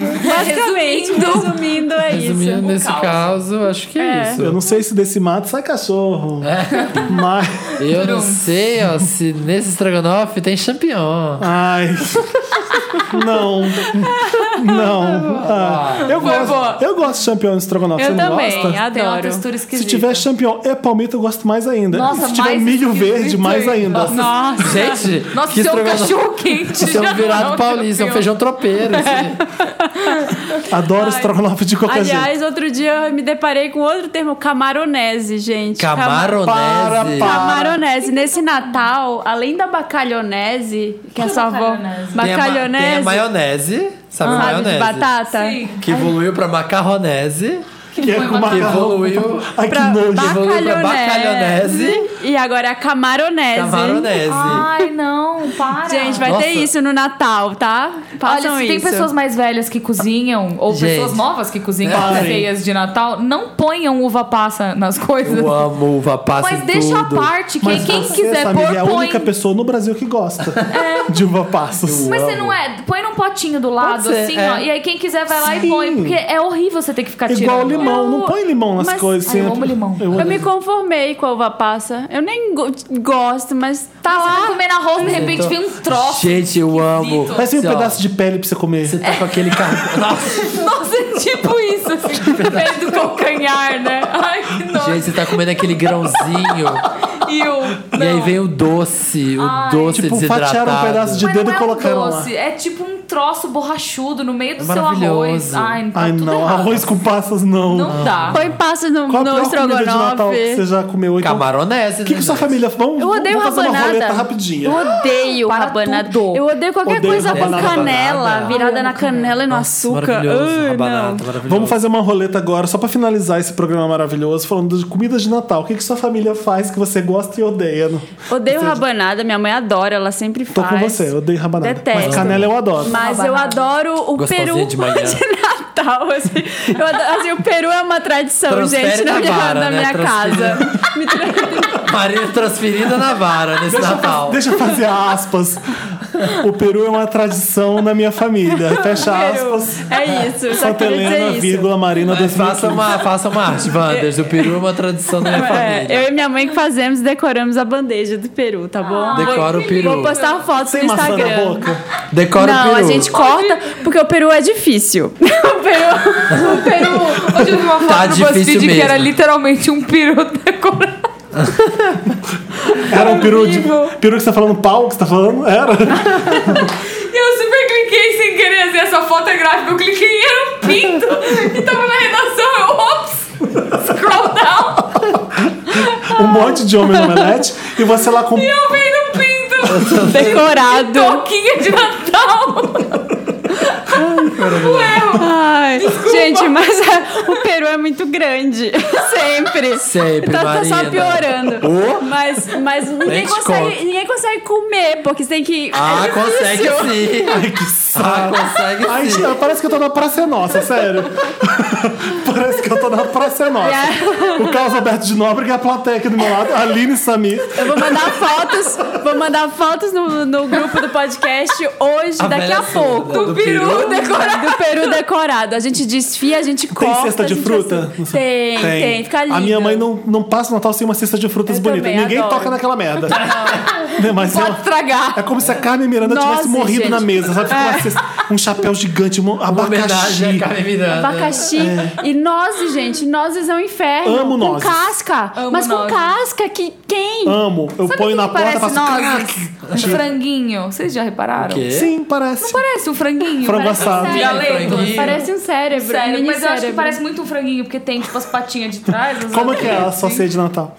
Basicamente, resumindo, é
Resumindo,
isso.
nesse caso, acho que é, isso.
Eu não sei se desse mato sai cachorro.
É.
Mas.
Eu não sei ó, se nesse estrogonofe tem champignon.
Ai. Não. Não. Ah, eu, gosto, eu gosto de champignon no estrogonofe.
Eu
Você não
também,
gosta?
Tem uma
Adoro.
textura
Se
esquisita.
tiver champignon e palmito, eu gosto mais ainda.
Nossa,
se tiver
mais
milho
esquisito
verde, mais
ainda.
ainda.
Nossa,
Gente,
nossa,
que
isso é um
estrogonofe.
cachorro quente.
Isso é
já
um
não É.
virado paulista, é um
campeão.
feijão tropeiro. assim.
Adoro estrogonofe de qualquer jeito.
Aliás, outro dia eu me deparei com outro termo, camaronese, gente. Cama-
Camaronese.
Para,
Camaronese. Nesse Natal, além da bacalhonese, que a sua avó.
Tem a ma- Tem a
Bacalhonese.
maionese, sabe a
Sabe,
Ah,
de
maionese?
batata?
Sim.
Que evoluiu pra macarronese,
que é com
que
macarrão.
evoluiu
Ai, que nojo.
evoluiu pra bacalhonese,
E agora é camaronese.
camaronese.
Ai, não, para.
Gente, vai
Nossa.
ter isso no Natal, tá?
Olha,
Façam
se
isso.
tem pessoas mais velhas que cozinham, ou
Gente.
pessoas novas que cozinham
Parem.
as ceias de Natal, não ponham uva passa nas coisas.
Eu amo uva passa
Mas
em
deixa
tudo.
a parte, quem,
Mas
quem
você,
quiser
Samir,
pôr,
é a
põe. É.
única pessoa no Brasil que gosta de uva passas.
Mas você não é, põe num potinho do lado,
ser,
assim,
é.
ó. E aí quem quiser vai lá e
Sim.
põe, porque é horrível você ter que ficar
Igual
tirando.
limão, assim, não
Eu-
põe limão nas
mas-
coisas.
Ai, eu
você
amo
entra-
limão.
Eu me conformei com a uva passa. Eu nem go- gosto, mas tá
Você
lá.
tá comendo arroz, de repente
Então-
vem um troço.
Gente, eu amo.
Parece um
Assim, ó,
pedaço de pele pra você comer.
Você tá com aquele carro. Nossa,
Nossa, é tipo isso, assim, perto do calcanhar, né? Ai, que nojo.
gente, você tá comendo aquele grãozinho.
E o.
E aí
não.
vem o doce, o doce
Tipo,
desidratado.
fatiaram um pedaço de
Mas
dedo
não
e
é um
colocaram lá. É
doce, é tipo um troço borrachudo no meio do seu
Maravilhoso.
arroz. Ai, não tá
Ai,
tudo
não.
errado.
Arroz com passas, não.
Não dá.
Põe passas no,
Qual a
no
pior comida de Natal que você
estrogonofe.
já comeu? hoje? Então,
Camaronese, né,
O que, que sua família... Vamos,
Eu odeio
vamos fazer uma
rabanada.
roleta
Eu
rapidinha.
odeio
Para
rabanada.
tudo.
Eu odeio qualquer
Odeio
coisa com
rabanada,
canela,
rabanada.
virada na canela e
é
no açúcar.
Maravilhoso,
Ai, não.
rabanada, maravilhoso.
Ah, Vamos fazer uma roleta agora, só pra finalizar esse programa maravilhoso, falando de comidas de Natal. O que, que sua família faz que você gosta e odeia?
Odeio rabanada, minha mãe adora, ela sempre
Tô
faz.
com você, eu odeio rabanada.
Detesto.
Mas canela é um eu adoro.
Mas eu adoro o
Gostosinha
peru
de manhã.
de Natal. Assim. Eu adoro- assim, o peru é uma tradição,
Transfere
gente, na
na
minha,
vara,
na
né?
minha casa. Me tra-
Maria transferida na vara nesse Natal.
Deixa eu fazer aspas. O peru é uma tradição na minha família. Fecha aspas.
É isso, eu só
Santa
queria dizer
Helena,
isso.
vírgula, Marina,
Mas faça
2015.
uma, faça uma arte, Wanders. O peru é uma tradição da minha
É,
família.
eu e minha mãe que fazemos, decoramos a bandeja do peru, tá bom?
Ah, Decora o
Vou
peru.
postar fotos
Tem
no
maçã
Instagram.
na boca?
Decora o
Não, a
peru.
gente corta porque o peru é difícil. O peru, o peru
Hoje eu vi uma foto
Tá
do
difícil
BuzzFeed que
mesmo.
era literalmente um peru decorado.
Tá
Era um peru de.
Horrível.
Peru que você tá falando pau que você tá falando? Era.
Eu super cliquei sem querer, assim, essa foto é gráfica. Eu cliquei e era um pinto. E tava na redação, eu, ops, scroll down.
Um monte de homem no omelete. E você lá com.
E eu vendo um
Uhum.
pinto.
decorado.
Toquinha de Natal. o erro.
Ai, gente, mas é- o peru é muito grande. Sempre.
Sempre,
tá, tá só
Marina.
piorando. Mas, mas ninguém,
te
consegue,
conto.
ninguém consegue comer, porque você tem que.
Ah,
é
consegue
difícil.
sim.
Ai, que
Ah,
saco. Ai,
assim?
consegue sim.
gente, parece que eu tô na Praça é Nossa, sério. parece que eu tô na Praça é Nossa. O Carlos Alberto de Nóbrega e a plateia aqui do meu lado, a Aline e Samir.
Eu vou mandar fotos, vou mandar fotos no, no grupo do podcast hoje,
A
daqui a
velha
pouco.
surda do peru.
decorado. Do peru decorado. A gente desfia, a gente corta.
Tem cesta
a
de
gente
fruta?
assim- Tem, tem, Fica lindo.
A minha mãe não, não passa o Natal sem uma cesta de frutas
Eu
bonita.
também,
Ninguém
adoro.
toca naquela merda. Né, Mas é,
Pode
uma- é
tragar.
como se a Carmen Miranda
Nossa,
tivesse morrido
gente.
na mesa, sabe? Com uma cesta- um chapéu gigante, um
Uma homenagem a
abacaxi.
Carmen Miranda.
Abacaxi e nozes, gente. Nozes é um inferno.
É. Amo
com
nozes.
casca.
Amo
mas com
nozes.
casca que quem?
Amo. Eu
Sabe o
ponho
que
na
que
porta e
parece
faço.
nozes? Um
Achei-
franguinho. Vocês já repararam?
Quê?
Sim, parece.
Parece um franguinho.
Frango
parece um
assado.
cérebro.
Galeto.
Franguinho.
Parece um cérebro. um
Sério,
mini
mas eu acho que
cérebro.
parece muito um franguinho, porque tem, tipo, as patinhas de trás. as
Como é que é a
orelhas,
sua
assim.
ceia de Natal?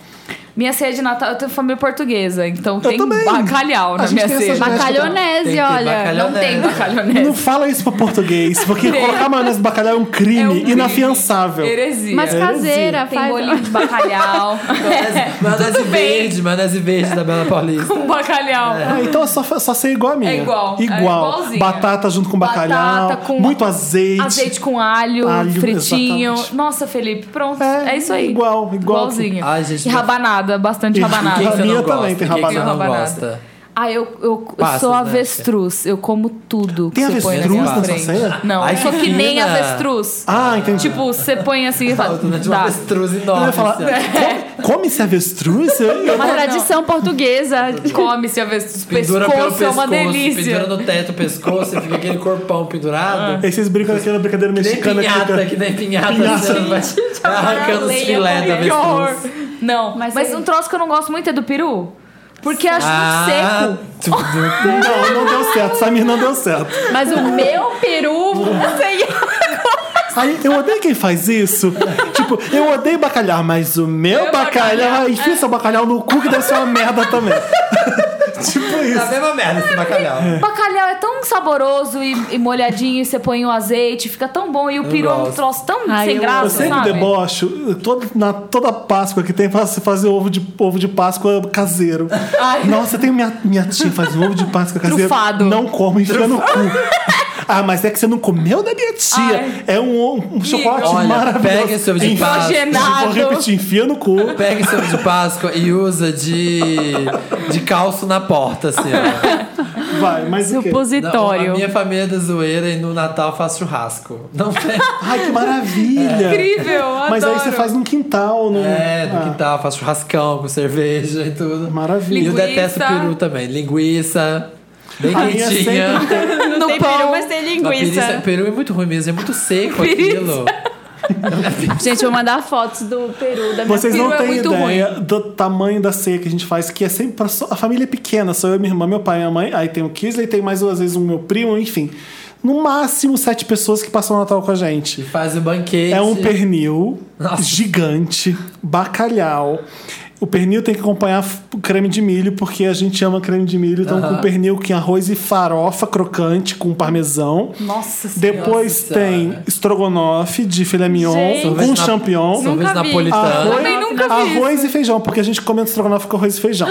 Minha ceia de Natal, eu tenho família portuguesa, então tem
também.
bacalhau
A
na
gente
minha
tem
ceia.
essas-
Tem que
Bacalhonese,
ter
olha.
bacalhau
Não tem né?
nela.
Não
bacalhonese.
fala isso pro português, porque colocar maionese no bacalhau é um crime
É um crime.
inafiançável.
Heresia.
Mas
É.
caseira,
Tem
faz.
bolinho de bacalhau.
Maionese- Maionese verde, maionese verde da Bela Paulista.
Um bacalhau.
Ah, então é só, só ser igual a minha.
igual, é
Igual.
igualzinha.
Batata junto com bacalhau,
Batata com-
muito azeite.
Azeite com alho, um
Alho,
fritinho.
exatamente.
Nossa, Felipe, pronto. É, isso aí.
Igual, igual.
Igualzinho.
Ai, gente,
e
não-
rabanada, bastante
E-
Quem que
rabanada.
A
você
minha
não gosta?
também tem
Quem que você não
rabanada.
gosta?
Ah, eu, eu, eu
Passas,
sou
né?
avestruz. Eu como tudo.
Tem
que você põe na
avestruz
minha
nessa
frente.
ceia?
Não,
Ai,
eu sou
que
que, nem
fina.
avestruz.
Ah, entendi.
Tipo, você põe assim e fala.
Falta né, de uma
dá.
avestruz
eu
enorme.
ia falar,
assim, ó.
"Co- come-se avestruz? Eu- eu-
Uma tradição portuguesa.
Come-se avestruz.
Pendura
pescoço,
pelo pescoço,
é uma delícia.
pendura no teto o pescoço e fica aquele corpão pendurado.
Aí vocês brincam daquela brincadeira
Que nem
mexicana
pinhata,
fica-
que nem pinhata.
Pinhata.
Você vai vai arrancando os
Ah, Leia,
filé da
que horror.
avestruz.
Não, mas,
Mas aí-
um troço que eu não gosto muito é do peru. Porque acho
Ah.
muito seco.
tudo.
Não, não deu certo. Samir não deu certo.
Mas o meu peru. sei
Aí eu odeio quem faz isso. tipo, eu odeio bacalhau, mas o meu, bacalhau,
bacalhau.
enfia seu bacalhau no cu que deve ser uma merda também. tipo
Tá a
isso.
mesma merda esse bacalhau.
Bacalhau é tão saboroso e, e molhadinho, e você põe o azeite, fica tão bom. E o peru é um
gosto.
troço tão
Ai,
sem
eu-
graça,
Eu sempre
sabe?
debocho, todo, na, toda Páscoa que tem, faço fazer ovo de, ovo de Páscoa caseiro. Nossa, tem minha, minha tia faz ovo de Páscoa caseiro.
Trufado.
Não come, enfia no cu. Ah, mas é que você não comeu da minha tia. É um, um chocolate
Olha,
maravilhoso.
pega esse ovo de
Enfia-
Páscoa.
Vou repetir, enfia no cu.
Pega esse ovo de Páscoa e usa de, de calço na porta, assim, ó.
Vai, mas o quê?
Não, a
Supositório.
minha família é da zoeira e no Natal faz churrasco. Não tem.
Ai, que maravilha.
Incrível,
Mas aí
adoro.
você faz num quintal, num...
É, no
Ah,
quintal, faz churrascão com cerveja e tudo.
Maravilha.
E eu detesto
Linguiça.
peru também. Linguiça, bem
A minha
quentinha.
sempre
No tem
pão.
peru, mas tem
Não, peru-
linguiça.
Peru é muito ruim mesmo, é muito seco é aquilo.
Gente, eu vou mandar fotos do Peru, da minha
Vocês não
peru é
têm
muito
ideia
ruim.
do tamanho da ceia que a gente faz, que é sempre pra só- a família é pequena, sou eu, minha irmã, meu pai, minha mãe, aí tem o Kisley, tem mais duas vezes o meu primo, enfim. No máximo sete pessoas que passam o Natal com a gente.
Faz o banquete.
É um pernil
Nossa.
gigante, bacalhau. O pernil tem que acompanhar f- creme de milho, porque a gente ama creme de milho. Então, com pernil com arroz e farofa crocante com parmesão.
Nossa
Depois
Nossa
tem
Senhora.
estrogonofe de filé mignon
Gente.
com
Sorvete na-
champignon.
Sorvete
Nunca vi.
napolitano.
Arroz,
Também nunca vi
arroz e feijão, porque a gente come estrogonofe com arroz e feijão.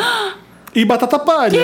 E batata palha.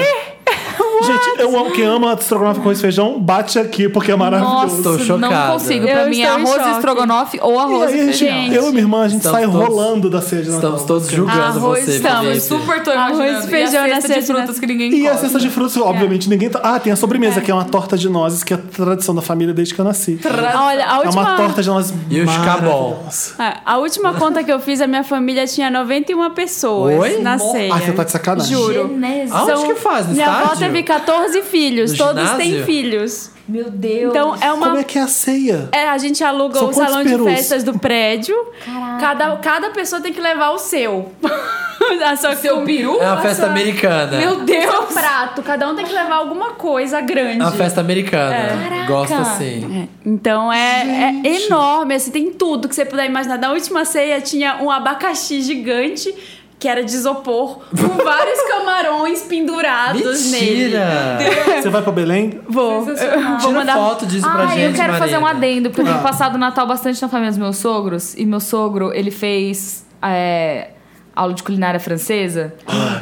Gente, eu amo quem ama estrogonofe com arroz e feijão, bate aqui, porque é maravilhoso.
Tô
Nossa, não
chocado.
consigo.
Eu
Pra mim
estou
é
em
arroz
choque.
estrogonofe ou
E
arroz
aí, a
e
gente,
feijão.
eu e minha irmã, a gente
Estamos
sai
todos-
rolando da sede.
Estamos todos julgando
Arroz,
você,
estamos,
Felipe.
Super tô
Arroz,
imaginando.
feijão
e
na
a cesta de
cesta, né?
frutas que ninguém
E a
come.
cesta de frutas,
É.
obviamente, ninguém tá. Ah, tem a sobremesa, que é uma torta de nozes, que é a tradição da família desde que eu nasci.
Olha, a
É
última,
uma torta de nozes.
E os
maravilhosa.
cabons.
É, a última conta que eu fiz, a minha família tinha 91 pessoas
Oi?
na ceia.
Ah, você tá de sacanagem.
Juro.
Genésio.
Aonde
São-
que faz? No
Minha avó
estádio?
teve 14 filhos,
No
todos têm
ginásio?
filhos.
Meu Deus.
Então é uma
Como é que é a ceia?
É, a gente alugou
São
o
quantos
salão
perus?
de festas do prédio. Cada, cada pessoa tem que levar o seu. a sua
Seu peru?
É uma festa americana.
Meu Deus! prato. Cada um tem que levar alguma coisa grande.
É uma festa americana. Gosto assim.
É, Então é, é enorme, assim, tem tudo que você puder imaginar. Na última ceia tinha um abacaxi gigante, que era de isopor, com vários camarões pendurados nele.
Mentira!
Você vai pra Belém?
Vou, eu vou
Tira
mandar
foto disso pra
Ah,
gente, Ah.
eu quero fazer um
Marina.
adendo, porque eu tenho passado o Natal bastante na família dos meus sogros. E meu sogro, ele fez é, aula de culinária francesa.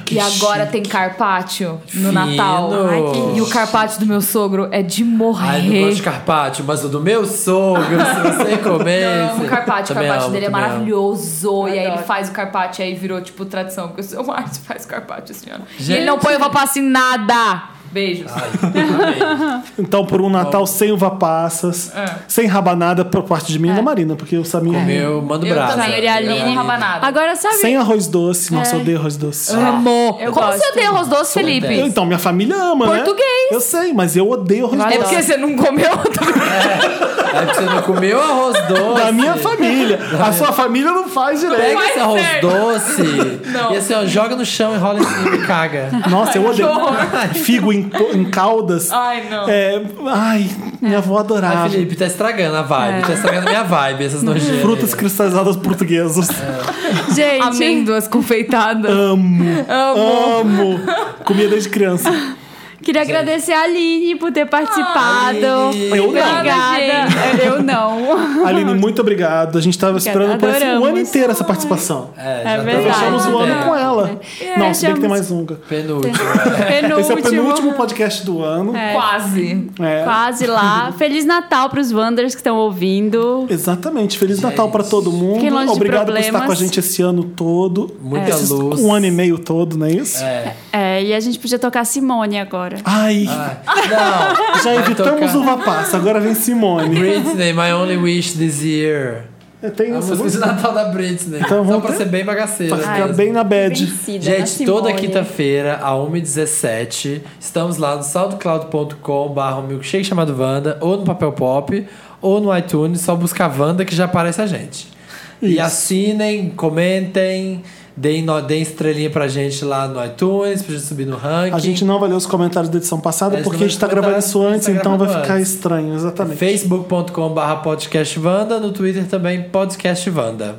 que
e agora tem carpaccio no Natal.
Ah, Fino. Ai, que
e o carpaccio do meu sogro é de morrer.
Ai, não gosto de carpaccio, mas o do meu sogro, se você comer...
É. Eu amo
você-
o carpaccio, o
Também
carpaccio
amo,
dele
também
é
amo.
maravilhoso. E aí ele
Adoro.
faz o carpaccio, aí virou, tipo, tradição. Porque o seu Márcio faz carpaccio, senhora. E
Gente. Ah,
ele não põe uva passa em nada. Beijos.
Então, por um Natal sem uva passas, sem rabanada por parte de
É.
mim e da Marina, porque o Samir
Meu, um mando
eu
brasa.
também, ele é Aline rabanada.
Agora sabe.
Sem arroz doce. Nossa, eu odeio arroz doce.
Amor.
Eu
Como
gosto.
você odeia arroz doce, Felipe?
Eu- então, minha família ama, né?
Português.
Eu sei, mas eu odeio arroz
É
doce.
porque você não comeu
É porque você não comeu arroz doce.
Da minha família. A sua família não faz direito.
Pega esse arroz doce e assim, ó, joga no chão, enrola em cima e assim, caga.
Nossa, eu odeio. Figo em, to- em caldas.
Ai, não.
É, ai, minha avó adorava.
Ai, Felipe, tá estragando a vibe,
É.
tá estragando a minha vibe, essas nojeiras.
Frutas cristalizadas portuguesas.
Gente,
amêndoas confeitadas.
Amo,
Amo.
amo. Comia desde criança.
queria agradecer a Aline por ter
Ah,
participado.
Aline.
Eu não.
Obrigada. Eu não.
Aline, muito obrigado. A gente tava esperando por esse um ano
Adoramos.
inteiro essa participação.
É,
É
já
verdade.
Fechamos o ano
É.
com ela.
É,
Não, se bem que tem mais
achamos-
um. cara.
Penúltimo.
Penúltimo.
Esse é o penúltimo podcast do ano.
É,
Quase.
É.
Quase lá. Feliz Natal pros Wanders que estão ouvindo.
Exatamente. Feliz
É
Natal pra todo mundo.
Fiquem longe de
Obrigado por estar
problemas.
com a gente esse ano todo.
Muita
Esses
luz.
Um ano e meio todo, não é isso?
É.
É, e a gente podia tocar Simone agora.
Ai,
Não,
já
Ah. vai
evitamos
tocar.
uva passa. Agora vem Simone. É,
Britney, my only wish this year.
Eu tenho
A música
essa
de
música
Natal da Britney.
Então
né? Só
vamos
pra
ter-
ser bem bagaceira.
pra ficar
mesmo.
bem na bad.
Vencida, na
Gente, toda
Simone.
quinta-feira, a 1h17, estamos lá no soundcloud.com/barra um milkshake chamado Wanda, ou no Papel Pop, ou no iTunes, só buscar Wanda que já aparece a gente. E assinem, comentem, deem, no- deem estrelinha pra gente lá no iTunes, pra gente subir no ranking.
A gente não vai ler os comentários da edição passada
Esse
porque
É, não
a gente tá
vai botar,
gravando isso
a gente
antes,
tá
então vai
gravando
ficar
antes.
estranho, exatamente.
facebook.com/barra podcast Wanda, no Twitter também podcast Wanda.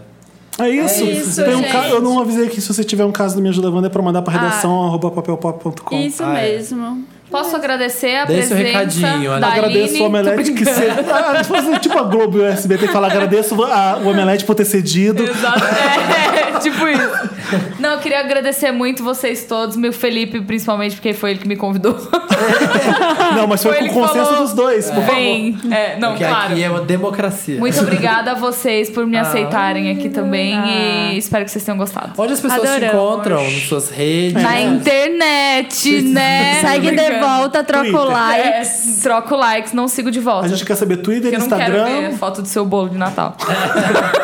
É isso.
isso,
Tem um
gente.
ca- Eu não avisei que se você tiver um caso do Me Ajuda Wanda é pra mandar
Ah.
pra redação arroba papelpop.com.
Isso
Ah, é.
mesmo.
Posso agradecer a
Dê seu
presença
recadinho, Ana.
da
Agradeço
Aline.
o Omelete que cedeu. Ah, se fosse tipo a Globo e o SB tem que falar agradeço a- o Omelete por ter cedido.
Exato. É, tipo isso. Não, eu queria agradecer muito vocês todos, meu Felipe principalmente, porque foi ele que me convidou.
Não, mas foi
Foi
com o
ele que
consenso
falou.
dos dois, por favor.
Bem, é, não,
Porque
claro.
aqui é uma democracia.
Muito obrigada a vocês por me aceitarem aqui também e espero que vocês tenham gostado.
Onde as pessoas se
Adoramos.
encontram? Nas suas redes?
Na
né?
internet, né?
Segue de volta, troca o
Twitter.
like.
É, troco likes, não sigo de volta.
A gente quer saber Twitter,
Porque eu não quero ver
Instagram.
foto do seu bolo de Natal.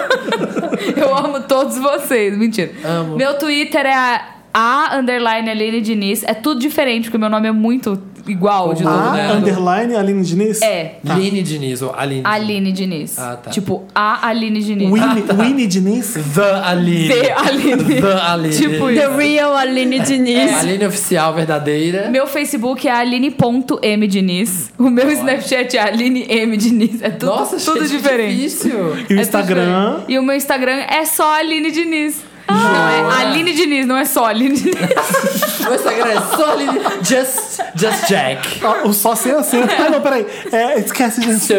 eu amo todos vocês, mentira.
Amo.
Meu Twitter é a, a underline Aline Diniz. É tudo diferente, porque meu nome é muito igual de novo,
Ah,
né?
A underline Aline Diniz?
É,
Tá.
Aline Diniz, ou Aline.
Aline Diniz.
Ah, tá.
Tipo, a Aline Diniz.
Winnie, Winnie Diniz?
The Aline.
The Aline.
The Aline.
Tipo
The real Aline Diniz.
Aline oficial, verdadeira.
Meu Facebook é aline.m Diniz. O meu Snapchat é aline m Diniz. É tudo,
Nossa,
tudo
gente,
diferente.
difícil.
E o
É tudo
Instagram?
diferente. E o meu Instagram é só Aline Diniz. Não, é Aline Diniz, não é só Aline Diniz.
Meu Instagram é só Aline. Just, just Jack.
Ah, O só sem acento. Ah, não, peraí. É, esquece, gente.
So,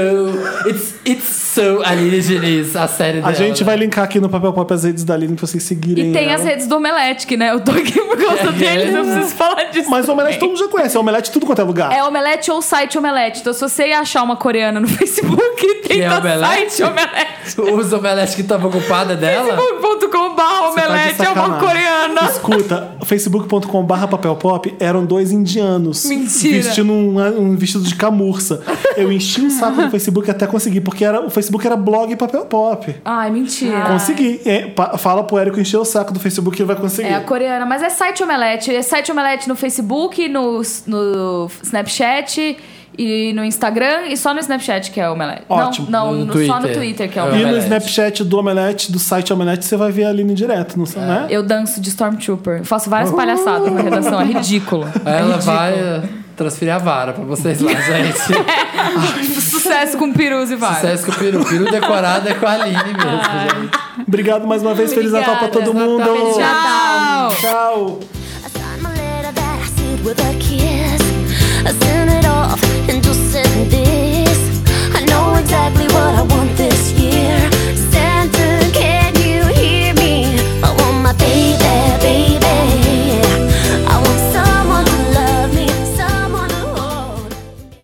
it's, it's so Aline Diniz, a série
A
dela.
gente vai linkar aqui no Papel Pop as redes da Aline pra vocês seguirem.
É E tem as
ela.
redes do Omelete, que né? Eu tô aqui por
É.
causa deles, não preciso falar disso.
É. Mas o Omelete todo mundo já conhece. É Omelete em tudo quanto é lugar.
É Omelete ou site Omelete. Então, se você achar uma coreana no Facebook, tem
é
o
Omelete?
site Omelete.
Os omeletes que estavam ocupada dela.
Você
Facebook.com.br
tá de
Omelete é uma
sacanagem.
coreana.
Escuta, facebook.com.br papel pop eram dois indianos.
Mentira.
Vestindo um, um vestido de camurça. Eu enchi o saco do Facebook até conseguir, porque era, o Facebook era blog papel pop.
Ai, mentira.
Consegui. É, pa- fala pro Érico encher o saco do Facebook que ele vai conseguir.
É a coreana, mas é site omelete. É site omelete no Facebook, no, no Snapchat e no Instagram e só no Snapchat que é omelete.
Ótimo.
Não, não
No
no- só no
Twitter.
Twitter que é
É.
E
omelete.
no
Omelete.
Snapchat do Omelete, do site Omelete, você vai ver a Aline direto, não sei, né?
Eu danço de Stormtrooper. Eu faço
Uh!
várias palhaçadas na redação. É ridículo.
Aí ela vai eh, transferir a vara pra vocês lá, gente.
Sucesso com perus e vai.
Sucesso com o Peru. Peru decorado é com a Aline
Ah,
mesmo, gente.
Obrigado mais uma vez. Feliz Natal pra
Obrigada.
todo mundo.
Tchau.
Tchau.
I signed my letter that I sealed with a kiss.